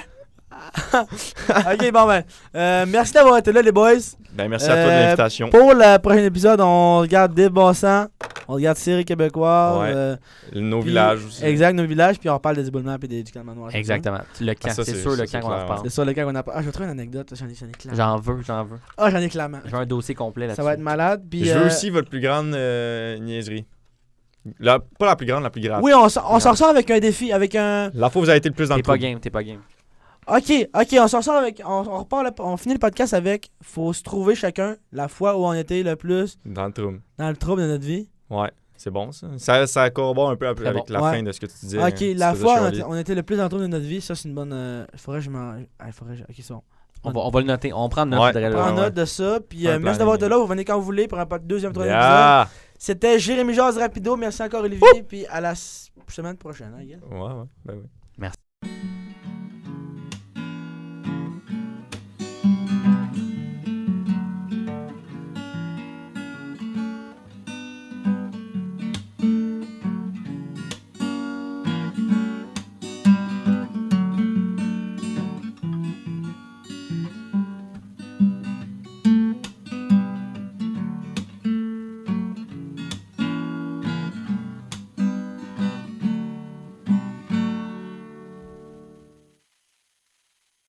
Speaker 3: <laughs> ok, bon ben. euh, merci d'avoir été là, les boys.
Speaker 4: Ben, merci à toi de
Speaker 3: Euh,
Speaker 4: l'invitation.
Speaker 3: Pour le prochain épisode, on regarde des Bossants, on regarde séries québécoises.
Speaker 4: Ouais.
Speaker 3: euh,
Speaker 4: Nos
Speaker 3: puis- euh,
Speaker 4: villages aussi.
Speaker 3: Exact, nos villages, puis on reparle des éboulements et des, du calme noir.
Speaker 5: Exactement. Le camp,
Speaker 4: Ah, ça,
Speaker 5: c'est
Speaker 4: c'est-
Speaker 5: sûr, le
Speaker 4: ça,
Speaker 5: camp
Speaker 4: c'est
Speaker 5: qu'on en
Speaker 4: clair,
Speaker 5: reparle.
Speaker 3: C'est ça, le cas qu'on a pas. Ah, je vais trouver une anecdote, j'en ai, j'en ai clairement.
Speaker 5: J'en veux, j'en veux.
Speaker 3: Ah, j'en ai clairement.
Speaker 5: J'ai un dossier complet là-dessus.
Speaker 3: Ça va être malade. Puis,
Speaker 4: Je veux
Speaker 3: euh,
Speaker 4: aussi votre plus grande euh, niaiserie. La- pas la plus grande, la plus grave.
Speaker 3: Oui, on s'en on s'en ressort avec un défi, avec un.
Speaker 4: La fois, vous avez été le plus dans
Speaker 5: T'es
Speaker 4: le
Speaker 5: pas
Speaker 4: trouble.
Speaker 5: game, t'es pas game.
Speaker 3: Ok, ok, on s'en sort avec. On, on repart le- on finit le podcast avec. Faut se trouver chacun la fois où on était le plus
Speaker 4: Dans le trouble.
Speaker 3: dans le trouble de notre vie.
Speaker 4: Ouais, c'est bon ça. Ça, ça corrobore un peu avec
Speaker 5: C'est bon.
Speaker 4: la
Speaker 3: Ouais.
Speaker 4: fin de ce que tu disais. hein,
Speaker 3: Ok,
Speaker 4: Tu
Speaker 3: la
Speaker 4: faisais
Speaker 3: fois où on
Speaker 4: chialer.
Speaker 3: était- on était le plus dans le trouble de notre vie, ça c'est une bonne. euh, faudrait que je m'en. ah, faudrait que je- Ok, c'est bon.
Speaker 5: On va, on va le noter. On prend note.
Speaker 4: Ouais.
Speaker 5: de-
Speaker 3: Prends
Speaker 4: ouais.
Speaker 3: note de ça, puis
Speaker 4: Un
Speaker 3: euh,
Speaker 4: plan
Speaker 3: merci d'avoir été
Speaker 4: aligné.
Speaker 3: là. Vous venez quand vous voulez pour un pod- deuxième, troisième épisode.
Speaker 4: Yeah!
Speaker 3: C'était Jérémy Jazz Rapido. Merci encore, Olivier. Puis à la s- semaine prochaine, hein, les gars.
Speaker 4: Ouais, ouais, ben oui.